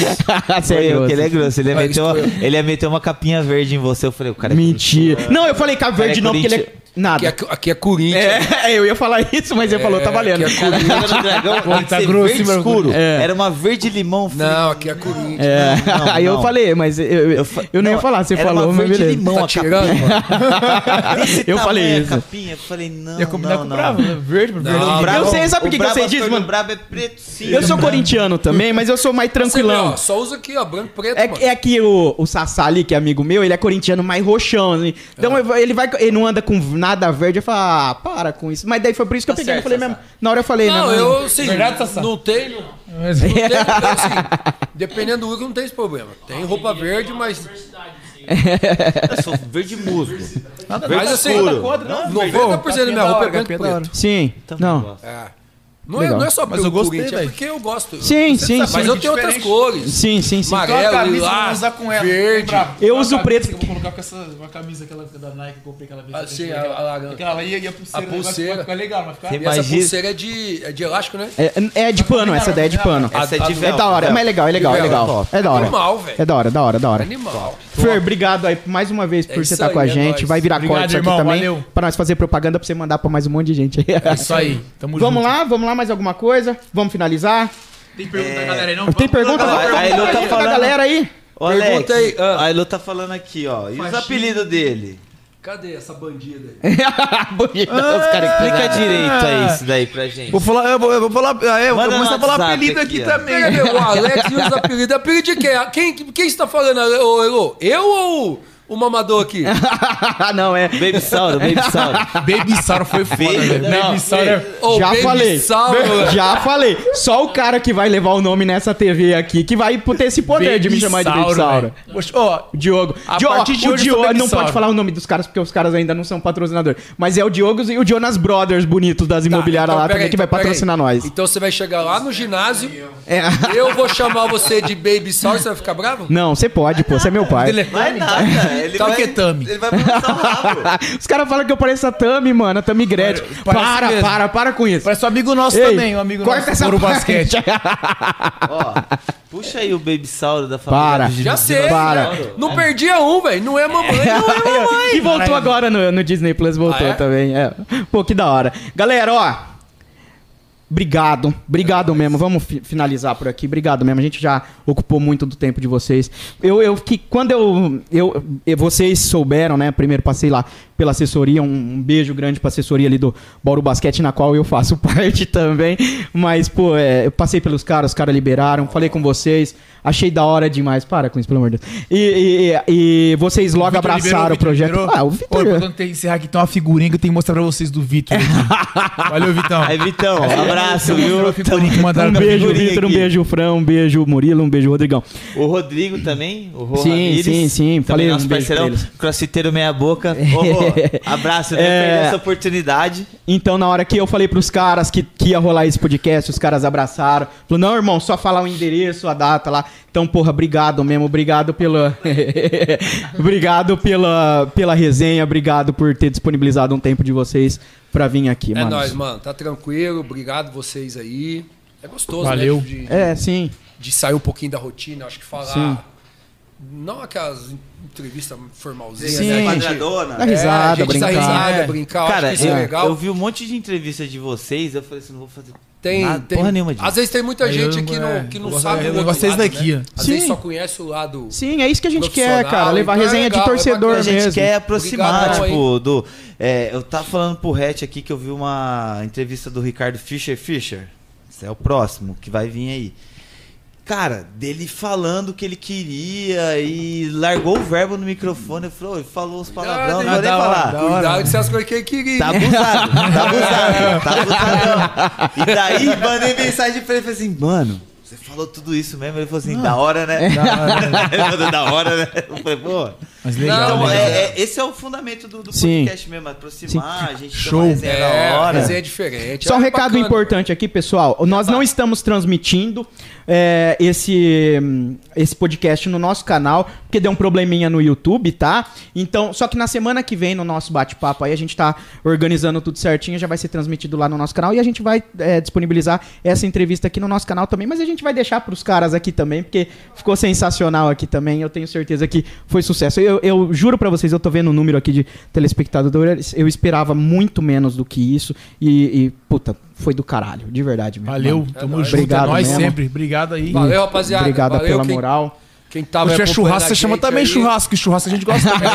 Foi eu, que ele é grosso. Ele ia, Ah, meter isso uma, foi ele ia meter uma capinha verde em você. Eu falei, o cara é Mentira. Não, eu falei Cabo Verde Cara, é não, porque ele é... Aqui é, Nada. aqui é Corinthians. É, eu ia falar isso, mas ele falou, tá valendo. Aqui é Corinthians. Chega no um dragão, Pô, tem que tá ser grosso, verde hein, meu escuro. É. Era uma verde limão. filho. Não, aqui é Corinthians. É, não, aí eu não. falei, mas eu, eu, eu, fa- não, ia não, falar, você era falou, uma mas verde beleza. limão, Tá a capinha. tirando, mano? Desse Eu falei tamanho a isso. capinha. Eu falei, não, Ia combinar não, com o não. Bravo, né? Verde, pro verde. Não, Eu sei, sabe o por que que eu brabo, sei as disso, cores mano? do brabo é preto, sim. Eu sou corintiano também, mas eu sou mais Você vê, tranquilão. ó, só usa aqui, ó, branco e preto, É, mano. que- é que o, o Sassá ali, que é amigo meu, ele é corintiano mais roxão, né? Então É. eu- ele vai, ele não anda com nada verde, eu falo, ah, para com isso. Mas daí foi por isso que eu peguei, eu certo, falei Sassá. mesmo. Na hora eu falei, Tá Não, né, mano? eu assim, Verdade, Sassá? não tenho. Mas- Não tenho assim, dependendo do Hugo, não tem esse problema. Tem roupa verde, mas. É. Eu sou verde musgo. Nada Mas assim, não, 90% da minha roupa é branco e preto. Sim. Não. É. Não é, Legal. não é só Mas eu pelo gostei, Corinthians, é velho. porque eu gosto. Sim, Você sim, sabe, sim. Mas eu tenho outras Diferente. cores. Sim, sim, sim. Amarelo, Aquela camisa que eu vou lilás, usar com ela. verde. Bravo. Eu Aquela uso camisa preto. que eu vou colocar com essa com a camisa aquela da Nike que eu comprei aquela vez. Ah, Eu sim, comprei a- aquela- a laranja. Aquela lá e e a pulseira. A pulseira. Vai ficar legal, vai ficar. Tem E essa Imagina- pulseira é de, é de elástico, né? É, é de pano, essa daí é de pano. Essa é de É véu. da hora, mas é legal, é legal, é legal. É da hora. Animal, velho. É da hora, da hora, da hora. Animal. Fer, obrigado aí mais uma vez por É você isso estar com a aí, é gente. nóis. Vai virar Obrigado, corte irmão, aqui também valeu. pra nós fazer propaganda pra você mandar pra mais um monte de gente aí. É isso aí. Tamo Vamos junto. lá, vamos lá, mais alguma coisa? Vamos finalizar? Tem pergunta É. da galera aí, não? Tem pergunta? galera, Vamos aí, perguntar Lu tá aí pra falando. galera aí. Alex, Pergunta aí, ah. a Elô tá falando aqui, ó. E os apelidos dele? Cadê essa bandida É. aí? Bonito, Os os caras caras explica direito aí isso daí pra gente. Vou falar, eu vou, eu vou falar, ah, é, eu vou Manda no começar a falar WhatsApp apelido aqui, aqui, ó. também. Pega, meu, o Alex e os apelidos. Apelido de quem? Quem, quem está falando, ô, Elô? Eu ou o mamador aqui? Ah, clicam. Não, é. Baby Sauro, Baby Sauro. Baby Sauro foi foda, velho. Baby Sauro é... Ô, Já Baby falei. Sauro, velho. Já falei. Só o cara que vai levar o nome nessa TV aqui, que vai ter esse poder de me chamar de Baby Sauro. é velho. Poxa, ó, Diogo. A Diogo, partir de o hoje eu Diogo sou Baby não Sauro. pode falar o nome dos caras porque os caras ainda não são patrocinadores. Mas é o Diogo e o Jonas Brothers bonitos das imobiliárias lá pera Tá, então também aí, que vai pera aí. patrocinar nós. Então você vai chegar lá no ginásio, É. eu vou chamar você de Baby Sauro, você vai ficar bravo? Não, você pode, pô, você é meu pai. Vai nada. Ele Tá vai, quetame. ele vai balançar o rabo. Os caras falam que eu pareço a Tami, mano, a Tami Gretchen. Parece Para, mesmo. para, para com isso. parece um amigo nosso Ei, também, um amigo corta nosso. essa Ouro parte. basquete. Ó, puxa aí o Baby Sauro da família Para. do Gil- Já sei, Para. né? não perdia um, velho. Não é mamãe, não é mamãe. E voltou Caralho. agora no, no Disney Plus, voltou Ah, é? também. é. Pô, que da hora. Galera, ó. Obrigado, obrigado mesmo. Vamos fi- finalizar por aqui. Obrigado mesmo. A gente já ocupou muito do tempo de vocês. Eu, eu que quando eu, eu, eu- vocês souberam, né? Primeiro passei lá pela assessoria, um, um beijo grande pra assessoria ali do Bauru Basquete, na qual eu faço parte também. Mas pô, é, eu passei pelos caras, os caras liberaram, falei com vocês, achei da hora demais. Para com isso, pelo amor de Deus. E, e- e- e vocês logo Vitor liberou, abraçaram o Vitor projeto. liberou. Ah, o Ô, Vitor. quando tem encerrar aqui, tem uma figurinha que eu tenho que mostrar pra vocês do Vitor. aqui. Valeu, Vitão. Aí, Vitão, um abraço, viu? Uma figurinha que mandaram Um pra beijo, mim. figurinha Vitor. Um aqui. beijo, Fran. Um beijo, Murilo. Um beijo, Rodrigão. O Rodrigo também, o Rô Sim, Ramires, sim, sim, também falei nosso um beijo pra parceirão, eles. crossfiteiro meia boca. Ô, Rô, abraço, não É. perder essa oportunidade. Então, na hora que eu falei pros caras que, que ia rolar esse podcast, os caras abraçaram. Falou, não, irmão, só falar o endereço, a data lá. Então, porra, obrigado mesmo. Obrigado pela. obrigado pela, pela resenha. Obrigado por ter disponibilizado um tempo de vocês pra vir aqui, É mano. nóis, mano. Tá tranquilo. Obrigado vocês aí. É gostoso, Valeu. né? De, de- É, sim. de sair um pouquinho da rotina. Acho que falar. Sim. Não aquelas entrevistas formalzinhas. Sim. né? Dá Quadradona. É, a risada, gente brincar. dá risada, É. brincar. Cara, Cara, acho que isso eu, é legal. eu vi um monte de entrevista de vocês, eu falei assim, não vou fazer Tem, nada, tem- porra nenhuma disso. Às vezes tem muita Aí eu gente não- que não, é, que eu não gosto- sabe eu o outro gosto lado, desse daqui, né? ó. Às vezes Sim. só conhece o lado. Sim, é isso que a gente quer, Profissional, cara. Levar então é resenha legal, de é torcedor bacana, a gente mesmo. quer aproximar, Obrigado, tipo, do. é, eu tava falando pro Hatch aqui que eu vi uma entrevista do Ricardo Fischer Fischer. Esse é o próximo que vai vir aí. Cara, dele falando o que ele queria e largou o verbo no microfone. Ele falou, ele falou os palavrão, não vou nem da hora, falar. da né? Cuidado de ser as coisas que ele queria. Tá abusado, tá abusado, tá abusadão. E daí mandei mensagem pra ele falei assim, mano, você falou tudo isso mesmo? Ele falou assim, da hora, né? Ele mandou da hora, né? Eu falei, pô, Mas legal, Não, legal. é, é- esse é o fundamento do, do Sim. podcast mesmo, é aproximar, a gente ter Show. uma resenha da hora. mas é diferente. Só um É recado bacana. importante aqui, pessoal. Nós não estamos transmitindo é, esse, esse podcast no nosso canal, porque deu um probleminha no YouTube, tá? Então, só que na semana que vem, no nosso bate-papo aí, a gente tá organizando tudo certinho, já vai ser transmitido lá no nosso canal e a gente vai é, disponibilizar essa entrevista aqui no nosso canal também, mas a gente vai deixar pros caras aqui também, porque ficou sensacional aqui também. Eu tenho certeza que foi sucesso. Eu, eu juro pra vocês, eu tô vendo o número aqui de telespectadores, eu esperava muito menos do que isso e, e, puta, foi do caralho, de verdade mesmo. Valeu, Mano. tamo nóis. junto. Obrigado é nóis mesmo. sempre. Obrigado aí. Valeu, rapaziada. Obrigado Valeu pela quem- moral. Quem Se tava tiver acompanhando churrasco, a você chama gente também aí- churrasco, que churrasco a gente gosta também.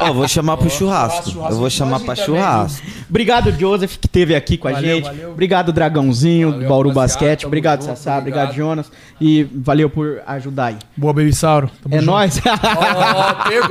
Ó, vou chamar pro churrasco. churrasco, Eu vou chamar pra churrasco churrasco. Obrigado, Joseph, que esteve aqui com a Valeu, gente. valeu. Obrigado, Dragãozinho, do Valeu, Bauru rapaziada, Basquete. tamo Obrigado, junto, Sassá. Obrigado, obrigado. Jonas. E valeu por ajudar aí. Boa, Baby Sauro. Tamo É junto. nóis. Ó, pegou.